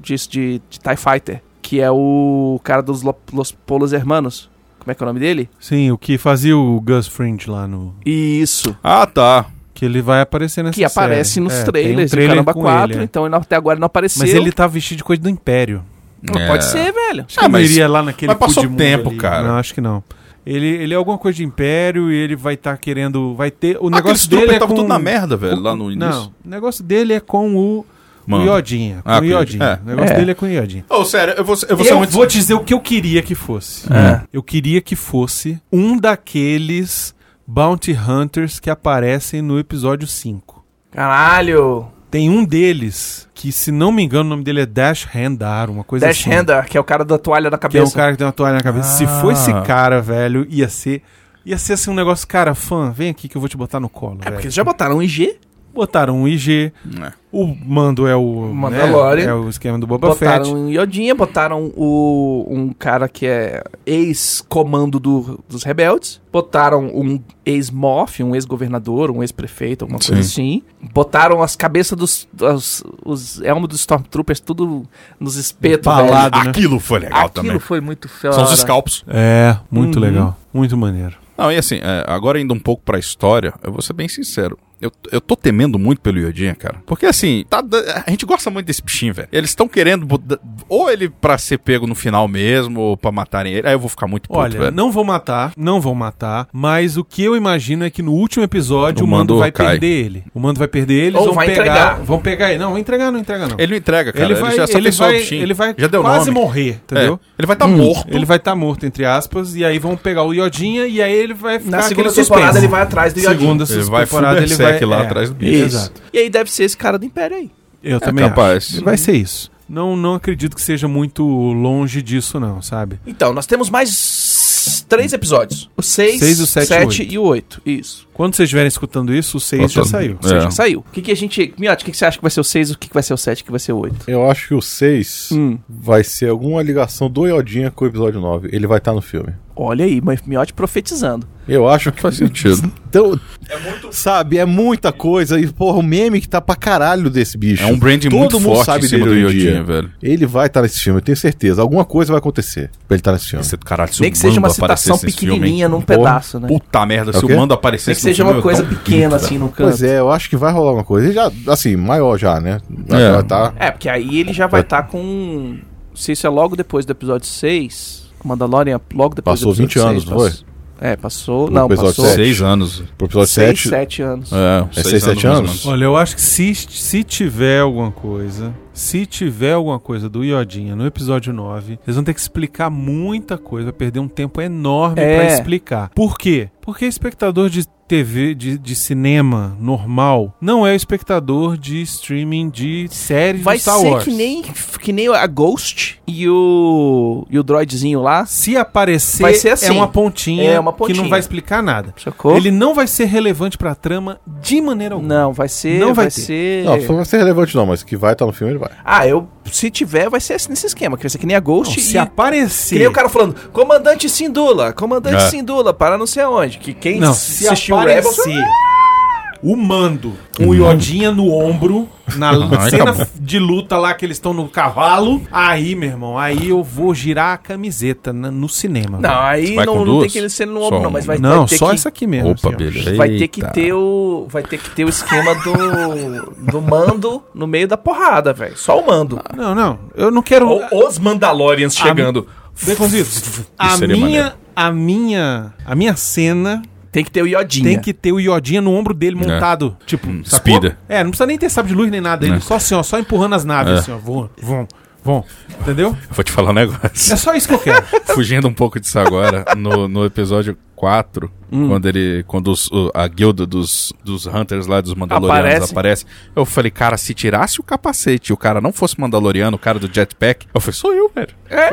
S1: de, de, de TIE Fighter, que é o cara dos Lo- Los Polos Hermanos. Como é que é o nome dele?
S2: Sim, o que fazia o Gus Fringe lá no.
S1: Isso.
S6: Ah, tá.
S2: Que ele vai aparecer nessa
S1: Que aparece
S2: série.
S1: nos
S2: É, tem um
S1: trailers
S2: trailer
S1: do Caramba
S2: com
S1: 4,
S2: ele, é.
S1: então ele não- até agora não apareceu.
S2: Mas ele tá vestido de coisa do Império.
S1: Não,
S6: É.
S1: Pode ser, velho.
S6: Ah,
S2: Ele
S6: mas-
S2: iria lá naquele
S6: mas passou
S2: cu de mundo
S6: tempo,
S2: ali.
S6: cara.
S2: Não, acho que não. Ele, ele é alguma coisa de império e ele vai estar querendo. Vai ter. O
S6: O negócio
S2: negócio dele é
S6: tava
S2: com...
S6: tudo na merda, velho, lá no início.
S2: Não, o negócio dele é com o, o
S6: Mano.
S2: Iodinha. Com
S6: Ah,
S2: o
S6: com o
S2: Iodinha.
S6: Iodinha.
S2: O negócio
S1: É.
S2: dele é com o Iodinha.
S6: Ô, sério, eu vou, eu vou ser
S2: Eu
S6: muito...
S2: vou dizer o que eu queria que fosse.
S1: É.
S2: Eu queria que fosse um daqueles Bounty Hunters que aparecem no episódio 5.
S1: Caralho.
S2: Tem um deles que, se não me engano, o nome dele é Dash Handar, uma coisa
S1: Dash
S2: assim.
S1: Render, que é o cara da toalha da
S2: Que é um
S1: cabeça.
S2: cara que tem uma toalha na cabeça. Se
S6: Ah.
S2: for esse cara, velho, ia ser. Ia ser assim um negócio, cara, fã, vem aqui que eu vou te botar no colo.
S1: É
S2: velho.
S1: porque eles já botaram um IG.
S2: Botaram um IG,
S6: É.
S2: o mando é o. né,
S1: Mandalorian.
S2: é o esquema do Boba
S1: botaram
S2: Fett.
S1: um Iodinha, botaram o, um cara que é ex-comando do- dos rebeldes, botaram um ex-MOF, um ex-governador, um ex-prefeito, alguma coisa assim. Botaram as cabeças dos. das- os elmos dos Stormtroopers, tudo nos espetos, velho.
S2: Palado, né?
S6: Aquilo foi legal
S1: é Aquilo
S6: também.
S1: foi muito feio.
S6: São os scalps.
S2: É, muito
S1: Uhum.
S2: legal. Muito maneiro.
S6: Não, e assim, é, agora indo um pouco pra história, eu vou ser bem sincero. Eu, eu tô temendo muito pelo Iodinha, cara. Porque assim, tá da- a gente gosta muito desse bichinho, velho. Eles estão querendo. boda- Ou ele pra ser pego no final mesmo, ou pra matarem ele. Aí eu vou ficar muito puto,
S2: Olha,
S6: velho.
S2: não vão matar, não vão matar, mas o que eu imagino é que no último episódio
S6: O
S2: o mando,
S6: Mando
S2: vai
S6: cai.
S2: perder ele. O mando vai perder ele, eles
S1: Ou
S2: vão
S1: vai
S2: pegar,
S1: entregar.
S2: vão pegar ele. Não, vão entregar, não entrega não.
S6: Ele não entrega, cara. Ele, já só
S2: ele
S6: tem só o
S2: vai,
S6: bichinho.
S2: ele vai
S6: já deu
S2: quase
S6: nome.
S2: morrer,
S6: É,
S2: entendeu? Hum,
S6: Ele vai estar morto.
S2: Ele vai estar morto, entre aspas, e aí vão pegar o Iodinha e aí ele vai ficar
S1: Na segunda
S2: aquele
S1: temporada
S2: suspense.
S1: ele vai atrás do Iodinha.
S2: Segunda
S6: Ele vai
S2: temporada ele vai
S6: Fudersec lá atrás do bicho.
S2: Isso.
S1: Isso.
S2: Exato.
S1: E aí deve ser esse cara do Império aí.
S2: Eu
S6: É
S2: também
S6: capaz.
S2: acho. Vai ser isso. Não, não acredito que seja muito longe disso não, sabe?
S1: Então, nós temos mais três episódios. O seis,
S2: Seis, o sete e
S1: sete
S2: oito.
S1: e o oito. Isso.
S2: Quando vocês estiverem escutando isso, o 6 já saiu.
S6: Faltando- É.
S1: Já saiu. O que, que a gente. Miotti, o que, que você acha que vai ser o 6, o que, que vai ser o 7, o que vai ser o 8?
S5: Eu acho que o 6 vai ser alguma ligação do Iodinha com o episódio 9. Ele vai estar no filme.
S1: Olha aí, mas Miotti profetizando.
S5: Eu acho que
S6: Faz sentido.
S5: Então, sabe, é muita coisa. E, porra, o meme que tá pra caralho desse bicho.
S6: É um branding
S5: Todo
S6: muito
S5: mundo
S6: forte
S5: sabe
S6: em cima do
S5: dele hoje em dia.
S6: Iodinha, velho.
S5: Ele vai estar nesse filme, eu tenho certeza. Alguma coisa vai acontecer pra ele estar nesse filme.
S6: Esse caralho, se
S1: Nem
S6: o
S1: que seja uma
S6: Mando aparecesse
S1: citação
S6: nesse filme,
S1: pequenininha num
S6: porra,
S1: pedaço, né?
S6: Puta merda,
S5: É o
S6: se
S5: quê?
S6: o Mando
S1: Nem
S6: aparecesse
S1: que seja
S6: no filme,
S1: uma
S6: eu
S1: coisa
S6: tava puto,
S1: pequena,
S6: velho.
S1: assim, no canto.
S5: Pois é, eu acho que vai rolar uma coisa. Ele já, assim, maior já, né? Já
S6: É.
S5: vai tá-
S1: É, porque aí ele já vai estar com. Se isso é logo depois do episódio 6, o Mandalorian logo depois
S5: Passou
S1: do
S5: 20
S1: episódio
S5: anos,
S1: seis,
S5: não foi?
S1: passou- É, passou.
S5: No
S1: não,
S5: episódio
S1: passou
S5: sete.
S6: Seis anos.
S5: Pro episódio
S1: 6,
S5: 7.
S1: 7 anos.
S6: É,
S5: É seis, sete
S6: mais ou
S5: anos?
S6: menos.
S2: Olha, eu acho que se, se tiver alguma coisa, se tiver alguma coisa do Iodinha no episódio 9, eles vão ter que explicar muita coisa, vai perder um tempo enorme
S1: É.
S2: pra explicar. Por quê? Porque espectador de TV, de, de cinema normal, não é o espectador de streaming de séries
S1: Vai
S2: do Star
S1: ser
S2: Wars.
S1: que nem, que nem a Ghost e o. e o droidzinho lá.
S2: Se aparecer,
S1: Vai ser assim.
S2: é uma pontinha
S1: É uma
S2: que
S1: pontinha.
S2: não vai explicar nada.
S1: Sacou?
S2: Ele não vai ser relevante pra trama de maneira alguma.
S1: Não, vai ser.
S2: Não vai
S1: vai,
S2: ter.
S1: ser.
S6: É.
S5: Não, não vai ser relevante não, mas que vai estar no filme, ele vai.
S1: Ah, eu. Se tiver, vai ser assim, nesse esquema, que vai ser que nem a
S2: Não,
S1: Ghost
S2: se
S1: e
S2: aparecer.
S1: Que nem o cara falando, comandante Sindula, comandante
S6: É.
S1: Sindula, para não sei aonde. Que quem
S2: Não, se
S1: assistiu Rebels-
S2: aparecer o mando, um iodinha no ombro, na
S6: Ai,
S2: cena
S6: acabou.
S2: de luta lá que eles estão no cavalo, aí, meu irmão, aí eu vou girar a camiseta na- no cinema.
S1: Não, aí
S6: Vai com
S1: não, não tem
S6: duas?
S1: que ele ser no
S6: Só
S1: ombro, não,
S6: um.
S1: mas vai,
S2: velho. Não,
S1: vai ter
S2: só
S1: que,
S2: essa aqui mesmo.
S6: Opa,
S2: assim, ó.
S6: beleza.
S1: vai ter que
S6: Eita.
S1: ter o. Vai ter que ter o esquema do. do mando no meio da porrada, velho. Só o mando.
S2: Não, não, eu não quero.
S1: os Mandalorians
S2: chegando. Baconzitos, a
S6: seria
S2: minha, a minha, a minha cena
S1: Tem que ter o Iodinha.
S2: tem que ter o iodinha no ombro dele montado, tipo, sacou?
S6: É. Hum, speeder.
S2: É, não precisa nem ter sabre de luz nem nada, ele
S6: É.
S2: só assim, ó, só empurrando as naves,
S6: É.
S2: assim, ó, vão, vão, vão, entendeu?
S6: Eu Vou te falar um negócio.
S2: É só isso que eu quero.
S6: Fugindo um pouco disso agora, no, no episódio 4,
S1: Hum.
S6: quando ele. Quando os- o- a guilda dos, dos Hunters lá, dos Mandalorianos,
S1: Aparece.
S6: aparece. Eu falei, cara, se tirasse o capacete e o cara não fosse Mandaloriano, o cara do jetpack, eu falei, sou eu, velho.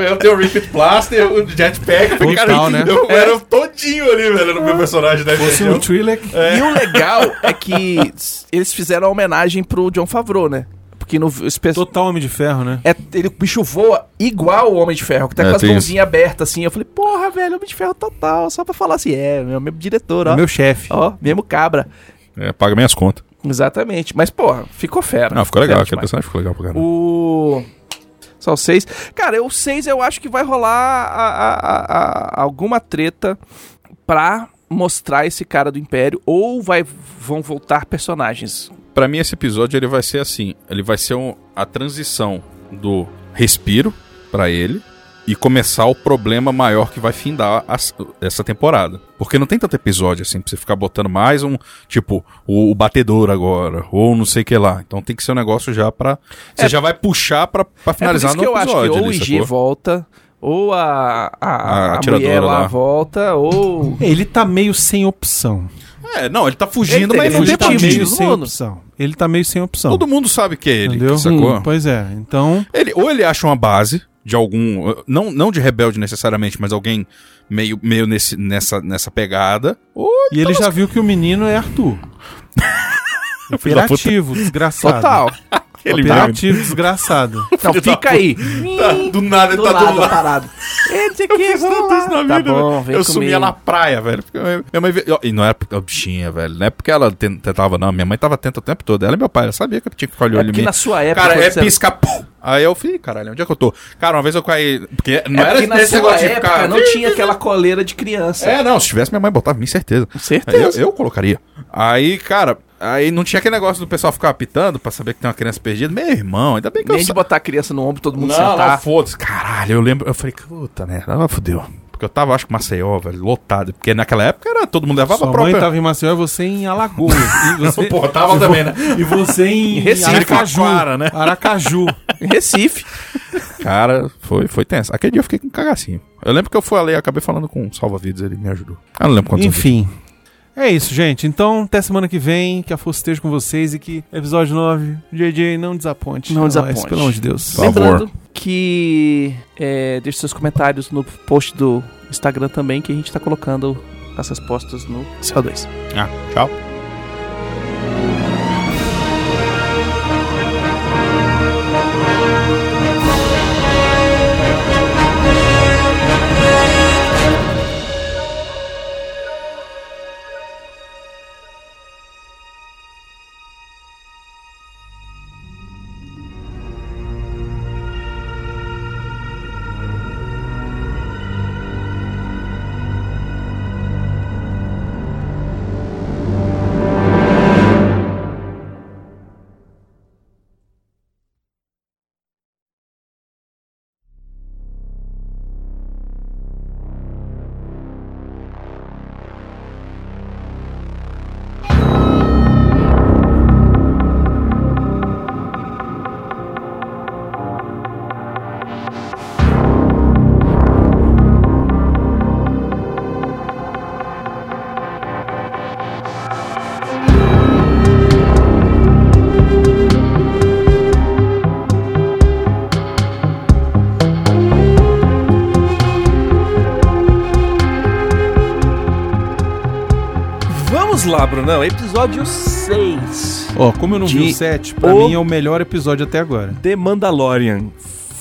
S6: Eu tenho o Repeat Blaster, o jetpack,
S2: falei, cara, Total, né? eu
S6: era
S1: É.
S6: todinho ali, velho, no meu personagem né? da
S2: Se o Twi'lek
S1: E o legal é que eles fizeram a homenagem pro John Favreau, né? Porque no. esse pe-
S2: Total Homem de Ferro, né?
S1: É, ele, o bicho voa igual o Homem de Ferro, que tá
S6: É,
S1: com as
S6: tem isso.
S1: mãozinhas abertas assim. Eu falei, porra, velho, Homem de Ferro total. Só pra falar assim, é, meu mesmo diretor, ó.
S2: Meu chefe.
S1: Ó, mesmo cabra.
S6: É, paga minhas contas.
S1: Exatamente. Mas, porra, ficou fera.
S6: Não, ficou legal,
S1: Fera
S6: aquele
S1: demais.
S6: personagem ficou legal pra caramba.
S1: O. Só o 6. Cara, o 6 eu acho que vai rolar a- a- a- a- alguma treta pra mostrar esse cara do Império ou vai, vão voltar personagens.
S6: Pra mim, esse episódio ele vai ser assim: ele vai ser um- a transição do respiro pra ele e começar o problema maior que vai findar as- essa temporada. Porque não tem tanto episódio assim pra você ficar botando mais um, tipo, o, o batedor agora, ou não sei o que lá. Então tem que ser um negócio já pra. Você já vai puxar pra, pra finalizar
S1: é por isso
S6: no
S1: que eu acho
S6: episódio.
S1: que ou o
S6: ali,
S1: IG
S6: sacou?
S1: volta, ou a, a,
S6: A
S1: a,
S6: atiradora
S1: mulher lá
S6: lá.
S1: volta, ou...
S2: Ele tá meio sem opção.
S6: É, não, ele tá fugindo,
S1: Ele-
S6: mas
S1: ele
S6: não
S1: tem um
S6: tem
S2: tá
S6: pra
S1: motivo.
S6: onde
S2: meio
S6: ir.
S1: motivos,
S2: sem
S1: mano.
S2: opção. Ele tá meio sem opção.
S6: Todo mundo sabe que é ele,
S2: entendeu?
S6: sacou?
S2: Hum, pois é. Então,
S6: Ele, ou ele acha uma base de algum. uh, Não, não de rebelde necessariamente, mas alguém meio, meio nesse, nessa, nessa pegada. Ou
S2: e ele já viu que o menino é Arthur.
S6: Filho da puta.
S2: Operativo, desgraçado.
S1: Total.
S2: Operativo, desgraçado.
S1: Não,
S6: da Tá,
S1: fica aí.
S6: do nada
S1: do lado, parado. Esse aqui, vamos lá. Tá bom, vem
S6: né?
S1: comigo.
S6: eu sumia na praia, velho. Porque Minha minha mãe veio- ó, E não era porque- ó, bichinha, velho. Não é porque ela ten- tentava, não. Minha mãe tava atenta o tempo todo. Ela e meu pai, ela sabia que eu tinha que ficar
S1: É
S6: olhando em
S1: porque
S6: mim.
S1: na sua época...
S6: Cara,
S1: quando
S6: é
S1: você era-
S6: pisca. pum. Aí eu falei, "Ih, caralho, onde é que eu tô? Cara, uma vez eu caí. Porque não
S1: é
S6: era
S1: porque na
S6: esse
S1: sua
S6: negócio de
S1: época
S6: ficar.
S1: não tinha aquela coleira de criança.
S6: É, não, se tivesse minha mãe botava, em mim, certeza. Aí Eu,
S1: Certeza.
S6: eu colocaria. Aí, cara, aí não tinha aquele negócio do pessoal ficar apitando pra saber que tem uma criança perdida. Meu irmão, ainda bem que
S1: Nem
S6: eu
S1: de
S6: sa-
S1: botar a criança no ombro, todo mundo
S6: Não, não,
S1: sentar.
S6: foda-se. Caralho, eu lembro. Eu falei, puta merda, ela fodeu. Porque eu tava, acho que Maceió, velho, lotado. Porque naquela época era todo mundo levava
S2: Sua
S6: a
S2: mãe
S6: própria.
S2: tava em Maceió e você em Alagoas. E você,
S6: Pô, tava também, né?
S2: e você em,
S1: Em Recife,
S2: Aracaju.
S6: Araraquara, né?
S2: Aracaju.
S1: Recife.
S6: Cara, foi, foi tenso. Aquele dia eu fiquei com um cagacinho. Eu lembro que eu fui ali e acabei falando com um salva-vidas, ele me ajudou. Ah, não lembro quantos
S2: Enfim. É isso, gente. Então, até semana que vem. Que a força esteja com vocês e que episódio 9, JJ, não desaponte. É
S1: Não
S2: nóis,
S1: desaponte.
S2: Pelo amor de Deus.
S6: Por favor.
S1: Lembrando que é, deixe seus comentários no post do Instagram também, que a gente tá colocando as respostas no CO2.
S6: eu vi. Ah, tchau.
S1: Vamos lá, Brunão. Episódio 6.
S2: Ó, como eu não vi
S1: De
S2: o 7, pra
S1: O-
S2: mim é o melhor episódio até agora.
S1: The Mandalorian.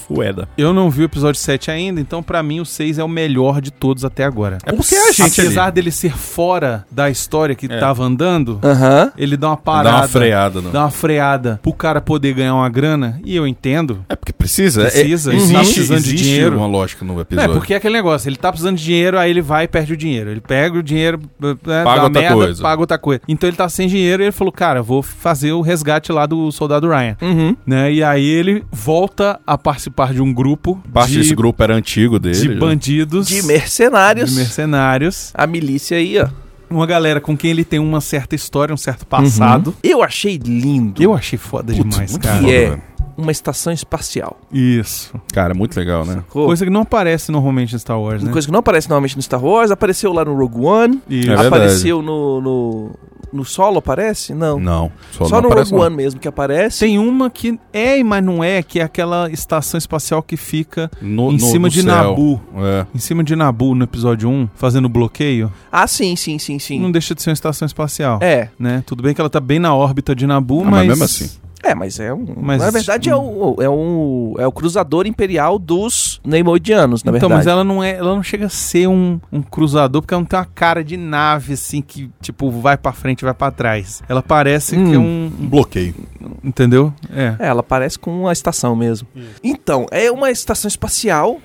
S6: Fueda.
S2: Eu não vi o episódio 7 ainda, então pra mim o 6 é o melhor de todos até agora.
S6: É porque a gente ali. É.
S2: Apesar dele ser fora da história que tava andando,
S1: Aham.
S2: ele dá uma parada.
S6: Dá uma freada, não.
S2: Dá uma freada pro cara poder ganhar uma grana, e eu entendo.
S6: É porque precisa. é-
S2: Precisa,
S6: é,
S2: ele
S6: existe,
S2: tá precisando de
S6: existe
S2: dinheiro.
S6: uma lógica no
S2: É,
S6: episódio.
S2: porque é aquele negócio, ele tá precisando de dinheiro, aí ele vai e perde o dinheiro. Ele pega o dinheiro, né,
S6: Paga outra coisa.
S2: paga outra coisa. Então ele tá sem dinheiro e ele falou, cara, vou fazer o resgate lá do soldado Ryan.
S1: Uhum.
S2: Né? E aí ele volta a participar de um grupo
S6: Parte
S2: de,
S6: desse grupo era antigo dele. né?
S2: de
S6: já.
S2: bandidos,
S1: De mercenários.
S2: de mercenários.
S1: A milícia aí, ó.
S2: Uma galera com quem ele tem uma certa história, um certo passado.
S1: Eu achei lindo.
S2: Eu achei foda demais,
S6: Uhum. muito
S2: cara.
S6: foda,
S1: que é
S6: velho.
S1: uma estação espacial.
S2: Isso.
S6: Cara, é muito legal, né?
S2: Coisa que não aparece normalmente em Star Wars,
S1: Uma
S2: né?
S1: coisa que não aparece normalmente no Star Wars. Apareceu lá no Rogue One.
S2: Isso.
S6: É verdade.
S1: apareceu no, no. no solo, aparece? Não.
S6: Não.
S1: Só,
S6: não
S1: no
S6: aparece,
S1: Rogue
S6: não.
S1: One mesmo que aparece.
S2: Tem uma que é, mas não é, que é aquela estação espacial que fica
S6: No-
S2: em
S6: no-
S2: cima
S6: no
S2: de
S6: céu.
S2: Nabu.
S6: É.
S2: Em cima de Nabu no episódio 1, fazendo bloqueio,
S1: Ah, sim, sim, sim, sim.
S2: não deixa de ser uma estação espacial.
S1: É.
S2: Né? Tudo bem que ela tá bem na órbita de Nabu,
S6: Ah, mas
S2: mas.
S6: mesmo assim.
S1: É, mas é um.
S2: Mas-
S1: na verdade, é o, é, um, é o cruzador imperial dos Neimoidianos, na
S2: Então,
S1: verdade.
S2: mas ela não é, ela não chega a ser um, um cruzador porque ela não tem uma cara de nave assim que tipo vai pra frente, e vai pra trás. Ela parece que é um,
S5: Bloqueio.
S2: entendeu? É.
S1: É, ela parece com uma estação mesmo. Então, é uma estação espacial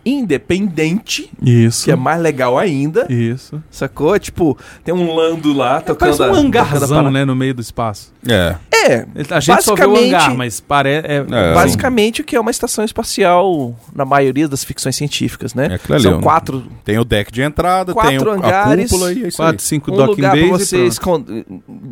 S1: independente,
S2: Isso.
S1: que é mais legal ainda,
S2: Isso.
S1: sacou? É Tipo, tem um lando lá tocando.
S2: Parece um
S1: a- tocando a
S2: hangarzão,
S1: parada.
S2: né, no meio do espaço.
S6: É.
S1: É,
S2: A gente só vê o
S1: Basicamente-
S2: hangar, mas parece é,
S6: É.
S1: basicamente o que é uma estação espacial na maioria das ficções científicas, né?
S6: É aquilo ali,
S1: São
S6: ó.
S1: quatro,
S6: Tem o deck de entrada, tem
S1: Quatro
S6: o,
S1: hangares,
S6: a cúpula e é isso aí.
S2: 4, 5
S1: um
S2: docking
S1: lugar pra
S2: bays
S1: você
S2: e
S1: esconder,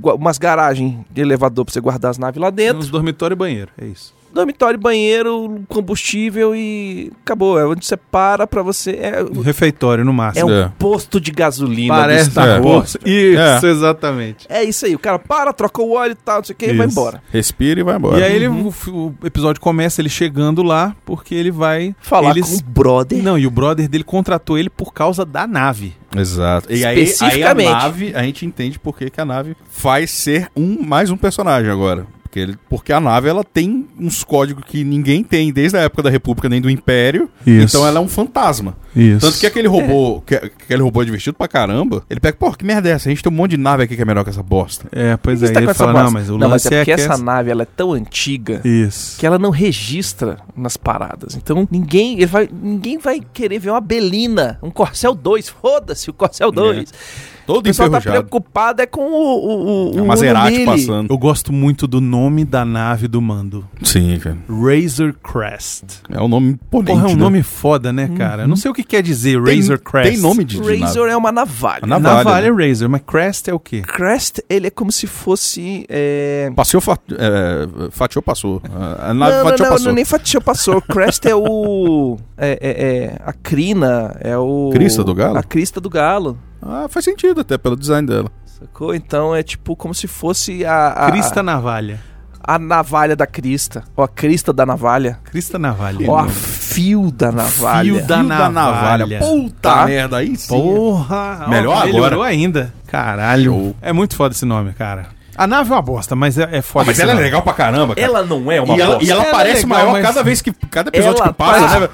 S1: umas garagens de elevador pra você guardar as naves lá
S2: pronto.
S1: dentro,
S2: Uns dormitório e banheiro, é isso.
S1: dormitório, banheiro, combustível e acabou. É onde você para pra você... É,
S2: Um refeitório no
S1: é
S2: máximo.
S1: um
S6: É.
S1: posto de gasolina do
S2: Parece
S1: Star
S6: é.
S1: Wars.
S2: Isso, exatamente.
S1: É isso aí, o cara para, troca o óleo e tal, não sei o que, e
S2: Isso.
S1: vai embora.
S6: Respira e vai embora.
S2: E aí ele, o, f- o episódio começa ele chegando lá, porque ele vai
S1: Falar
S2: eles-
S1: com o brother.
S2: Não, e o brother dele contratou ele por causa da nave.
S6: Exato. E aí, aí a
S1: Especificamente.
S6: nave, a gente entende por que que a nave faz ser um mais um personagem agora. Porque, ele, porque a nave ela tem uns códigos que ninguém tem desde a época da República nem do Império.
S2: Isso.
S6: Então ela é um fantasma.
S2: Isso.
S6: Tanto que aquele robô, que, aquele robô é divertido pra caramba, ele pega, pô, que merda é essa? A gente tem um monte de nave aqui que é melhor que essa bosta.
S2: É, pois
S1: Você
S2: é,
S1: tá com
S2: ele
S1: essa
S2: fala,
S1: bosta.
S2: não, mas o
S1: Não, mas
S2: lance
S1: é porque
S2: que
S1: essa nave ela é tão antiga
S2: Isso.
S1: que é ela não registra nas paradas. Então ninguém ele vai, ninguém vai querer ver uma Belina, um Corcel 2. Foda-se o
S2: É,
S1: Corcel 2. O
S6: Todo
S1: pessoal tá
S6: enferrujado.
S1: preocupado é com o, o, o,
S6: É
S1: o
S6: um Maserati
S1: Uno Mille.
S6: passando.
S2: Eu gosto muito do nome da nave do mando.
S6: Sim, cara.
S2: Razor Crest.
S6: É um nome imponente.
S2: Porra, é um
S6: né?
S2: nome foda, né,
S1: Uhum.
S2: cara? Eu Não sei o que quer dizer
S6: tem,
S2: Razor Crest.
S6: Tem nome de, de nave.
S1: Razor é uma navalha. né?
S6: A nave-
S2: Navalha,
S6: Navalha,
S2: é Razor, mas Crest é o quê?
S1: Crest, ele é como se fosse. é,
S6: Passeou, fa... é, fatiou, passou. A a
S1: Não,
S6: nave
S1: não,
S6: fatiou,
S1: não,
S6: passou.
S1: não, nem fatiou passou. O Crest é o. É, é- é a crina, é o.
S6: Crista do galo?
S1: A crista do galo.
S6: Ah, faz sentido até pelo design dela.
S1: Sacou? Então é tipo como se fosse a. a
S2: Crista Navalha.
S1: A, navalha da crista. Ou a crista da navalha.
S2: Crista Navalha.
S1: Ou a fio da navalha.
S2: Fio da navalha.
S6: Puta
S1: Tá.
S6: merda, aí sim.
S2: Porra! ó,
S6: Melhor
S2: melhorou
S6: agora.
S2: ainda. Caralho.
S6: Show.
S2: É muito foda esse nome, cara. A nave é uma bosta, mas é, é
S6: Ah,
S2: foda.
S6: mas
S2: esse
S6: ela é
S2: nome.
S6: legal pra caramba, cara.
S1: Ela não é uma
S6: e ela,
S1: bosta.
S6: e ela
S2: Ela é
S6: parece
S2: legal,
S6: maior
S2: mas-
S6: cada vez que. Cada episódio
S1: Ela
S6: que passa, né?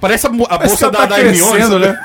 S6: Parece a, mo- a bolsa
S2: ela
S6: da,
S2: tá
S6: da Hermione.
S2: crescendo,
S6: sabe?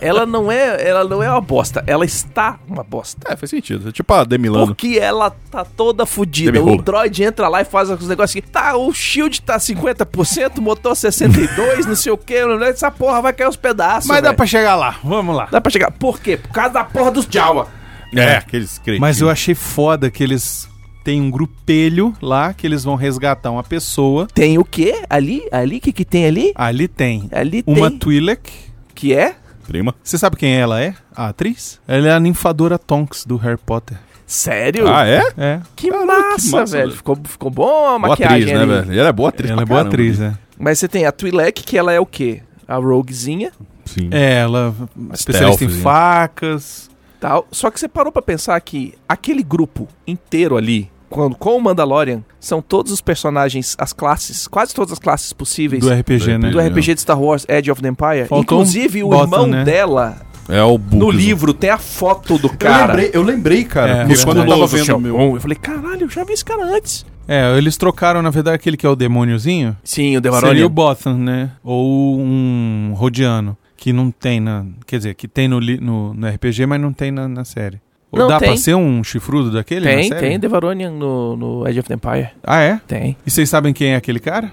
S1: Ela não é, ela não é uma bosta. Ela está uma bosta.
S6: É, faz sentido. É Tipo a Demilano.
S1: Porque ela tá toda fodida.
S6: Demi
S1: O
S6: rola.
S1: droid entra lá e faz os negócios que tá, o shield tá 50%, o motor 62, não sei o que, essa porra vai cair aos pedaços.
S2: Mas dá
S1: velho.
S2: pra chegar lá. Vamos lá.
S1: Dá pra chegar. Por quê? Por causa da porra dos Jawa.
S6: É, aqueles cretinhos.
S2: Mas eu achei foda que eles têm um grupelho lá que eles vão resgatar uma pessoa.
S1: Tem o quê? Ali? Ali? O que que tem ali?
S2: Ali tem
S1: Ali
S2: uma
S1: tem.
S2: Twi'lek.
S1: Que é?
S6: Prima.
S2: Você sabe quem ela é? A atriz? Ela é a ninfadora Tonks do Harry Potter.
S1: Sério?
S6: Ah, é?
S2: É.
S1: Que,
S6: Caralho,
S1: massa,
S6: que massa,
S1: velho.
S6: velho.
S1: Ficou, ficou bom a
S6: Boa
S1: maquiagem
S6: atriz, né,
S1: ali.
S6: velho? E Ela é boa atriz
S2: Ela
S6: pra
S2: é boa
S6: caramba,
S2: atriz,
S6: né?
S2: né?
S1: Mas você tem a Twi'lek, que ela é o quê? A roguezinha,
S6: Sim.
S2: É, ela é especialista em
S6: Stealthzinho.
S2: facas.
S1: tal. Só que você parou pra pensar que aquele grupo inteiro ali, quando com o Mandalorian, são todos os personagens, as classes, quase todas as classes possíveis
S2: Do RPG, né?
S1: do RPG de Star Wars, Edge of the Empire.
S2: Faltou
S1: Inclusive, o
S2: um Bottom,
S1: irmão
S2: né?
S1: dela,
S6: É o Bulk.
S1: no livro, tem a foto do cara.
S6: eu lembrei,
S2: É,
S6: porque
S2: verdade.
S6: quando eu tava
S1: Love
S6: vendo
S1: Shall
S6: o meu.
S1: Own, Eu falei, caralho, eu já vi esse cara antes.
S2: É, eles trocaram, na verdade, aquele que é o demôniozinho.
S1: Sim, o
S2: Seria o
S1: Devaronian.
S2: Botham, né? Ou um Rodiano. Que não tem na. Quer dizer, que tem no, li- no, no RPG, mas não tem na, na série. Ou
S1: Não,
S2: dá pra
S1: tem.
S2: ser um chifrudo daquele?
S1: Tem,
S2: na série?
S1: tem Devaronian no, no Edge of the Empire.
S2: Ah, é?
S1: Tem.
S2: E vocês sabem quem é aquele cara?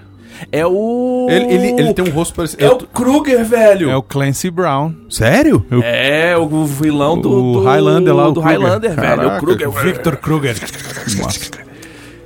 S1: É o...
S6: Ele, ele, ele tem um rosto parecido.
S1: É o Kruger, velho.
S2: É o Clancy Brown.
S6: Sério?
S1: É, o vilão do,
S2: O
S1: do-
S2: Highlander lá, o
S1: do
S2: Kruger.
S1: Highlander, velho. O
S6: Caraca,
S1: Kruger.
S2: Victor Kruger.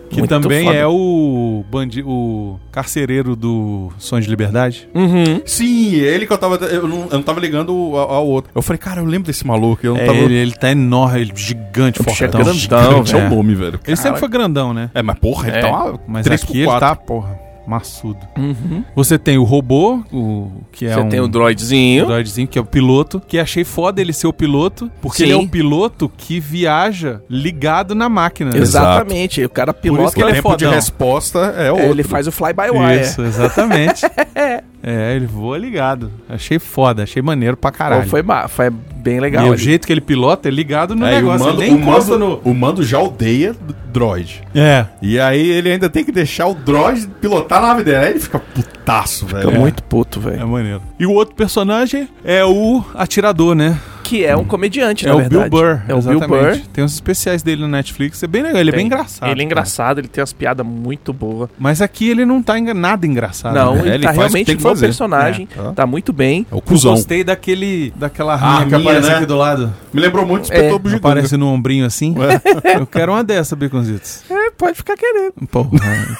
S2: Que
S1: Muito
S2: também
S1: foda.
S2: é o bandi o carcereiro do Sonho de Liberdade.
S1: Uhum.
S6: Sim, é ele que eu tava. Eu não, eu não tava ligando ao, ao outro. Eu falei, cara, eu lembro desse maluco. Eu não
S2: É,
S6: tava.
S2: ele, ele tá enorme, ele gigante,
S1: bicho é
S2: fortão.
S1: grandão,
S6: Gigante é
S1: velho.
S6: o nome, velho.
S2: Ele sempre foi grandão, né?
S6: É, mas porra, ele
S1: É,
S6: tá uma.
S2: Mas
S6: três
S2: aqui
S6: por
S2: ele
S6: quatro.
S2: tá, porra, maçudo.
S1: Uhum.
S2: Você tem o robô, o que é
S1: Você
S2: um
S1: tem o droidzinho.
S2: droidzinho, que é o piloto, que achei foda ele ser o piloto, porque
S1: Sim.
S2: ele é o piloto que viaja ligado na máquina. né?
S1: Exatamente. O cara
S2: Por
S1: pilota.
S2: isso que ele é
S6: tempo de
S2: fodão.
S6: resposta é
S1: É,
S6: outro.
S1: ele faz o fly-by-wire.
S2: Isso, exatamente. é, ele voa ligado. Achei foda, achei maneiro pra
S1: Pô,
S2: caralho.
S1: foi, ma- foi bem bem
S2: E
S1: legal.
S2: o
S1: ali.
S2: jeito que ele pilota é ligado no
S6: Aí
S2: negócio,
S6: o, mando,
S2: ele nem
S6: o, mando,
S2: encosta no...
S6: o mando já odeia d- droid.
S2: É.
S6: E aí ele ainda tem que deixar o droid pilotar a nave dele. Aí ele fica putaço, velho.
S1: Fica muito puto, velho.
S2: É maneiro. E o outro personagem é o atirador, né?
S1: Que é um comediante,
S2: É
S1: na
S2: o
S1: verdade.
S2: Bill Burr.
S1: É o Bill Burr.
S2: exatamente. Tem uns especiais dele no Netflix. É bem legal, ele é bem
S1: Tem.
S2: engraçado.
S1: Ele é
S2: cara.
S1: engraçado, ele tem umas piadas muito boas.
S2: Mas aqui ele não tá engra- nada engraçado.
S1: Não,
S2: né?
S1: ele,
S6: ele
S1: tá
S6: faz o que
S1: realmente
S6: tem que
S1: no
S6: fazer.
S1: personagem,
S6: É, tá.
S1: tá muito bem.
S6: É o
S2: Eu
S6: cuzão.
S2: gostei daquele, daquela
S1: Ah,
S6: A
S2: arminha que
S6: arminha,
S2: aparece
S6: né?
S2: aqui do lado.
S6: Me lembrou muito o
S1: É.
S6: Espetor Bugiganga.
S2: Aparece no ombrinho assim. Eu quero uma dessa, Baconzitos.
S1: É, pode ficar querendo.
S2: Porra,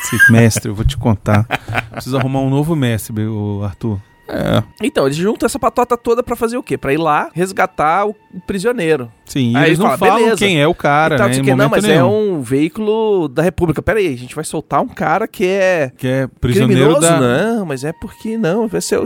S2: esse mestre, eu vou te contar. Preciso arrumar um novo mestre, o Arthur.
S1: Então, eles juntam essa patota toda pra fazer o quê? Pra ir lá resgatar o o prisioneiro.
S2: Sim, e
S1: Aí
S2: eles
S1: ele
S2: não
S1: fala,
S2: falam
S1: "Beleza."
S2: quem é o cara,
S1: então,
S2: né?
S1: sei
S2: em
S1: que, não,
S2: momento
S1: mas é
S2: nenhum.
S1: um veículo da República. Pera aí, a gente vai soltar um cara que é
S2: Que é prisioneiro
S1: criminoso?
S2: da...
S1: Não, mas é porque não, vai ser o...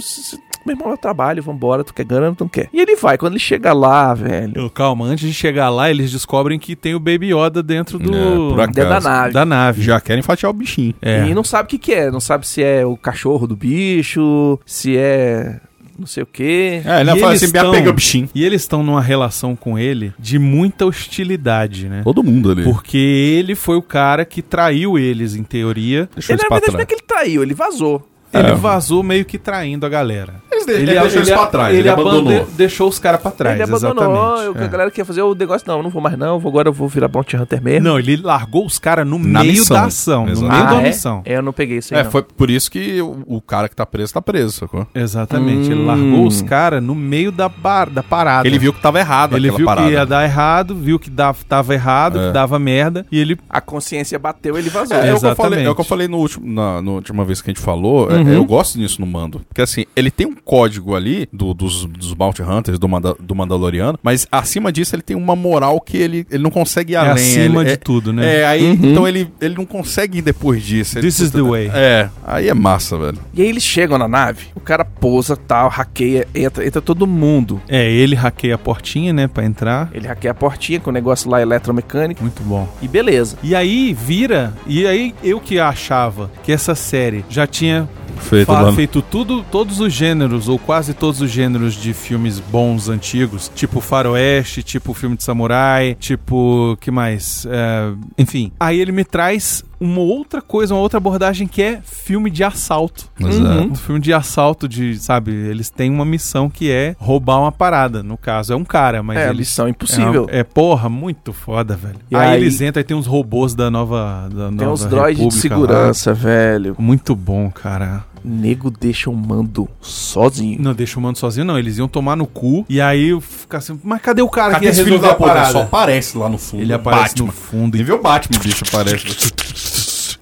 S1: Meu irmão, eu trabalho, vambora, tu quer grana, tu não quer. E ele vai, quando ele chega lá, velho,
S2: Eu, calma, antes de chegar lá, eles descobrem que tem o Baby Yoda dentro do...
S6: É, por acaso.
S1: dentro da nave.
S2: da nave.
S6: Já querem fatiar o bichinho.
S2: É.
S1: E não sabe o que, que é. Não sabe se é o cachorro do bicho, se é não sei o quê.
S6: É, ele
S2: E
S6: fala
S2: eles
S6: assim, "Ah,
S2: tão-
S6: pega o bichinho.
S2: E eles estão numa relação com ele de muita hostilidade, né?
S6: Todo mundo ali.
S2: Porque ele foi o cara que traiu eles, em teoria.
S6: Deixa
S1: Ele,
S6: eles
S1: na
S6: pra
S1: verdade, não é
S6: trás.
S1: que ele traiu, ele vazou.
S2: Ele
S6: É.
S2: vazou meio que traindo a galera.
S6: Eles de- ele deixou eles pra trás, ele é
S2: abande-
S6: abandonou.
S2: Deixou os caras pra trás,
S1: ele abandonou, eu-
S2: exatamente. É.
S1: a galera queria fazer o negócio, não, eu não vou mais não, vou, agora eu vou virar Bounty Hunter
S2: É.
S1: mesmo.
S2: Não, ele largou os caras no
S6: Na
S2: meio
S6: missão.
S2: da ação, no
S6: Exato.
S2: meio
S1: ah,
S2: da
S1: é?
S2: missão.
S1: É, eu não peguei isso aí,
S6: É,
S1: não.
S6: foi por isso que o, o cara que tá preso tá preso, sacou?
S2: Exatamente, ele largou os caras no meio da, bar- da parada.
S6: Hum. Ele viu que tava errado
S2: Ele
S6: aquela
S2: viu
S6: parada.
S2: que ia dar errado, viu que dava, tava errado,
S6: É.
S2: que dava merda, e ele
S1: A consciência bateu, ele vazou.
S6: É, é o que eu
S2: Exatamente. Uhum.
S6: falei, é o que eu falei no último, na, na última vez que a gente falou. é- é, eu gosto disso no mando. Porque assim, ele tem um código ali do- dos, dos Bounty Hunters, do, Manda- do Mandaloriano, mas acima disso ele tem uma moral que ele, ele não consegue ir
S2: é
S6: além.
S2: acima
S6: ele-
S2: de
S6: é-
S2: tudo, né?
S6: É, aí, então ele, ele não consegue ir depois disso. Ele-
S2: This is the way.
S6: É, aí é massa, velho.
S1: E aí eles chegam na nave, o cara pousa, tal, hackeia, entra, entra todo mundo.
S2: É, ele hackeia a portinha, né, pra entrar.
S1: Ele hackeia a portinha com o negócio lá eletromecânico
S2: Muito bom.
S1: e beleza.
S2: E aí vira, e aí eu que achava que essa série já tinha
S6: Feito,
S2: fa- feito tudo, todos os gêneros, ou quase todos os gêneros de filmes bons antigos, tipo Faroeste, tipo filme de samurai, tipo. que mais? É, enfim. Aí ele me traz uma outra coisa, uma outra abordagem que é filme de assalto.
S6: Exato.
S2: Um filme de assalto de, sabe, eles têm uma missão que é roubar uma parada. No caso, é um cara, mas
S1: é,
S2: eles
S1: missão impossível.
S2: é, uma- é, porra, muito foda, velho.
S1: E
S2: aí,
S1: aí-
S2: eles entram e tem uns robôs da nova. Da
S1: Tem
S2: nova
S1: uns droids
S2: República
S1: de
S2: lá.
S1: segurança, velho.
S2: Muito bom, cara.
S1: Nego deixa o mando sozinho.
S2: Não, deixa o mano sozinho, não. Eles iam tomar no cu. E aí eu ficar assim, mas cadê o cara
S6: Cadê
S2: que
S6: esse
S2: ia
S6: filho
S2: resolver
S6: da
S2: a
S6: puta?
S2: parada?
S6: Só aparece lá no fundo.
S2: Ele aparece no
S6: fundo. Nível Batman, bicho, aparece.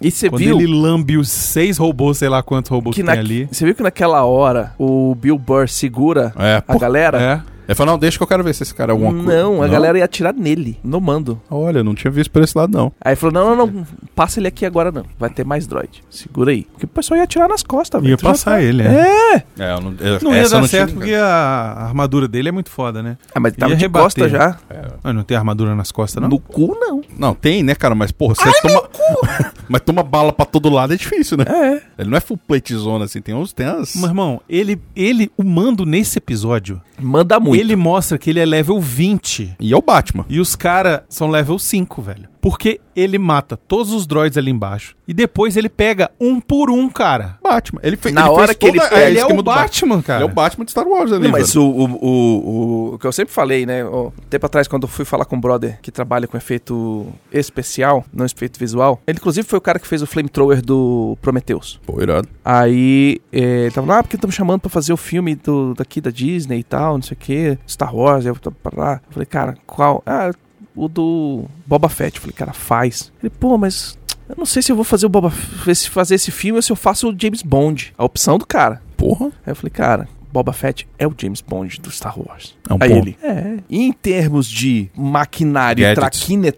S1: E você
S2: Quando
S1: viu
S2: ele lambe os seis robôs, sei lá quantos robôs
S1: que
S2: que
S1: na...
S2: tem ali.
S1: Você viu que naquela hora o Bill Burr segura
S6: É,
S1: a
S6: pô.
S1: galera?
S2: É.
S6: Ele falou, não, deixa que eu quero ver se esse cara é alguma coisa.
S1: Não, a galera ia atirar nele, no mando.
S6: Olha, não tinha visto por esse lado, não.
S1: Aí falou: não, não, não, passa ele aqui agora não. Vai ter mais droid. Segura aí. Porque o pessoal ia atirar nas costas, velho.
S2: Ia
S1: Tu já
S2: passar
S1: tá-
S2: ele, é.
S6: É, eu não, eu-
S2: Não ia
S6: essa eu
S2: dar
S6: tinha
S2: certo
S6: ligado.
S2: porque a a armadura dele é muito foda, né?
S1: Ah, mas ele tava
S2: Ia
S1: de
S2: rebater.
S1: costa já.
S6: É.
S2: Ah, não tem armadura nas costas, não?
S1: No cu, não.
S6: Não, tem, né, cara? Mas, porra, você toma. mas toma bala pra todo lado é difícil, né? É. Ele não é full plate zona, assim, tem uns. Tem uns...
S2: Meu irmão, ele, ele, o mando nesse episódio,
S1: Manda muito.
S2: ele mostra que ele é level 20.
S6: E é o Batman.
S2: E os caras são level 5, velho. Porque ele mata todos os droids ali embaixo. E depois ele pega um por um, cara.
S6: é Batman. Ele fez.
S1: Na
S6: ele
S1: hora
S6: fez
S1: que ele
S6: toda-
S1: pega,
S6: o
S2: ele é
S6: esquema
S2: o
S6: do Batman,
S2: Batman, cara.
S6: Ele é o Batman de Star Wars ali.
S1: Não, mas
S6: velho.
S1: o, o, o, o- o que eu sempre falei, né? O tempo atrás, quando eu fui falar com um brother que trabalha com efeito especial, não efeito visual, ele inclusive foi o cara que fez o flamethrower do Prometheus.
S6: Pô, irado.
S1: Aí eh, ele tava lá, ah, porque estamos chamando pra fazer o filme do, daqui da Disney e tal, não sei o que, Star Wars, eu tô pra lá. Eu falei, cara, qual? Ah, o do Boba Fett. Eu falei, cara, faz. Ele, pô, mas eu não sei se eu vou fazer o Boba F- esse- fazer esse filme ou se eu faço o James Bond. A opção do cara.
S6: Porra.
S1: Aí eu falei, cara, Boba Fett é o James Bond do Star Wars.
S6: É um
S1: Aí
S6: ponto.
S1: ele, é. E em termos de maquinário,
S6: Gadgets.
S1: traquine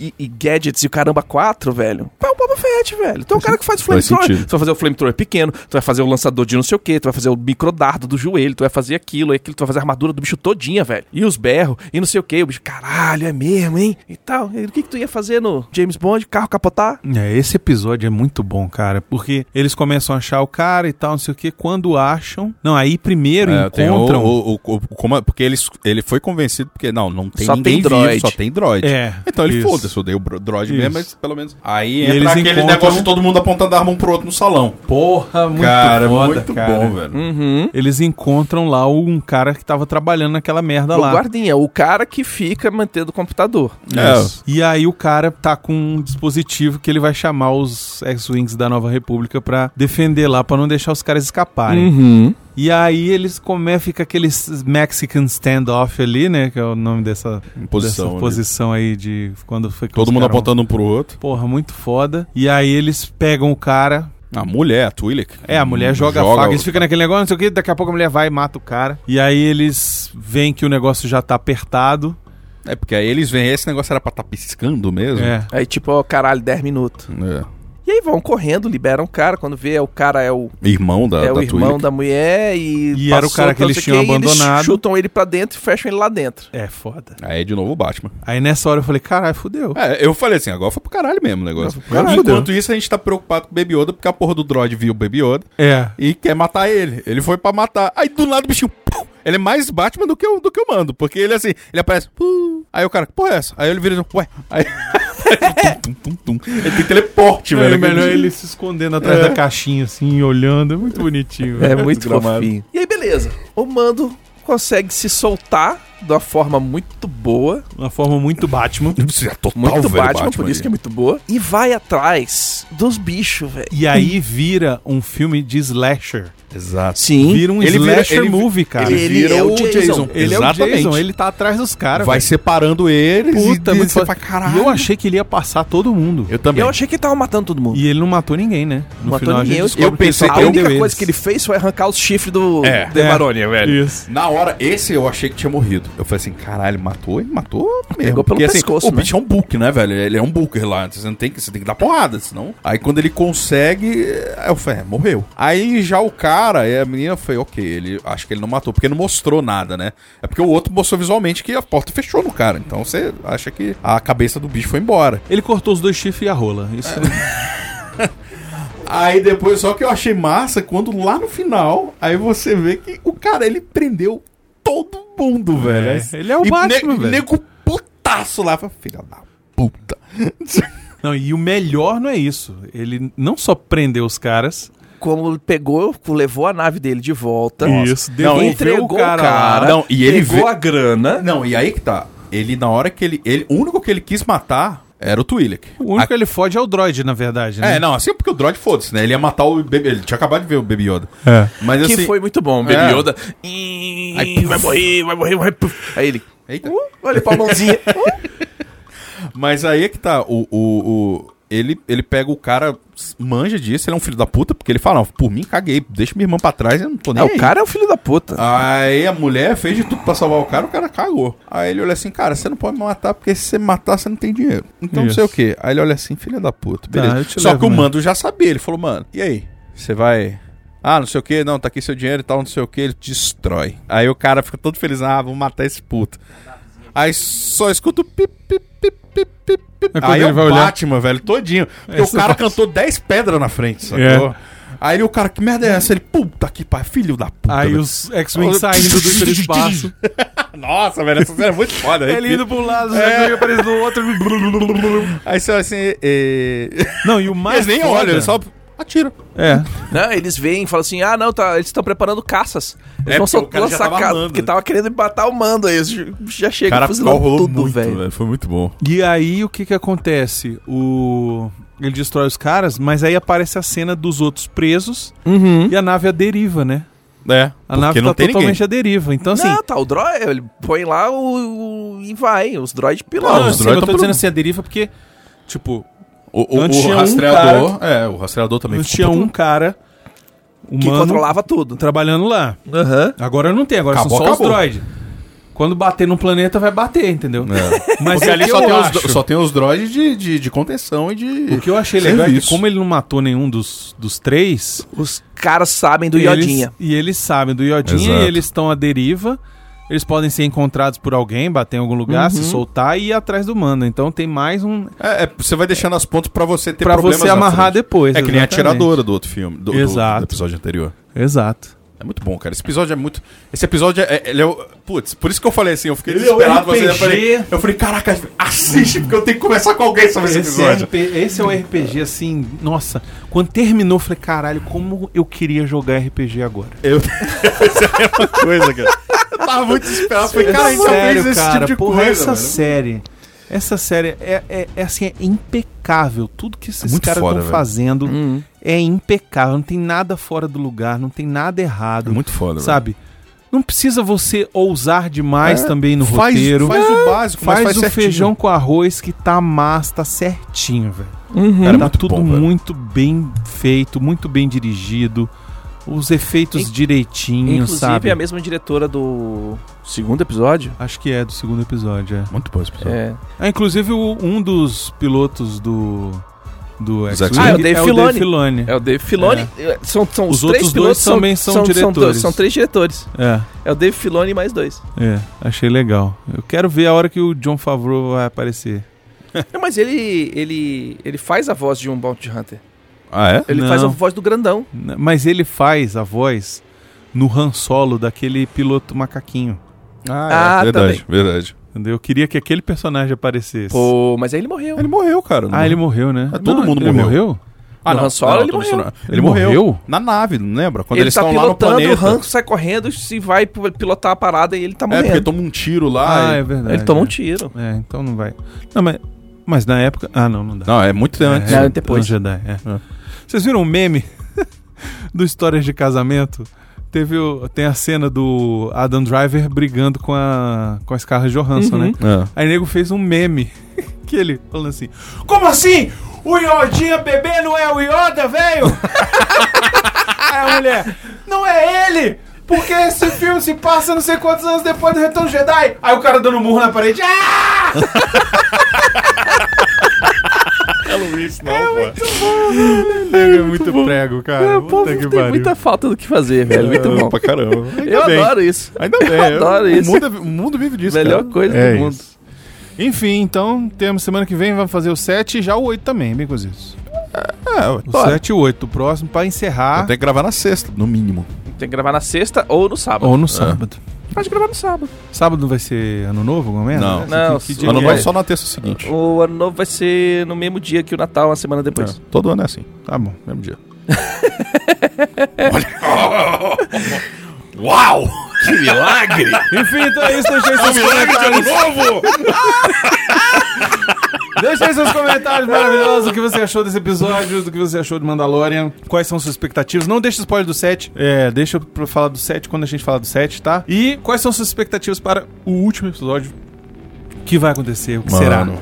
S1: e, e gadgets e o caramba quatro, velho, é o Boba Boba Fett, velho. Tu é um cara que faz
S5: Faz
S1: flamethrower.
S5: sentido.
S1: Tu vai fazer o flamethrower pequeno, tu vai fazer o lançador de não sei o que, tu vai fazer o microdardo do joelho, tu vai fazer aquilo, e aquilo, tu vai fazer a armadura do bicho todinha, velho. E os berros, e não sei o que. O bicho, caralho, é mesmo, hein? E tal. E o que, que tu ia fazer no James Bond? Carro capotar?
S2: É, esse episódio é muito bom, cara, porque eles começam a achar o cara e tal, não sei o que, quando acham. Não, aí primeiro
S6: É,
S1: um
S6: tem o,
S2: encontram.
S6: o, o, o- como é- porque ele, ele foi convencido porque não, não tem
S1: Só tem
S6: ninguém vivo,
S1: droid.
S6: só tem droid.
S2: É,
S6: Então ele
S2: isso.
S6: foda-se, eu dei o bro- droid
S2: Isso.
S6: mesmo, mas pelo menos. Aí
S2: E
S6: entra
S2: eles
S6: aquele
S2: encontram-
S6: negócio de todo mundo apontando a arma um pro outro no salão.
S2: Porra, muito
S6: cara, é
S2: foda,
S6: muito
S2: cara. Hum,
S6: bom, velho.
S1: Uhum.
S2: Eles encontram lá um cara que tava trabalhando naquela merda
S1: O
S2: lá.
S1: guardinha, o cara que fica mantendo o computador.
S6: É,
S2: E aí o cara tá com um dispositivo que ele vai chamar os X-Wings da Nova República pra defender lá, pra não deixar os caras escaparem.
S1: Uhum.
S2: E aí eles comem, fica aquele Mexican standoff ali, né, que é o nome dessa
S6: posição.
S2: dessa
S6: né?
S2: posição aí de quando foi que
S6: Todo
S2: os
S6: mundo
S2: caras-
S6: apontando um pro outro.
S2: Porra, muito foda. E aí eles pegam o cara.
S6: A mulher, a Twi'lek.
S2: É, a mulher joga, a faca, eles ficam naquele negócio, não sei o que, daqui a pouco a mulher vai e mata o cara. E aí eles veem que o negócio já tá apertado.
S6: É, porque aí eles vêm, esse negócio era pra tá piscando mesmo.
S2: É.
S1: Aí, tipo, ó, caralho, 10 minutos.
S6: É.
S1: E aí vão correndo, liberam o cara. Quando vê, é o cara é o
S6: Irmão da,
S1: é o
S6: da
S1: irmão
S6: Twi'lek.
S1: da mulher e.
S2: E era o cara que
S1: tanto
S2: eles tinham
S1: e
S2: abandonado.
S1: Eles chutam ele pra dentro e fecham ele lá dentro.
S2: É foda.
S6: Aí de novo o Batman.
S2: Aí nessa hora eu falei, caralho, fudeu.
S6: É, eu falei assim, agora foi pro caralho mesmo o negócio.
S2: caralho.
S6: Enquanto isso, a gente tá preocupado com o Baby Yoda, porque a porra do droid viu o Baby Yoda
S2: É.
S6: e quer matar ele. Ele foi pra matar. Aí do nada o bichinho. pum! ele é mais Batman do que, eu, do que eu mando. Porque ele assim, ele aparece. pum! aí o cara, que porra é essa? Aí ele vira e diz, ué. Aí. tum, tum, tum, tum. Ele tem teleporte, velho.
S2: é melhor
S6: aquele
S2: ele se escondendo atrás da caixinha, assim, olhando. É muito bonitinho.
S1: É muito
S6: Desgramado.
S1: fofinho. E aí, beleza. O mando consegue se soltar de uma forma muito boa.
S2: Uma forma muito Batman.
S6: bichinho. É total,
S1: Muito
S6: velho,
S1: Batman, por isso que é
S6: ali.
S1: muito boa. E vai atrás dos bichos, velho.
S2: E aí vira um filme de slasher.
S6: Exato.
S1: Sim.
S2: Vira um
S6: Ele vira-
S2: slasher
S6: ele vi-
S2: movie, cara.
S6: Ele,
S1: Ele
S6: vira
S1: é
S6: o
S1: o
S6: Jason.
S1: Jason.
S2: Ele é o
S6: Exatamente.
S2: Jason, ele tá atrás dos caras.
S6: Vai
S2: velho.
S6: separando eles
S2: Puta,
S6: e,
S2: muito
S6: você
S2: foda.
S6: fala,
S2: E
S6: caralho.
S2: eu achei que ele ia passar todo mundo.
S6: Eu também.
S1: Eu achei que ele tava matando todo mundo.
S2: um E ele não matou ninguém, né? No
S1: Matou
S2: final
S1: ninguém,
S2: a
S1: eu-
S2: gente descobre
S6: eu pensei-
S2: que
S1: a
S2: ele só
S1: única
S2: prendeu
S1: coisa
S2: eles.
S1: que ele fez foi arrancar os chifres do
S6: É.
S1: De Maroni, velho.
S2: Isso.
S6: Na hora, esse eu achei que tinha morrido. Eu falei assim, caralho, matou? Ele matou mesmo.
S1: Pegou pelo
S6: assim,
S1: pescoço,
S6: O
S1: né?
S6: bicho é um book, né, velho? Ele é um booker lá. Você, não tem que, você tem que dar porrada, senão... Aí quando ele consegue, aí eu falei, é, morreu. Aí já o cara, e a menina foi, ok, ele, acho que ele não matou, porque não mostrou nada, né? É porque o outro mostrou visualmente que a porta fechou no cara. Então você acha que a cabeça do bicho foi embora.
S2: Ele cortou os dois chifres e a rola. Isso
S6: É. Aí depois, só que eu achei massa quando lá no final, aí você vê que o cara, ele prendeu todo mundo, velho. Aí
S2: Ele é o
S6: E
S2: Batman,
S6: ne-
S2: velho.
S6: Nego putaço lá. Falei, Filha da puta.
S2: Não, e o melhor não é isso. Ele não só prendeu os caras,
S1: Como ele pegou, levou a nave dele de volta.
S2: Isso,
S6: um
S2: devolveu
S1: entregou
S2: o cara lá.
S6: Não, e ele
S1: pegou
S6: vê-
S1: a grana.
S6: Não, e aí que tá. Ele, na hora que ele. ele o único que ele quis matar era o Twi'lek.
S2: o único
S6: A-
S2: que ele fode é o droid, na verdade, né?
S6: É, não, assim porque o droid foda-se, né? Ele ia matar o bebê. Ele tinha acabado de ver o Baby Yoda.
S2: É.
S6: Mas
S1: Que
S6: assim.
S1: foi muito bom, Baby
S6: É.
S1: Yoda. Ih,
S6: Aí, puf.
S1: vai morrer, vai morrer, vai morrer. puf. Aí ele.
S6: Eita.
S1: Uh, olha pra mãozinha. Uh.
S6: Mas aí é que tá. O. o, o- ele, ele pega o cara, manja disso, ele é um filho da puta, porque ele fala, não, por mim caguei, deixa minha irmã pra trás, eu não tô nem
S1: É,
S6: aí.
S1: o cara é um filho da puta.
S6: Aí a mulher fez de tudo pra salvar o cara, o cara cagou. Aí ele olha assim, cara, você não pode me matar, porque se você me matar, você não tem dinheiro. Então não sei o
S2: Isso.
S6: quê. Aí ele olha assim, filha da
S2: Tá,
S6: puta, beleza.
S2: eu te
S6: Só
S2: levo
S6: que o
S2: mesmo.
S6: mando já sabia, ele falou, mano, e aí? Você vai... Ah, não sei o que, não, tá aqui seu dinheiro e tal, não sei o que, ele destrói. Aí o cara fica todo feliz, ah, vou matar esse puto. Aí só escuta o pip, pip, pip, pip, pip, pip.
S2: Aí quando
S6: Aí é
S2: ele
S6: o
S2: vai olhar-
S6: Batman, velho, todinho.
S2: Esse
S6: Porque
S2: é
S6: o cara
S2: Batman.
S6: cantou 10 pedras na frente, sacou?
S2: É.
S6: Aí o cara, que merda é essa? Ele, puta que pai, filho da puta.
S2: Aí
S6: velho."
S2: os X-Men saindo do hiperespaço.
S6: Nossa, velho, essa cena é muito foda.
S2: ele indo pra um lado, os
S6: É.
S2: X-Men aparecendo do outro.
S6: Aí você olha assim. É...
S2: Não, e o mais
S6: Eles nem
S2: foda-
S6: olham, eles só atira.
S2: É.
S1: Não, eles vêm e falam assim: ah, não, tá, eles estão preparando caças. Eles
S6: É,
S1: vão
S6: porque o
S1: soltar
S6: cara já tava
S1: ca-
S6: armando. né?
S1: Porque tava querendo matar o mando aí. eles Já chega fuzilando tudo, velho.
S6: Foi muito né? bom.
S2: E aí o que que acontece? O ele destrói os caras, mas aí aparece a cena dos outros presos
S6: Hum?
S1: Uhum.
S2: e a nave à deriva, né?
S6: É,
S2: A nave tá totalmente à deriva. Então assim,
S1: não, tá, o droid, ele põe lá o, o- e vai, os droids
S2: Não,
S6: Não,
S1: pilotam.
S6: os
S2: assim,
S6: droids
S2: eu
S6: tão
S2: tô
S6: pro-
S2: dizendo assim, a deriva porque, tipo,
S6: O, o-
S2: Antes
S6: o
S2: tinha um
S6: rastreador. É, o rastreador também.
S2: não
S6: ficou
S2: tinha
S6: puto.
S2: um cara
S1: que
S2: humano
S1: controlava tudo.
S2: trabalhando lá.
S1: Aham.
S2: Agora não tem, agora
S6: Acabou,
S2: são só
S6: acabou.
S2: os droids. Quando bater num planeta, vai bater, entendeu? Mas
S6: É. Porque
S2: o
S6: ali
S2: que
S6: só
S2: um, eu
S6: tem,
S2: acho-
S6: os, só tem os droids de, de, de contenção e de.
S2: O que eu achei legal é que,
S6: Serviço.
S2: como ele não matou nenhum dos, dos três,
S1: Os caras sabem do
S2: eles-
S1: Iodinha.
S2: E eles sabem do Iodinha
S6: Exato.
S2: e eles estão à deriva. Eles podem ser encontrados por alguém, bater em algum lugar, se soltar e ir atrás do mando. Então tem mais um.
S6: É, é, você vai deixando as pontas pra você ter
S2: pra
S6: problemas
S2: você
S6: na
S2: amarrar
S6: frente.
S2: depois.
S6: É que nem a
S2: exatamente.
S6: tiradora do outro filme, do, do-
S2: Exato.
S6: do episódio anterior.
S2: Exato.
S6: É muito bom, cara. Esse episódio é muito. Esse episódio é. é- Ele é o... Putz, por isso que eu falei assim, eu fiquei desesperado. mas eu, falei, eu falei, caraca, assiste, porque eu tenho que conversar com alguém sobre esse, episódio.
S2: RP esse é o RPG, assim, nossa. Quando terminou, eu falei, caralho, como eu queria jogar RPG agora.
S6: Eu pensei a mesma coisa, cara. Eu tava muito desesperado. Eu falei, cara, ainda fez esse tipo de
S2: porra,
S6: coisa.
S2: essa
S6: mano.
S2: série. Essa série é, é, é, assim, é impecável. Tudo que esses
S6: muito
S2: caras
S6: foda,
S2: estão
S6: velho.
S2: fazendo
S6: Uhum.
S2: é impecável. Não tem nada fora do lugar, não tem nada errado.
S6: É muito foda, velho.
S2: Sabe? Não precisa você ousar demais também no
S6: É. faz,
S2: roteiro.
S6: Faz o básico, mas
S2: Faz
S6: faz
S2: o
S6: certinho.
S2: feijão com arroz que tá massa, tá certinho, velho.
S1: Uhum.
S6: Cara, é
S2: tá
S6: muito
S2: tudo
S6: bom, velho.
S2: muito bem feito, muito bem dirigido. Os efeitos
S1: Inc-
S2: direitinho,
S1: Inclusive,
S2: Uhum,
S1: é
S2: sabe?
S1: a mesma diretora do segundo episódio.
S2: Acho que é do segundo episódio, é.
S6: Muito bom esse episódio.
S1: É.
S2: Ah, inclusive, o- um dos pilotos do. Do
S6: Dos
S2: X-Wing
S6: X-Wing.
S1: Ah, é o Dave Filoni.
S2: Filoni.
S1: É o Dave Filoni. São, são os,
S2: Os
S1: três
S2: outros dois
S1: pilotos
S2: também são
S1: dois-
S2: diretores.
S1: São, três diretores.
S2: É,
S1: É o Dave Filoni e mais dois.
S2: é, achei legal. Eu quero ver a hora que o John Favreau vai aparecer.
S1: Não, mas ele, ele, ele faz a voz de um Bounty Hunter.
S6: Ah, é?
S1: Ele
S2: Não.
S1: faz a voz do grandão.
S2: N- Mas ele faz a voz no Han Solo daquele piloto macaquinho.
S1: Ah,
S6: verdade, verdade.
S2: Entendeu? Eu queria que aquele personagem aparecesse.
S1: Pô, mas aí ele morreu.
S6: Ele morreu, cara. não
S2: Ah, ele
S6: morreu.
S2: morreu, né?
S6: Ah, todo mundo
S2: ele
S6: morreu.
S2: morreu.
S6: Ah,
S1: No Han Solo, ele
S6: todo mundo
S1: morreu.
S6: não. Ele,
S2: Ele
S6: morreu.
S2: morreu?
S6: Na nave, não lembra? Quando
S1: ele
S6: eles
S1: tá
S6: estão lá no
S1: pilotando, o
S6: planeta.
S1: Han sai correndo e vai p- pilotar a parada e ele tá
S6: é,
S1: morrendo.
S6: porque toma um tiro lá. e-
S2: verdade.
S1: ele toma um
S2: né?
S1: tiro.
S2: É, então não vai. Não, mas, mas na época. Ah, não, não dá.
S6: Não, é muito antes.
S1: Não, depois.
S2: Não, Jedi, é. Vocês viram o meme do Histórias de Casamento? Teve o- tem a cena do Adam Driver brigando com a, com a Scarlett Johansson, né?
S6: É.
S2: Aí o nego fez um meme que ele falando assim: Como assim? O Iodinha bebê não é o Ioda, velho? Aí a mulher: Não é ele! Porque esse filme se passa não sei quantos anos depois do Retorno Jedi. Aí o cara dando um murro na parede. Ah! É muito prego,
S6: É,
S2: cara.
S1: o povo tem muita falta do que fazer, velho. Muito bom.
S6: pra caramba.
S1: Eu adoro isso.
S6: Ainda bem.
S1: Eu adoro
S6: o
S1: isso.
S6: Mundo, é- o mundo vive disso,
S1: Melhor
S6: cara.
S1: coisa
S6: É
S1: do mundo.
S6: isso.
S2: Enfim, então, temos semana que vem, vamos fazer o 7 e já o 8 também, bem cozidos.
S6: É, Tá eu
S2: O
S1: Bora.
S2: 7 e o 8, o próximo, pra encerrar.
S6: tenho que gravar na sexta, no mínimo.
S1: Tem que gravar na sexta ou no sábado.
S6: Ah.
S2: Ou no sábado.
S1: Pode gravar no sábado.
S2: Sábado vai ser ano novo, alguma merda?
S6: Não.
S1: Não,
S2: que, que dia
S6: Mas não
S2: que
S6: vai
S2: é?
S6: só na terça seguinte.
S1: O ano novo vai ser no mesmo dia que o Natal, uma semana depois.
S6: É, Todo ano é assim.
S2: Tá bom.
S6: Mesmo dia. Olha. Uau! Que milagre!
S2: Enfim, então é isso. Deixei
S6: um
S2: seus
S6: milagre de ano novo!
S2: Deixa aí seus comentários maravilhosos. O que você achou desse episódio? Do que você achou de Mandalorian? Quais são suas expectativas? Não deixa spoiler do 7. É, deixa pra falar do 7 quando a gente falar do 7, tá? E quais são suas expectativas para o último episódio? O que vai acontecer? O que será?
S6: Mano.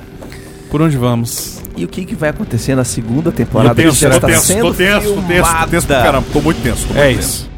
S2: Por onde vamos?
S1: E o que, que vai acontecer na segunda temporada?
S6: Tô tenso,
S1: que já
S6: tô
S1: está
S6: tenso,
S1: sendo
S6: tô tenso, tô tenso, tô tenso pra
S1: filmada.
S6: caramba. Tô muito tenso, tô muito tenso.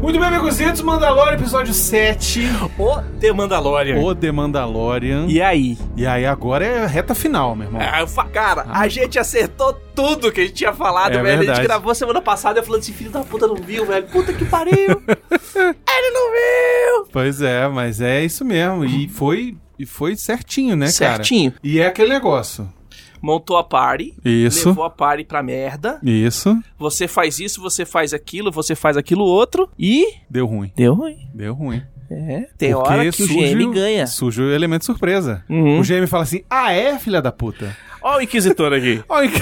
S2: Muito bem, amigos, Mandalorian, episódio 7.
S1: O The Mandalorian.
S2: O The Mandalorian. É.
S1: E aí?
S2: E aí, agora é reta final, meu irmão.
S1: Ah, eu fa- cara, a gente acertou tudo que a gente tinha falado,
S2: É
S1: velho. A
S2: verdade.
S1: gente gravou semana passada eu falando assim, filho da puta não viu, velho. Puta que pariu.
S2: Pois é, mas é isso mesmo. E foi, e foi certinho, né, cara?
S1: Certinho.
S2: E é aquele negócio.
S1: Montou a party,
S2: Isso,
S1: levou a party pra merda.
S2: isso.
S1: Você faz isso, você faz aquilo, você faz aquilo outro e.
S2: Deu ruim,
S1: Deu ruim.
S2: deu ruim.
S1: É. Tem hora que o
S2: surge
S1: GM ganha.
S2: Surge o elemento surpresa.
S1: Uhum.
S2: O GM fala assim, ah é, filha da puta?
S1: Ó o Inquisitor aqui.
S2: Olha aqui,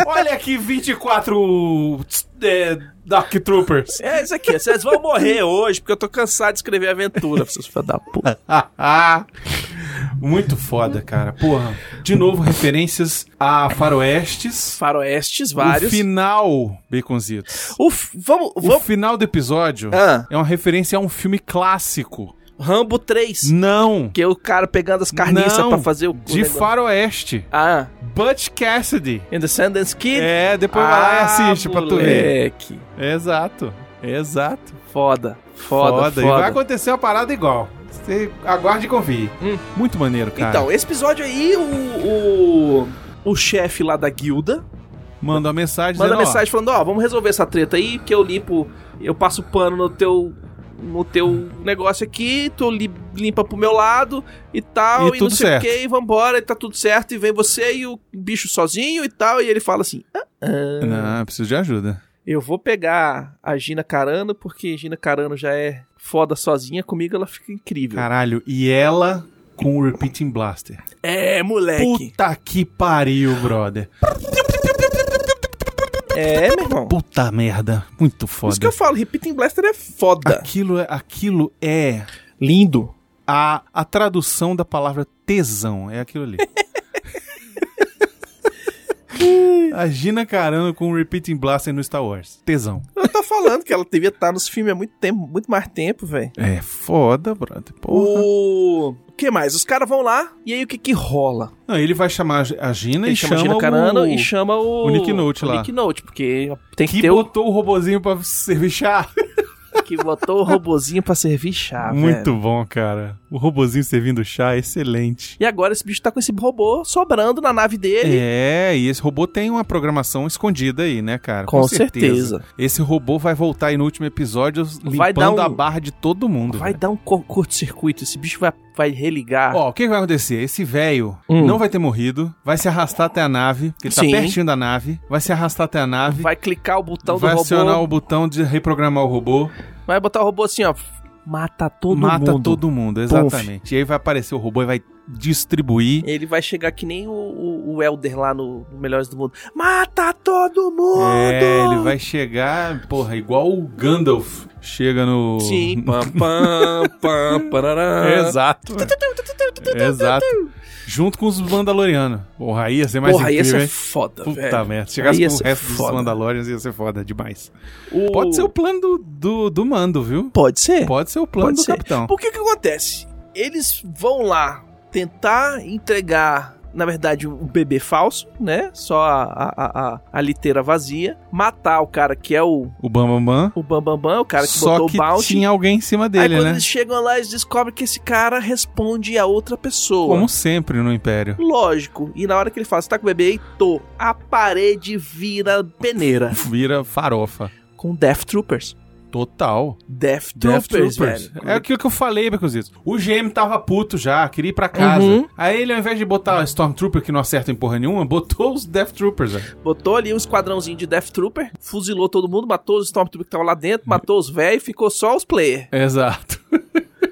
S2: Olha aqui 24 é, Dark Troopers.
S1: É isso aqui, vocês vão morrer hoje, porque eu tô cansado de escrever aventura, pra vocês filhos da puta.
S2: Muito foda, cara. Porra, de novo referências a faroestes.
S1: Faroestes, vários.
S2: O final, Baconzitos.
S1: O f- Vamos.
S2: O
S1: vamos...
S2: final do episódio
S1: Ah,
S2: é uma referência a um filme clássico.
S1: Rambo 3.
S2: Não,
S1: Que é o cara pegando as carniças
S2: Não,
S1: pra fazer o. o
S2: de
S1: negócio.
S2: faroeste.
S1: Ah,
S2: Butch Cassidy.
S1: In the Sundance Kid. Ah,
S2: É, depois vai lá e assiste pra tu ver.
S1: tu ver.
S2: Exato, exato.
S1: Foda, foda, foda.
S2: E vai acontecer uma parada igual. Você aguarde e confie.
S1: Hum.
S2: Muito maneiro, cara.
S1: Então, esse episódio aí, o. o... O chefe lá da guilda
S2: Manda uma mensagem
S1: manda
S2: Tá dizendo, ó,
S1: mensagem falando: Ó, vamos resolver essa treta aí, porque eu limpo, eu passo pano no teu no teu negócio aqui, tu li- limpa pro meu lado e tal,
S2: E
S1: não
S2: tudo
S1: sei
S2: certo.
S1: o que, e vambora, e tá tudo certo, e vem você e o bicho sozinho e tal, e ele fala assim: "Ah, ah,
S2: Não, eu preciso de ajuda.
S1: Eu vou pegar a Gina Carano, porque Gina Carano já é foda sozinha, comigo ela fica incrível.
S2: Caralho, e ela com o Repeating Blaster.
S1: É, moleque.
S2: Puta que pariu, brother.
S1: É, meu irmão.
S2: Puta merda. Muito
S1: Por
S2: foda.
S1: Isso que eu falo, Repeating Blaster é foda.
S2: Aquilo é, aquilo é
S1: Lindo.
S2: a, a tradução da palavra tesão. É aquilo ali. A Gina Carano com o Repeating Blaster no Star Wars. Tesão.
S1: Eu tô falando que ela devia estar nos filmes há muito tempo, muito mais tempo, velho.
S2: É foda, brother. Porra.
S1: O... o que mais? Os caras vão lá e aí o que que rola?
S2: Não, ele vai chamar a Gina
S1: Ele
S2: e
S1: chama,
S2: chama,
S1: a Gina
S2: o...
S1: Carano e chama o...
S2: o Nick Note
S1: o
S2: lá.
S1: Nick Note, porque tem que,
S2: que
S1: ter o...
S2: botou o robozinho pra servir chá.
S1: que botou o robozinho pra servir chá, velho.
S2: Muito bom, cara. O robozinho servindo chá, excelente.
S1: E agora esse bicho tá com esse robô sobrando na nave dele.
S2: É, e esse robô tem uma programação escondida aí, né, cara?
S1: Com, certeza.
S2: Esse robô vai voltar aí no último episódio
S1: Vai dar
S2: limpando
S1: um-
S2: a barra de todo mundo.
S1: Vai
S2: velho.
S1: dar um cur- curto-circuito, esse bicho vai, vai religar.
S2: Ó, o que que vai acontecer? Esse velho
S1: Hum.
S2: não vai ter morrido, vai se arrastar até a nave, porque ele
S1: Sim.
S2: tá pertinho da nave, vai se arrastar até a nave,
S1: Vai clicar o botão
S2: vai
S1: do
S2: acionar
S1: robô.
S2: o botão de reprogramar o robô,
S1: Vai botar o robô assim, ó. Mata todo
S2: mata
S1: mundo.
S2: todo mundo, exatamente. E aí vai aparecer o robô e vai distribuir.
S1: Ele vai chegar que nem o, o, o Elder lá no Melhores do Mundo. Mata todo mundo!
S2: É, ele vai chegar, porra, igual o Gandalf chega no.
S1: Sim. pam, pam, pam, parará.
S2: Exato. Exato. Junto com os Mandalorianos. Porra, aí ia ser mais
S1: Porra,
S2: incrível,
S1: esse é
S2: hein?
S1: foda,
S2: Puta
S1: velho.
S2: merda. Se chegasse
S1: Aí ia
S2: com o
S1: ser
S2: resto
S1: foda.
S2: dos Mandalorians, ia ser foda demais.
S1: O-
S2: Pode ser o plano do, do, do mando, viu?
S1: Pode ser?
S2: Pode ser o plano
S1: É. Pode
S2: do
S1: ser.
S2: capitão.
S1: Por que que acontece? Eles vão lá tentar entregar, na verdade, o bebê falso, né? Só a, a, a, a liteira vazia. Matar o cara que é o,
S2: O Bam Bam Bam.
S1: o Bambambam, Bam Bam, o cara que
S2: Só
S1: botou
S2: que
S1: o bounty.
S2: tinha alguém em cima
S1: Aí
S2: dele,
S1: quando
S2: né?
S1: eles chegam lá, eles descobrem que esse cara responde a outra pessoa.
S2: Como sempre no Império.
S1: Lógico. E na hora que ele fala, você tá com o bebê aí? Tô. A parede vira peneira.
S2: Vira farofa.
S1: Com Death Troopers.
S2: Total.
S1: Death
S2: Death
S1: Troopers,
S2: Troopers.
S1: velho.
S2: É aquilo que eu falei, Becozito. O GM tava puto já, queria ir pra casa.
S1: Uhum.
S2: Aí ele, ao invés de botar o Stormtrooper, que não acerta em porra nenhuma, botou os Death Troopers. velho.
S1: Botou ali um esquadrãozinho de Death Trooper, fuzilou todo mundo, matou os Stormtroopers que estavam lá dentro, matou os velhos, ficou só os player.
S2: Exato.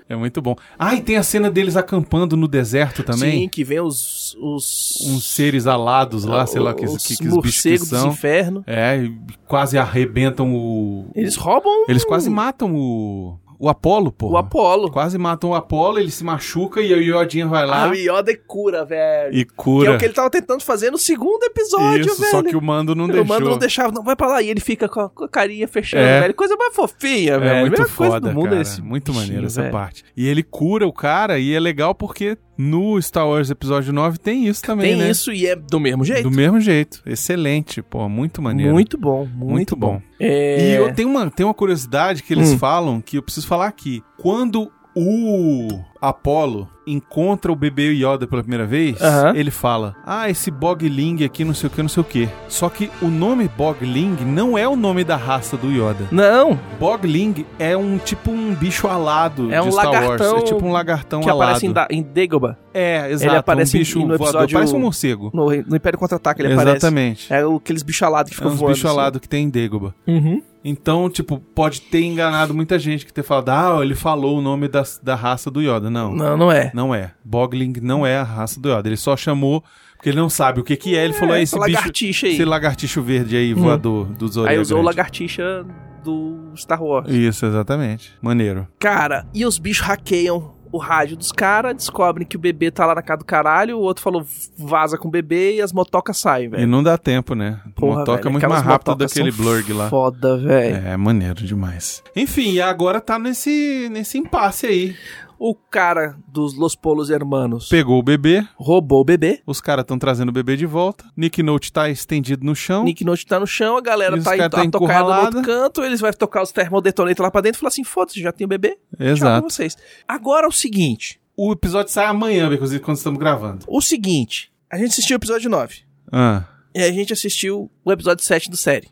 S2: é muito bom. Ah, e tem a cena deles acampando no deserto também.
S1: Sim, que vem os... os
S2: Uns seres alados lá, sei lá que,
S1: os
S2: que, que os bichos que
S1: morcegos dos
S2: são.
S1: inferno.
S2: É, e quase arrebentam o...
S1: Eles roubam
S2: Eles quase matam o... O Apolo, pô.
S1: o Apolo.
S2: Quase matam o Apolo, ele se machuca e aí o Yodinha vai
S1: A
S2: lá
S1: Yoda é cura, velho.
S2: e
S1: Que
S2: cura.
S1: é o que ele tava tentando fazer no segundo episódio,
S2: Isso,
S1: velho.
S2: só que o Mando não
S1: o
S2: deixou.
S1: mando não deixava, não, vai pra lá. E ele fica com a, com a carinha fechando,
S2: É.
S1: velho. Coisa mais fofinha, velho.
S2: É
S1: A
S2: muito
S1: melhor coisa
S2: foda,
S1: do mundo
S2: cara.
S1: é esse
S2: muito
S1: bichinho,
S2: maneiro essa
S1: velho.
S2: parte. E ele cura o cara e é legal porque no Star Wars episódio 9 tem isso também,
S1: Tem
S2: né?
S1: isso e é do mesmo jeito.
S2: Do mesmo jeito. Excelente, pô, muito maneiro.
S1: Muito bom, muito,
S2: Muito
S1: bom.
S2: bom.
S1: É...
S2: E eu tenho uma, tenho uma curiosidade que eles
S1: Hum.
S2: falam que eu preciso falar aqui. Quando o Apolo encontra o bebê Yoda pela primeira vez,
S1: Aham.
S2: ele fala: Ah, esse Bogling aqui, não sei o que, não sei o que. Só que o nome Bogling não é o nome da raça do Yoda.
S1: Não,
S2: Bogling é um tipo um bicho alado
S1: É um
S2: de Star
S1: lagartão
S2: Wars. É tipo um lagartão
S1: que
S2: alado.
S1: aparece em, da, em Dagobah.
S2: É, exato.
S1: aparece
S2: um bicho
S1: no
S2: voador,
S1: episódio-
S2: parece um morcego.
S1: No, no Império Contra-Ataque ele aparece.
S2: Exatamente.
S1: É o- aqueles bichos alados que
S2: É
S1: ficam
S2: um
S1: voando.
S2: bicho alado que tem em Dagobah.
S1: assim. Uhum.
S2: Então, tipo, pode ter enganado muita gente que ter falado, ah, ele falou o nome da, da raça do Yoda. Não, não,
S1: Não, não é.
S2: é. Bogling não é a raça do Yoda. Ele só chamou, porque ele não sabe o que que é. Ele falou, é, esse bicho, né,
S1: lagartixa aí.
S2: esse lagartixo verde aí,
S1: Hum.
S2: voador dos orelhas.
S1: Aí usou o
S2: grandes.
S1: lagartixa do Star Wars.
S2: Isso, exatamente. Maneiro.
S1: Cara, e os bichos hackeiam o rádio dos caras, descobrem que o bebê tá lá na casa do caralho, o outro falou vaza com o bebê e as motocas saem,
S2: E
S1: velho.
S2: não dá tempo, né?
S1: Porra,
S2: motoca
S1: velho,
S2: é muito
S1: aquelas
S2: mais rápida
S1: motocas
S2: daquele
S1: são
S2: blurg lá.
S1: Foda, velho.
S2: É, maneiro demais. Enfim, e agora tá nesse, nesse impasse aí.
S1: O cara dos Los Polos Hermanos
S2: Pegou o bebê,
S1: roubou o bebê.
S2: os caras estão trazendo o bebê de volta. Nick Note tá estendido no chão.
S1: Nick Note tá no chão, a
S2: E
S1: galera
S2: os
S1: tá aí
S2: cara tá
S1: tá tocada no outro
S2: encurralada.
S1: canto, eles vão tocar os termodetonator lá pra dentro e falar assim: foda-se, já tem o bebê, tchau pra
S2: Exato.
S1: vocês. Agora é o seguinte:
S2: O episódio sai amanhã, inclusive, quando estamos gravando.
S1: o seguinte, a gente assistiu o episódio 9
S2: Ah,
S1: e a gente assistiu o episódio 7 do série.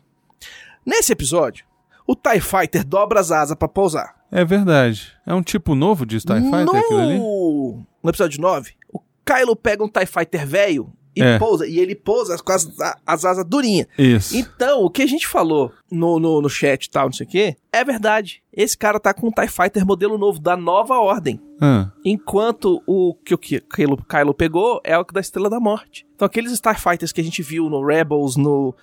S1: Nesse episódio, o TIE Fighter dobra as asas pra pousar.
S2: é verdade. É um tipo novo de TIE Fighter aquilo ali?
S1: no... no episódio 9, o Kylo pega um TIE Fighter velho e
S2: É.
S1: pousa. E ele pousa com as, as asas durinhas.
S2: Isso.
S1: Então, o que a gente falou no, no, no chat e tal, não sei o quê, é verdade. Esse cara tá com um TIE Fighter modelo novo, da nova ordem.
S2: Ah,
S1: Enquanto o que o que- Kylo, Kylo pegou é o da Estrela da Morte. Então, aqueles Star Fighters que a gente viu no Rebels, no,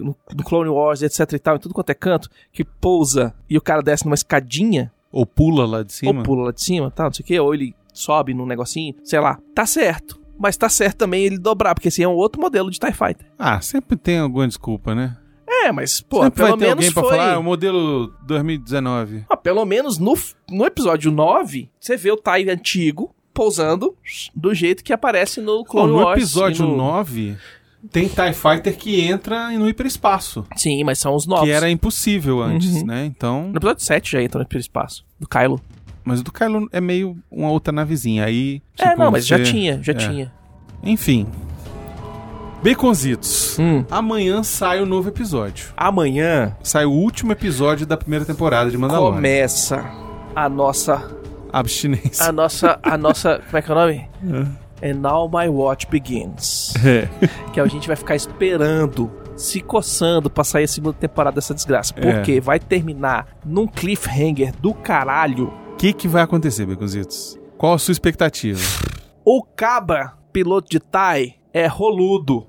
S1: no, no Clone Wars, etc e tal, em tudo quanto é canto, que pousa e o cara desce numa escadinha,
S2: ou pula lá de cima.
S1: ou pula lá de cima, tal, não sei o quê, ou ele sobe num negocinho, sei lá. Tá certo. Mas tá certo também ele dobrar, porque esse é um outro modelo de TIE Fighter.
S2: Ah, sempre tem alguma desculpa, né?
S1: É, mas, pô,
S2: sempre
S1: pelo
S2: vai ter
S1: menos
S2: alguém pra
S1: foi...
S2: falar, ah, o modelo 2019.
S1: Ah, pelo menos no, no episódio 9, você vê o Tai antigo pousando do jeito que aparece no
S2: Bom,
S1: Clone
S2: no
S1: Wars.
S2: episódio
S1: e no-
S2: 9, tem TIE Fighter que entra no hiperespaço,
S1: Sim, mas são os novos.
S2: que era impossível antes,
S1: Uhum.
S2: né? Então.
S1: No episódio 7 já entra no hiperespaço, do Kylo.
S2: Mas o do Kylo é meio uma outra navezinha. Aí.
S1: é,
S2: tipo,
S1: não, mas já
S2: você-
S1: tinha, já
S2: é.
S1: tinha.
S2: Enfim. Baconzitos.
S1: Hum.
S2: Amanhã sai o novo episódio.
S1: Amanhã
S2: Sai o último episódio da primeira temporada de Mandalorian.
S1: começa a nossa.
S2: Abstinência.
S1: A nossa. A nossa. Como é que é o nome? And now my watch begins.
S2: É.
S1: que a gente vai ficar esperando, se coçando pra sair a segunda temporada dessa desgraça.
S2: É.
S1: Porque vai terminar num cliffhanger do caralho.
S2: O que, que vai acontecer, Baconzitos? Qual a sua expectativa?
S1: O Caba, piloto de TIE, é roludo.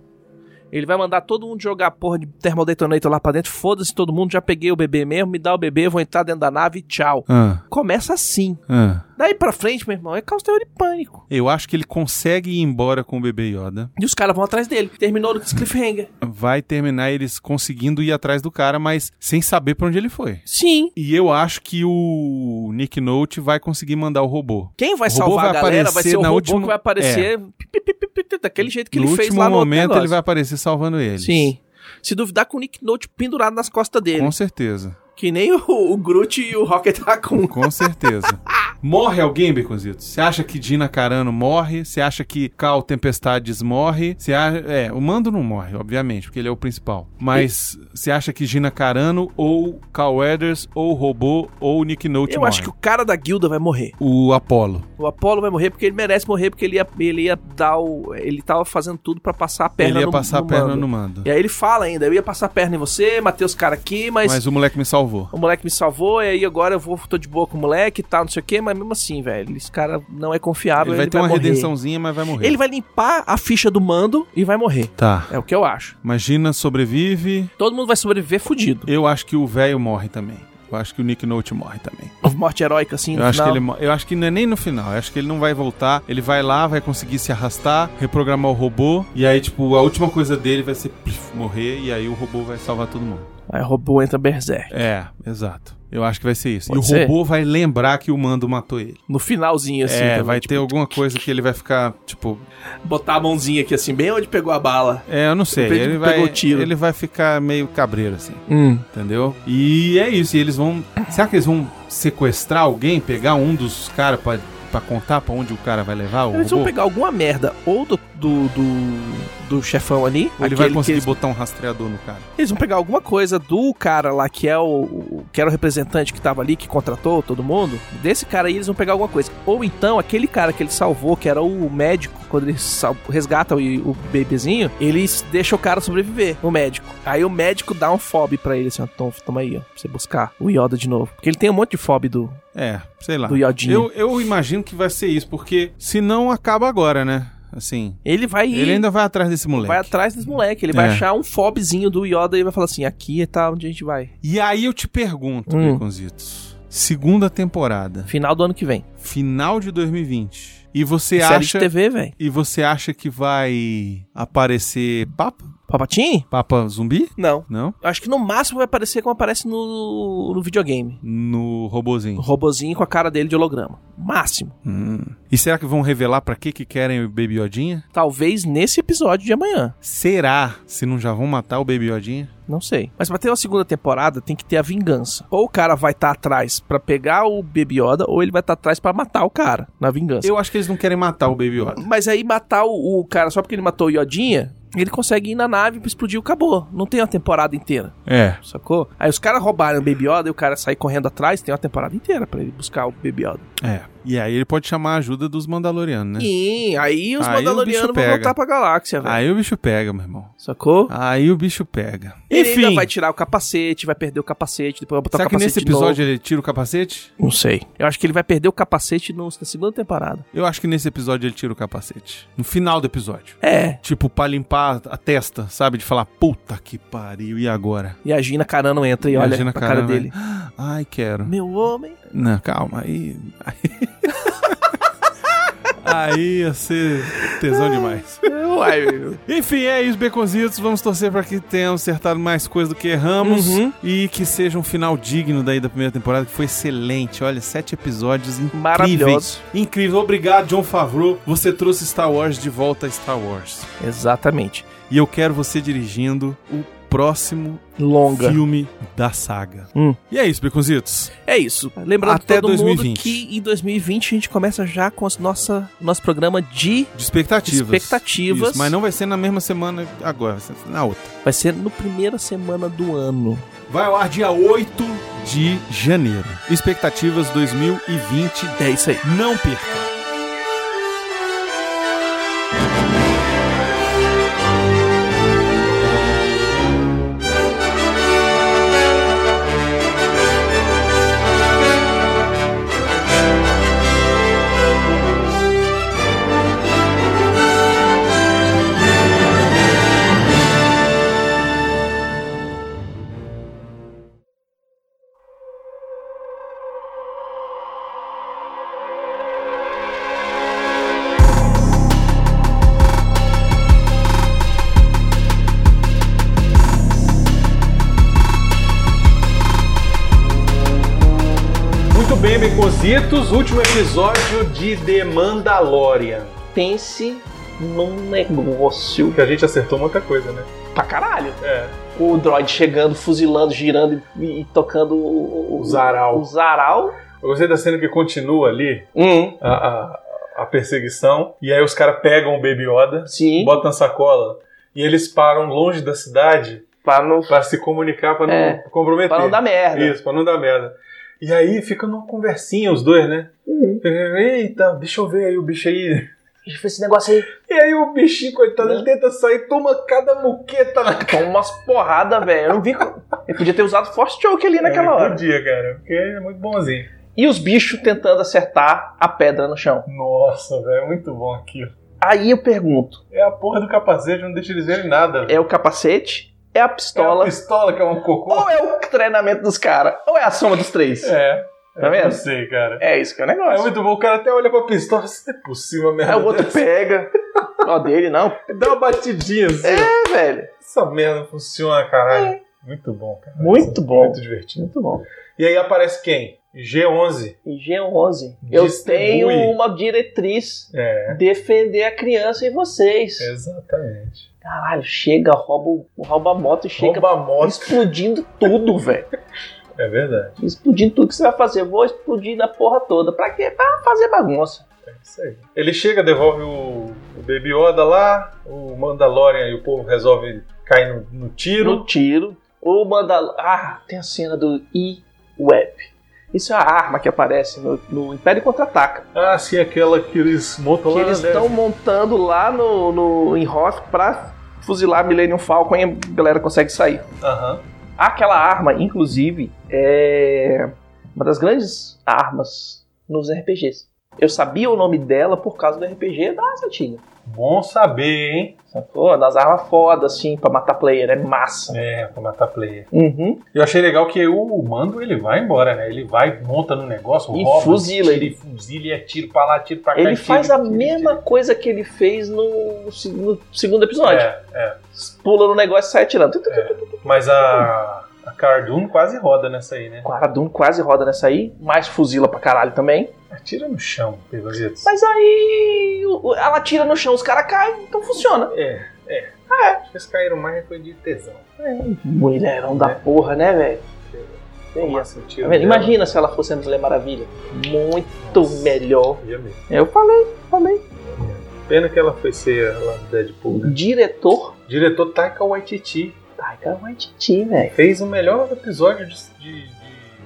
S1: Ele vai mandar todo mundo jogar a porra de termodetonator lá pra dentro. Foda-se todo mundo, já peguei o bebê mesmo, me dá o bebê, eu vou entrar dentro da nave e tchau.
S2: Ah,
S1: Começa assim.
S2: ah.
S1: Daí pra frente, meu irmão, é caos teoria de pânico.
S2: Eu acho que ele consegue ir embora com o bebê Yoda.
S1: E os caras vão atrás dele. Terminou no cliffhanger.
S2: vai terminar eles conseguindo ir atrás do cara, mas sem saber pra onde ele foi.
S1: Sim.
S2: E eu acho que o Nick Note vai conseguir mandar o robô.
S1: Quem vai
S2: O robô
S1: salvar
S2: vai
S1: a galera vai
S2: aparecer
S1: ser o
S2: na
S1: robô
S2: última- É.
S1: que vai aparecer pi, pi, pi, pi, pi, daquele jeito que
S2: no
S1: ele fez
S2: último
S1: lá no outro
S2: momento ele
S1: negócio.
S2: vai aparecer salvando eles.
S1: Sim. Se duvidar com o Nick Note pendurado nas costas dele.
S2: Com certeza.
S1: Que nem o, o Groot e o Rocket tá Raccoon.
S2: Com certeza. morre alguém, Beconzito? Você acha que Dina Carano morre? Você acha que Cal Tempestades morre? Você acha... É, o Mando não morre, obviamente, porque ele é o principal. Mas você acha que Gina Carano ou Cal Weathers ou Robô ou Nick Note
S1: Eu
S2: morre?
S1: acho que o cara da guilda vai morrer.
S2: o Apollo.
S1: O Apollo vai morrer porque ele merece morrer, porque ele ia, ele ia dar o. Ele tava fazendo tudo pra passar a perna
S2: Ele ia
S1: no-
S2: passar
S1: no
S2: a perna
S1: mando.
S2: no mando.
S1: E aí ele fala ainda: eu ia passar a perna em você, matei os caras aqui, mas,
S2: Mas o moleque me salvou.
S1: o moleque me salvou, e aí agora eu vou, tô de boa com o moleque e tal, não sei o quê, mas mesmo assim, velho, esse cara não é confiável.
S2: Ele vai ter uma
S1: morrer.
S2: redençãozinha, mas vai morrer.
S1: Ele vai limpar a ficha do mando e vai morrer.
S2: Tá.
S1: É o que eu acho.
S2: Imagina, sobrevive.
S1: Todo mundo vai sobreviver fudido.
S2: Eu acho que o velho morre também. Eu acho que o Nick Note morre também.
S1: Morte heróica, assim,
S2: Eu
S1: no
S2: acho, que
S1: final.
S2: ele, mo- eu acho que não é nem no final. Eu acho que ele não vai voltar. Ele vai lá, vai conseguir se arrastar, reprogramar o robô. E aí, tipo, a última coisa dele vai ser plif, morrer. E aí o robô vai salvar todo mundo.
S1: Aí o robô entra Berserk.
S2: É, exato. Eu acho que vai ser isso.
S1: Pode
S2: e o
S1: ser?
S2: robô vai lembrar que o mando matou ele.
S1: No finalzinho, assim.
S2: é,
S1: também,
S2: vai
S1: tipo,
S2: ter alguma coisa que ele vai ficar, tipo,
S1: Botar a mãozinha aqui, assim, bem onde pegou a bala.
S2: É, eu não sei.
S1: Depende
S2: Ele
S1: do que
S2: vai,
S1: pegou o tiro.
S2: ele vai ficar meio cabreiro, assim,
S1: Hum.
S2: entendeu? E é isso. E eles vão. Será que eles vão sequestrar alguém, pegar um dos caras pra pra contar pra onde o cara vai levar o
S1: Então Eles vão
S2: robô?
S1: pegar alguma merda ou do do, do, do chefão ali.
S2: Aí ele
S1: aquele
S2: vai
S1: que
S2: conseguir
S1: eles,
S2: botar um rastreador no cara.
S1: eles vão pegar alguma coisa do cara lá que é o, o- que era o representante que tava ali, que contratou todo mundo. Desse cara aí eles vão pegar alguma coisa. Ou então aquele cara que ele salvou, que era o médico, quando ele sal- resgata o, o bebezinho, eles deixam o cara sobreviver, o médico. Aí o médico dá um fob pra ele, assim, ó, "Tom, toma aí, ó, pra você buscar o Yoda de novo. Porque ele tem um monte de fob do,
S2: É, sei lá.
S1: do Yodinho.
S2: Eu, eu imagino que vai ser isso, porque se não acaba agora, né? Assim.
S1: Ele vai
S2: Ele ainda vai atrás desse moleque.
S1: Vai atrás dos moleque, ele vai
S2: É.
S1: achar um fobzinho do Yoda e vai falar assim: aqui tá onde a gente vai.
S2: E aí eu te pergunto,
S1: Hum.
S2: Baconzitos. Segunda temporada,
S1: Final do ano que vem.
S2: final de 2020. E você
S1: Série
S2: acha.
S1: de TV, velho.
S2: E você acha que vai aparecer Papa?
S1: Papatinho?
S2: Papa zumbi?
S1: Não.
S2: Não?
S1: Acho que no máximo vai aparecer como aparece no, no videogame.
S2: No
S1: O
S2: robozinho. Hum.
S1: robozinho com a cara dele de holograma. Máximo.
S2: E será que vão revelar pra que que querem o Baby Yodinha?
S1: Talvez nesse episódio de amanhã.
S2: Será? Se não já vão matar o Baby Yodinha?
S1: Não sei. Mas pra ter uma segunda temporada, tem que ter a vingança. Ou o cara vai estar atrás pra pegar o Baby Yoda, ou ele vai estar atrás pra matar o cara na vingança.
S2: Eu acho que eles não querem matar o Baby Yoda.
S1: Mas aí matar o, o cara só porque ele matou o Yodinha, ele consegue ir na nave, explodir o acabou. Não tem uma temporada inteira,
S2: É.
S1: sacou? Aí os caras roubaram o Baby Yoda e o cara sai correndo atrás, tem uma temporada inteira pra ele buscar o Baby Yoda.
S2: É. E aí ele pode chamar a ajuda dos Mandalorianos, né?
S1: E aí os
S2: Aí o
S1: Mandalorianos
S2: bicho
S1: vão
S2: pega.
S1: voltar pra galáxia, velho.
S2: Aí o bicho pega, meu irmão.
S1: Sacou?
S2: Aí o bicho pega.
S1: Ele ainda
S2: Enfim.
S1: vai tirar o capacete, vai perder o capacete, depois vai botar
S2: Será
S1: o
S2: que
S1: capacete
S2: nesse
S1: de novo.
S2: episódio ele tira o capacete?
S1: Não sei. Eu acho que ele vai perder o capacete no- na segunda temporada.
S2: Eu acho que nesse episódio ele tira o capacete. No final do episódio.
S1: É.
S2: Tipo, pra limpar a testa, sabe? De falar, puta que pariu, e agora?
S1: E a Gina Carano entra e,
S2: E a
S1: olha
S2: Gina
S1: pra cara
S2: Carano,
S1: dele.
S2: Ai, quero.
S1: Meu homem.
S2: Não, calma, aí. Aí, aí ia ser tesão demais.
S1: Uai, meu.
S2: Enfim, é isso, Beconzitos. Vamos torcer para que tenham acertado mais coisa do que erramos.
S1: Uhum.
S2: E que seja um final digno daí da primeira temporada, que foi excelente. Olha, sete episódios incríveis.
S1: Maravilhoso.
S2: Incrível. Obrigado, John Favreau. Você trouxe Star Wars de volta a Star Wars.
S1: Exatamente.
S2: E eu quero você dirigindo o próximo
S1: Longa.
S2: filme da saga.
S1: Hum.
S2: E é isso, Beconzitos.
S1: É isso. Lembrando
S2: Até
S1: todo
S2: 2020.
S1: mundo que em 2020 a gente começa já com as nossa, nosso programa de
S2: De expectativas.
S1: expectativas.
S2: Isso, mas não vai ser na mesma semana agora, vai ser na outra.
S1: Vai ser no primeira semana do ano.
S2: Vai ao ar dia 8 de janeiro. Expectativas 2020.
S1: É isso aí.
S2: Não perca.
S4: Muito bem, Becositos, último episódio de The Mandalorian.
S7: pense num negócio
S4: Que a gente acertou muita coisa, né?
S7: pra caralho.
S4: É.
S7: Com o droid chegando, fuzilando, girando e, e tocando o, o-
S4: O Zaral.
S7: o Zaral.
S4: Eu gostei da cena que continua ali
S7: Hum,
S4: a, a- a perseguição. E aí os caras pegam o Baby Yoda,
S7: sim.
S4: botam na sacola e eles param longe da cidade
S7: Pra não,
S4: pra se comunicar, pra não
S7: É.
S4: comprometer.
S7: pra não dar merda.
S4: Isso, pra não dar merda. E aí fica numa conversinha os dois, né?
S7: Uhum.
S4: Eita, deixa eu ver aí o bicho aí.
S7: Deixa eu ver esse negócio aí.
S4: E aí o bichinho, coitado,
S7: Né?
S4: ele tenta sair, toma cada muqueta na
S7: Toma umas porradas, velho. Eu não vi. co- Ele podia ter usado Force Choke ali naquela
S4: É, Ele
S7: hora.
S4: Podia, cara, porque é muito bonzinho.
S7: E os bichos tentando acertar a pedra no chão.
S4: Nossa, velho, é muito bom aquilo.
S7: Aí eu pergunto:
S4: É a porra do capacete, não deixa eles verem nada. velho.
S7: é o capacete? É a
S4: É a
S7: pistola?
S4: pistola que é um cocô.
S7: Ou é o treinamento dos caras? Ou é a soma dos três?
S4: É.
S7: Tá vendo?
S4: Não sei, cara.
S7: É isso que é o
S4: É
S7: negócio.
S4: muito bom, o cara até olha pra pistola, isso não é possível, merda.
S7: Aí o outro pega. Ó, dele não.
S4: Dá uma batidinha assim.
S7: É, velho.
S4: Essa merda funciona, caralho. Muito bom, cara.
S7: É.
S4: é
S7: Muito bom.
S4: Muito divertido.
S7: Muito bom.
S4: E aí aparece quem? G11.
S7: E G11. Eu
S4: Distribui.
S7: tenho uma diretriz.
S4: É,
S7: Defender a criança e vocês.
S4: exatamente.
S7: Caralho, chega, rouba, o- rouba a moto e chega
S4: Rouba a moto.
S7: explodindo tudo, velho.
S8: É verdade.
S1: Explodindo tudo que você vai fazer. Eu vou explodir na porra toda. Pra quê? Pra fazer bagunça.
S8: É isso aí. Ele chega, devolve o, o Baby Yoda lá, o Mandalorian e o povo resolve cair no, no tiro.
S1: No tiro. Ou manda. Ah, tem a cena do E-Web. Isso é a arma que aparece no, no Império Contra-Ataca.
S8: Ah, sim, aquela que eles montam
S1: que
S8: lá
S1: eles
S8: né?
S1: estão montando lá no, no, em Hoth pra fuzilar Millennium Falcon e a galera consegue sair.
S8: Aham.
S1: Aquela arma, inclusive, é uma das grandes armas nos RPGs. Eu sabia o nome dela por causa do RPG da Satinha.
S8: Bom saber, hein?
S1: Sacou? Das armas fodas, assim, pra matar player. É massa.
S8: É, pra matar player.
S1: Uhum.
S8: Eu achei legal que o mando ele vai embora, né? Ele vai, monta no negócio,
S1: E
S8: rouba,
S1: fuzila
S8: tira, e fuzila e é tiro pra lá, tiro pra cá.
S1: Ele
S8: e
S1: faz
S8: tiro,
S1: a
S8: tiro,
S1: mesma coisa que ele fez no, se- no segundo episódio.
S8: tiro. É, é.
S1: Pula no negócio e sai atirando. Tu, tu, tu,
S8: Mas a, a Cardoon quase roda nessa aí, né?
S1: O Aradun quase roda nessa aí, mais fuzila pra caralho também.
S8: Atira no chão, Pesazitos.
S1: Mas aí o- o- ela tira no chão, os caras caem, então funciona.
S8: É, é. Eles caíram mais foi de tesão.
S1: É,
S8: É.
S1: Mulherão da porra, né, velho? Tem
S8: Como
S1: essa.
S8: assim,
S1: Tá
S8: tiro
S1: vendo?
S8: dela?
S1: Imagina se ela fosse a Mulher Maravilha. Muito melhor.
S8: Ia mesmo.
S1: Eu falei, falei.
S8: Pena que ela foi ser lá no Deadpool, né?
S1: Diretor
S8: Diretor Taika Waititi
S1: Taika Waititi, velho.
S8: fez o melhor episódio de, de, de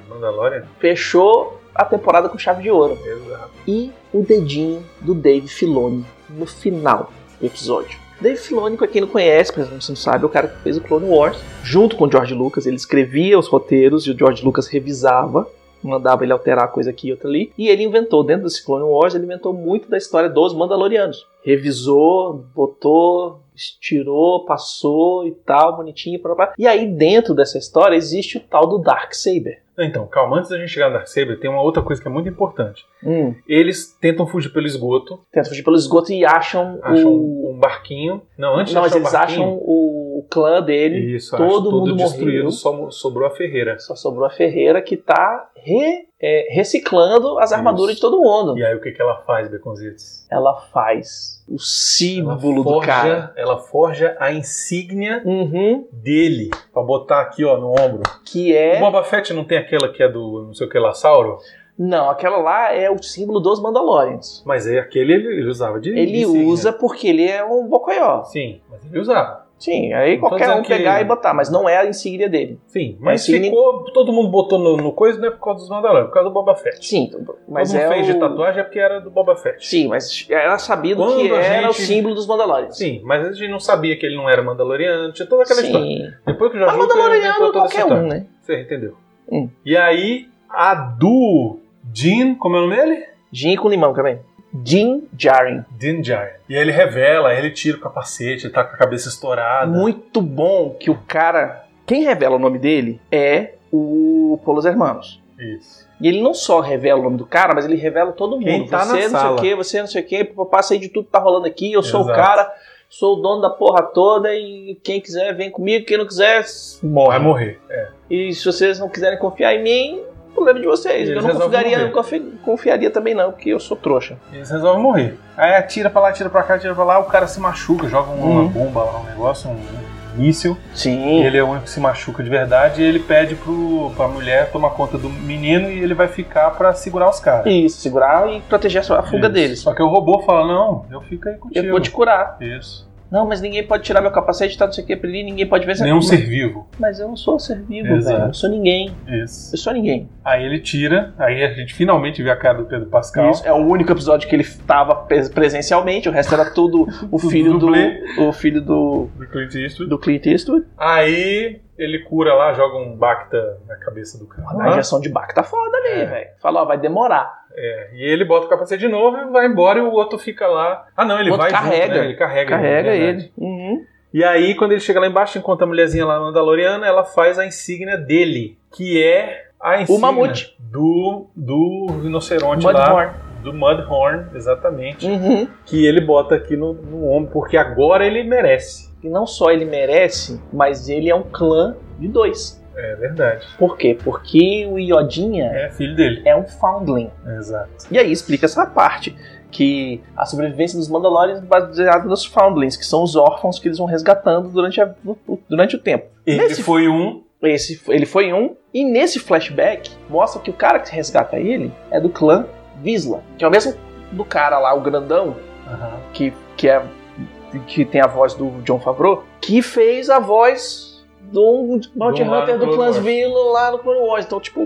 S8: Mandalorian.
S1: Fechou a temporada com chave de ouro.
S8: Exato.
S1: e o dedinho do Dave Filoni no final do episódio. Dave Filoni, pra quem não conhece, pra quem não sabe, é o cara que fez o Clone Wars, junto com o George Lucas, ele escrevia os roteiros e o George Lucas revisava, mandava ele alterar coisa aqui e outra ali, e ele inventou, dentro desse Clone Wars, ele inventou muito da história dos Mandalorianos. Revisou, botou, estirou, passou e tal, bonitinho, pá, pá, pá. e aí dentro dessa história existe o tal do Darksaber.
S8: Então, calma, antes da gente chegar no Darksaber, tem uma outra coisa que é muito importante.
S1: Hum,
S8: Eles tentam fugir pelo esgoto,
S1: tenta fugir pelo esgoto e acham,
S8: acham
S1: o...
S8: um barquinho. Não, antes
S1: não,
S8: de
S1: mas
S8: achar o
S1: eles
S8: barquinho,
S1: acham o clã dele,
S8: Isso,
S1: todo
S8: acho todo
S1: mundo morreu.
S8: destruído, só mo- sobrou a Ferreira.
S1: só sobrou a Ferreira que tá re- é, reciclando as armaduras de todo mundo.
S8: E aí o que, que ela faz, Beconzitos?
S1: Ela faz o
S8: Ela
S1: símbolo do
S8: forja-
S1: cara.
S8: Ela forja a insígnia
S1: Uhum,
S8: dele, pra botar aqui, ó, no ombro.
S1: que é.
S8: O Boba Fett não tem aquela que é do não sei o que lá, Sauro?
S1: Não, aquela lá é o símbolo dos Mandalorians.
S8: Mas é aquele ele, ele usava de de
S1: Ele
S8: insígnia.
S1: usa porque ele é um bocoió.
S8: Sim, mas ele usava.
S1: Sim, aí
S8: Não tô
S1: qualquer
S8: dizendo
S1: um
S8: que-
S1: pegar e botar, mas não é a insígnia dele.
S8: Sim, mas
S1: insígnia-
S8: ficou. Todo mundo botou no, no coisa, não é por causa dos Mandalorian, é por causa do Boba Fett.
S1: Sim, mas
S8: todo
S1: é
S8: mundo fez
S1: o...
S8: de tatuagem é porque era do Boba Fett.
S1: Sim, mas era sabido
S8: Quando
S1: que
S8: a
S1: era
S8: gente-
S1: o símbolo dos Mandalorians.
S8: Sim, mas a gente não sabia que ele não era Mandaloriano, tinha toda aquela história.
S1: Sim.
S8: Depois que o
S1: Mas
S8: Jorge Lucas
S1: Mandaloriano
S8: inventou toda essa
S1: qualquer
S8: história.
S1: um, né?
S8: Você entendeu?
S1: Hum.
S8: E aí, a do Jin, como é o nome dele?
S1: Gin com limão também. Jin Jarin.
S8: Din Djarin. E ele revela, ele tira o capacete, ele tá com a cabeça estourada.
S1: Muito bom que o cara. Quem revela o nome dele é o Polos Hermanos.
S8: Isso.
S1: E ele não só revela o nome do cara, mas ele revela todo mundo.
S8: Quem tá
S1: você
S8: na
S1: não sei
S8: sala.
S1: o que, você não sei o que, papai, sei de tudo que tá rolando aqui, eu sou o
S8: Exato.
S1: cara, sou o dono da porra toda e quem quiser vem comigo, quem não quiser morre.
S8: Vai morrer.
S1: E se vocês não quiserem confiar em mim, problema de vocês.
S8: Eles
S1: eu não
S8: resolvem
S1: confiaria,
S8: morrer.
S1: não confi- confiaria também não, porque eu sou trouxa.
S8: Eles resolvem morrer. Aí atira pra lá, atira pra cá, atira pra lá, o cara se machuca, joga uma
S1: Uhum.
S8: bomba lá, um negócio, um, um míssil. E
S1: Sim.
S8: ele é o único que se machuca de verdade e ele pede pro, pra mulher tomar conta do menino e ele vai ficar pra segurar os caras.
S1: Isso, segurar e proteger a sua- a fuga
S8: Isso.
S1: deles.
S8: Só que o robô fala, não, eu fico aí contigo.
S1: Eu vou te curar.
S8: Isso.
S1: Não, mas ninguém pode tirar meu capacete, tá não sei o que pra ele, ninguém pode ver.
S8: Nenhum
S1: mas,
S8: ser vivo.
S1: Mas eu não sou ser vivo,
S8: Exato.
S1: velho. Eu sou ninguém.
S8: Isso.
S1: Eu sou ninguém.
S8: Aí ele tira, aí a gente finalmente vê a cara do Pedro Pascal.
S1: Isso é o único episódio que ele tava pres- presencialmente, o resto era tudo o filho do.
S8: dublê.
S1: O filho do.
S8: Do Clint Eastwood.
S1: Do Clint Eastwood.
S8: Aí ele cura lá, joga um Bacta na cabeça do cara.
S1: A injeção de Bach tá foda ali, velho. Fala, ó, vai demorar.
S8: É, e ele bota o capacete de novo e vai embora e o outro fica lá. Ah não, ele
S1: O outro
S8: vai
S1: carrega.
S8: junto, né? Ele carrega,
S1: Carrega
S8: né?
S1: ele. Uhum.
S8: E aí quando ele chega lá embaixo, encontra a mulherzinha lá mandaloriana, ela faz a insígnia dele, que é a insígnia
S1: mamute.
S8: do do rinoceronte lá,
S1: Mudhorn.
S8: do Mudhorn, exatamente,
S1: Uhum.
S8: que ele bota aqui no, no ombro porque agora ele merece.
S1: E não só ele merece, mas ele é um clã de dois.
S8: É verdade.
S1: Por quê? Porque o Iodinha
S8: É filho dele.
S1: é um foundling.
S8: Exato.
S1: E aí explica essa parte que a sobrevivência dos Mandalorians é baseada nos Foundlings, que são os órfãos que eles vão resgatando durante, a- durante o tempo.
S8: Ele
S1: Nesse-
S8: foi um
S1: Esse, ele foi um. E nesse flashback, mostra que o cara que resgata ele é do clã Visla, que é o mesmo do cara lá, o grandão, que, que, é, que tem a voz do John Favreau, que fez a voz do Bounty
S8: Do lá
S1: Hunter
S8: no
S1: do
S8: Clone Wars.
S1: Clansville lá no Clone Wars. Então, tipo,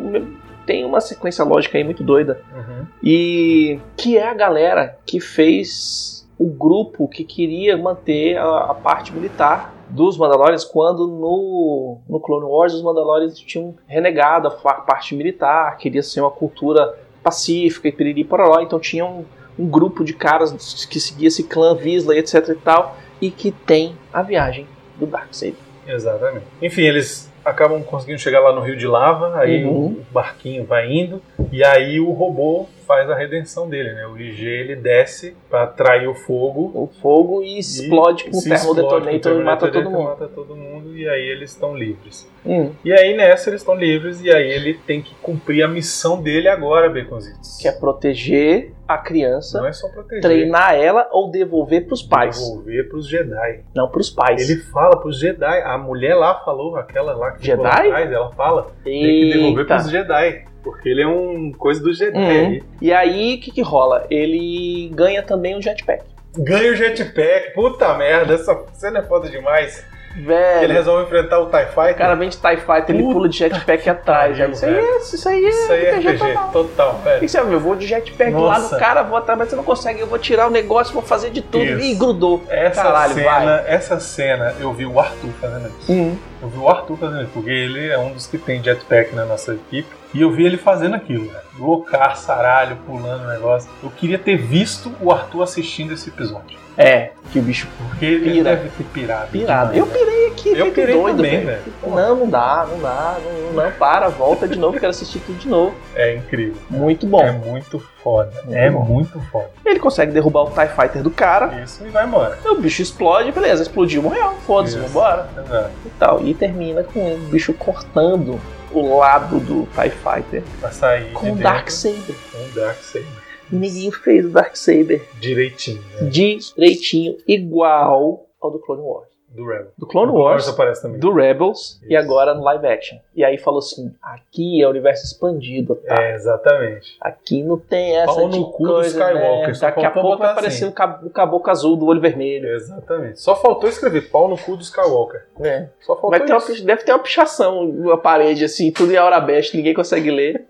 S1: tem uma sequência lógica aí muito doida.
S8: Uhum.
S1: E que é a galera que fez o grupo que queria manter a, a parte militar dos Mandalorians quando no, no Clone Wars os Mandalorians tinham renegado a fa- parte militar, queria ser uma cultura pacífica e piriri pororó, então tinha um, um grupo de caras que seguia esse clã Visla e etc e tal, e que tem a viagem do Darkseid.
S8: Exatamente. Enfim, eles acabam conseguindo chegar lá no Rio de Lava, aí
S1: Uhum.
S8: o barquinho vai indo, e aí o robô faz a redenção dele, né? O IG ele desce pra atrair o fogo.
S1: O fogo e explode com o
S8: se explode com o
S1: termodetonator e mata todo
S8: Terminator,
S1: mundo.
S8: Mata todo mundo e aí eles estão livres.
S1: Hum,
S8: E aí nessa eles estão livres e aí ele tem que cumprir a missão dele agora, Baconzitos.
S1: que é proteger a criança
S8: Não é só proteger.
S1: treinar ela ou devolver pros pais.
S8: Devolver pros Jedi.
S1: Não pros pais.
S8: Ele fala pros Jedi. A mulher lá falou, aquela lá que ficou lá
S1: Jedi?
S8: atrás, ela fala. Tem que devolver pros Jedi. Porque ele é um coisa do Jedi.
S1: Uhum. E aí, o que que rola? Ele ganha também um jetpack.
S8: Ganha o jetpack. Puta merda, essa cena é foda demais. Ele
S1: Velho,
S8: resolve enfrentar o TIE Fighter.
S1: o É, né? cara vem de TIE Fighter, ele
S8: Puta
S1: pula de jetpack atrás. velho.
S8: pariu,
S1: Isso aí, é, isso aí é
S8: Isso aí é RPG total,
S1: O que
S8: velho.
S1: que você vai ver? é, Eu vou de jetpack lá
S8: Nossa.
S1: do cara, vou atrás, mas você não consegue. Eu vou tirar o negócio, vou fazer de tudo.
S8: Isso.
S1: Ih, grudou.
S8: Essa
S1: Caralho,
S8: cena, essa cena, eu vi o Arthur fazendo isso.
S1: Hum.
S8: Eu vi o Arthur fazendo isso, porque ele é um dos que tem jetpack na nossa equipe. E eu vi ele fazendo aquilo, velho. Loucar, saralho, pulando o negócio. Eu queria ter visto o Arthur assistindo esse episódio.
S1: É, que o bicho
S8: Porque ele
S1: Pira.
S8: deve ter pirado.
S1: pirado. Eu
S8: demais,
S1: pirei aqui,
S8: Eu
S1: feito
S8: pirei
S1: doido,
S8: também,
S1: velho.
S8: velho. Porra.
S1: Não, não dá, não dá, não, não para, volta de novo, eu quero assistir tudo de novo.
S8: É incrível.
S1: Muito bom.
S8: É muito foda. é
S1: bom.
S8: muito foda.
S1: Ele consegue derrubar o TIE Fighter do cara,
S8: Isso e vai embora.
S1: o bicho explode, beleza, explodiu, morreu, foda-se,
S8: Isso.
S1: vambora
S8: Exato.
S1: e tal. E termina com o bicho cortando o lado do TIE Fighter
S8: Pra sair
S1: com o
S8: de
S1: Darksaber.
S8: dentro, com o Darksaber.
S1: O Neguinho fez o Darksaber
S8: Direitinho, né?
S1: direitinho, igual ao do Clone Wars.
S8: Do Rebel.
S1: Do Clone
S8: O
S1: Wars,
S8: aparece também.
S1: do Rebels e
S8: Isso.
S1: agora no live action. E aí falou assim: aqui é o universo expandido, tá?
S8: É, exatamente.
S1: Aqui não tem essa
S8: Pau
S1: de
S8: no cu do
S1: coisa,
S8: Skywalker,
S1: Né?
S8: só
S1: Daqui a
S8: faltou
S1: pouco vai
S8: botar
S1: aparecer o
S8: assim.
S1: cab- o caboclo azul do olho vermelho.
S8: Exatamente. Só faltou escrever pau no cu do Skywalker.
S1: né?
S8: Só faltou
S1: Vai ter uma
S8: isso.
S1: pich- deve ter uma pichação na parede, assim, tudo em Aurabest, ninguém consegue ler.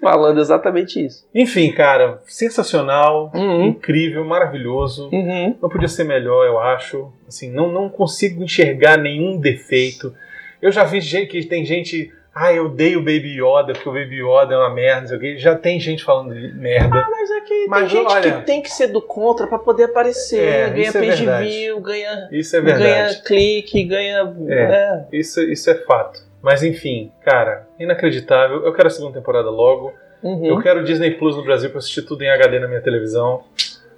S1: Falando exatamente isso.
S8: Enfim, cara, sensacional,
S1: Uhum.
S8: incrível, maravilhoso.
S1: Uhum.
S8: Não podia ser melhor, eu acho. Assim, não, não consigo enxergar nenhum defeito. Eu já vi gente que tem gente. Ah, eu odeio o Baby Yoda, porque o Baby Yoda é uma merda, não sei o quê. Já tem gente falando de merda.
S1: Mas é que
S8: Mas,
S1: tem gente
S8: olha-
S1: que tem que ser do contra pra poder aparecer.
S8: É,
S1: ganha
S8: isso é
S1: page
S8: verdade.
S1: view, ganha,
S8: Isso é verdade.
S1: ganha clique, ganha.
S8: É.
S1: né?
S8: Isso, isso é fato. Mas enfim, cara, inacreditável. Eu quero a segunda temporada logo.
S1: Uhum.
S8: Eu quero Disney Plus no Brasil pra assistir tudo em HD na minha televisão.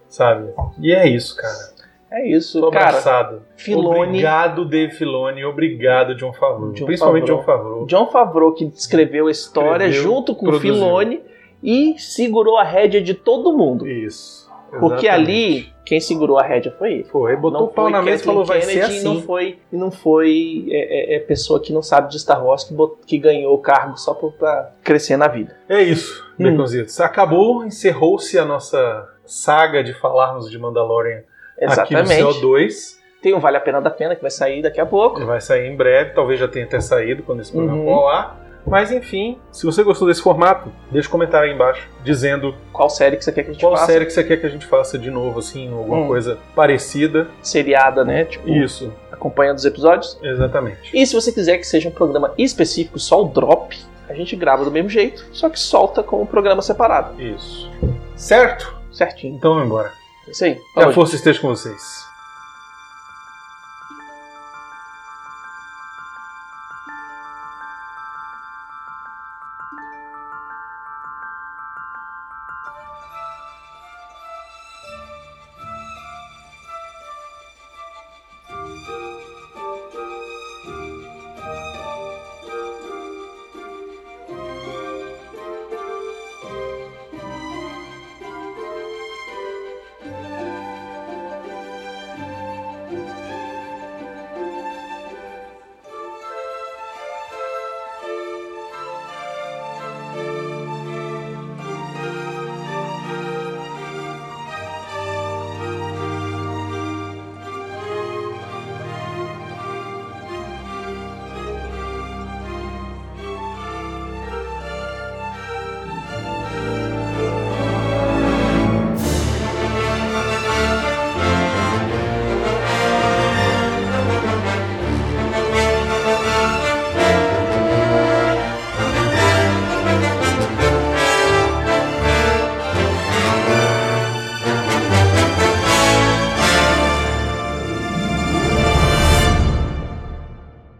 S8: Sabe? E é isso, cara.
S1: É isso,
S8: Tô
S1: cara.
S8: abraçado.
S1: Filone.
S8: Obrigado, Dave Filoni. Obrigado, John Favreau.
S1: John
S8: Principalmente
S1: Favreau.
S8: John Favreau.
S1: John Favreau, que escreveu a história
S8: Escreveu,
S1: junto com o
S8: produziu.
S1: Filone e segurou a rédea de todo mundo.
S8: Isso.
S1: Porque
S8: Exatamente.
S1: ali, quem segurou a rédea foi ele.
S8: Foi, botou o pau na mesa e falou: vai ser
S1: Kennedy,
S8: assim.
S1: Não foi, e não foi é, é- é pessoa que não sabe de Star Wars que, bot- que ganhou o cargo só por- pra crescer na vida.
S8: É isso,
S1: Hum.
S8: Beconzitos. Acabou, encerrou-se a nossa saga de falarmos de Mandalorian aqui no
S1: Exatamente.
S8: CO2.
S1: Tem o Vale a Pena da Pena que vai sair daqui a pouco.
S8: Vai sair em breve, talvez já tenha até saído quando esse programa
S1: Uhum.
S8: for ao ar. Mas enfim, se você gostou desse formato, deixa um comentário aí embaixo dizendo
S1: Qual série que você quer que a gente
S8: qual
S1: faça?
S8: série que você quer que a gente faça de novo, assim, ou alguma
S1: Hum.
S8: coisa parecida.
S1: Seriada, né? Tipo,
S8: Isso,
S1: acompanhando os episódios.
S8: exatamente.
S1: E se você quiser que seja um programa específico, só o drop, a gente grava do mesmo jeito, só que solta como um programa separado.
S8: Isso. Certo?
S1: Certinho.
S8: Então vamos embora.
S1: É Isso aí.
S8: Que
S1: Falou,
S8: a força esteja com vocês.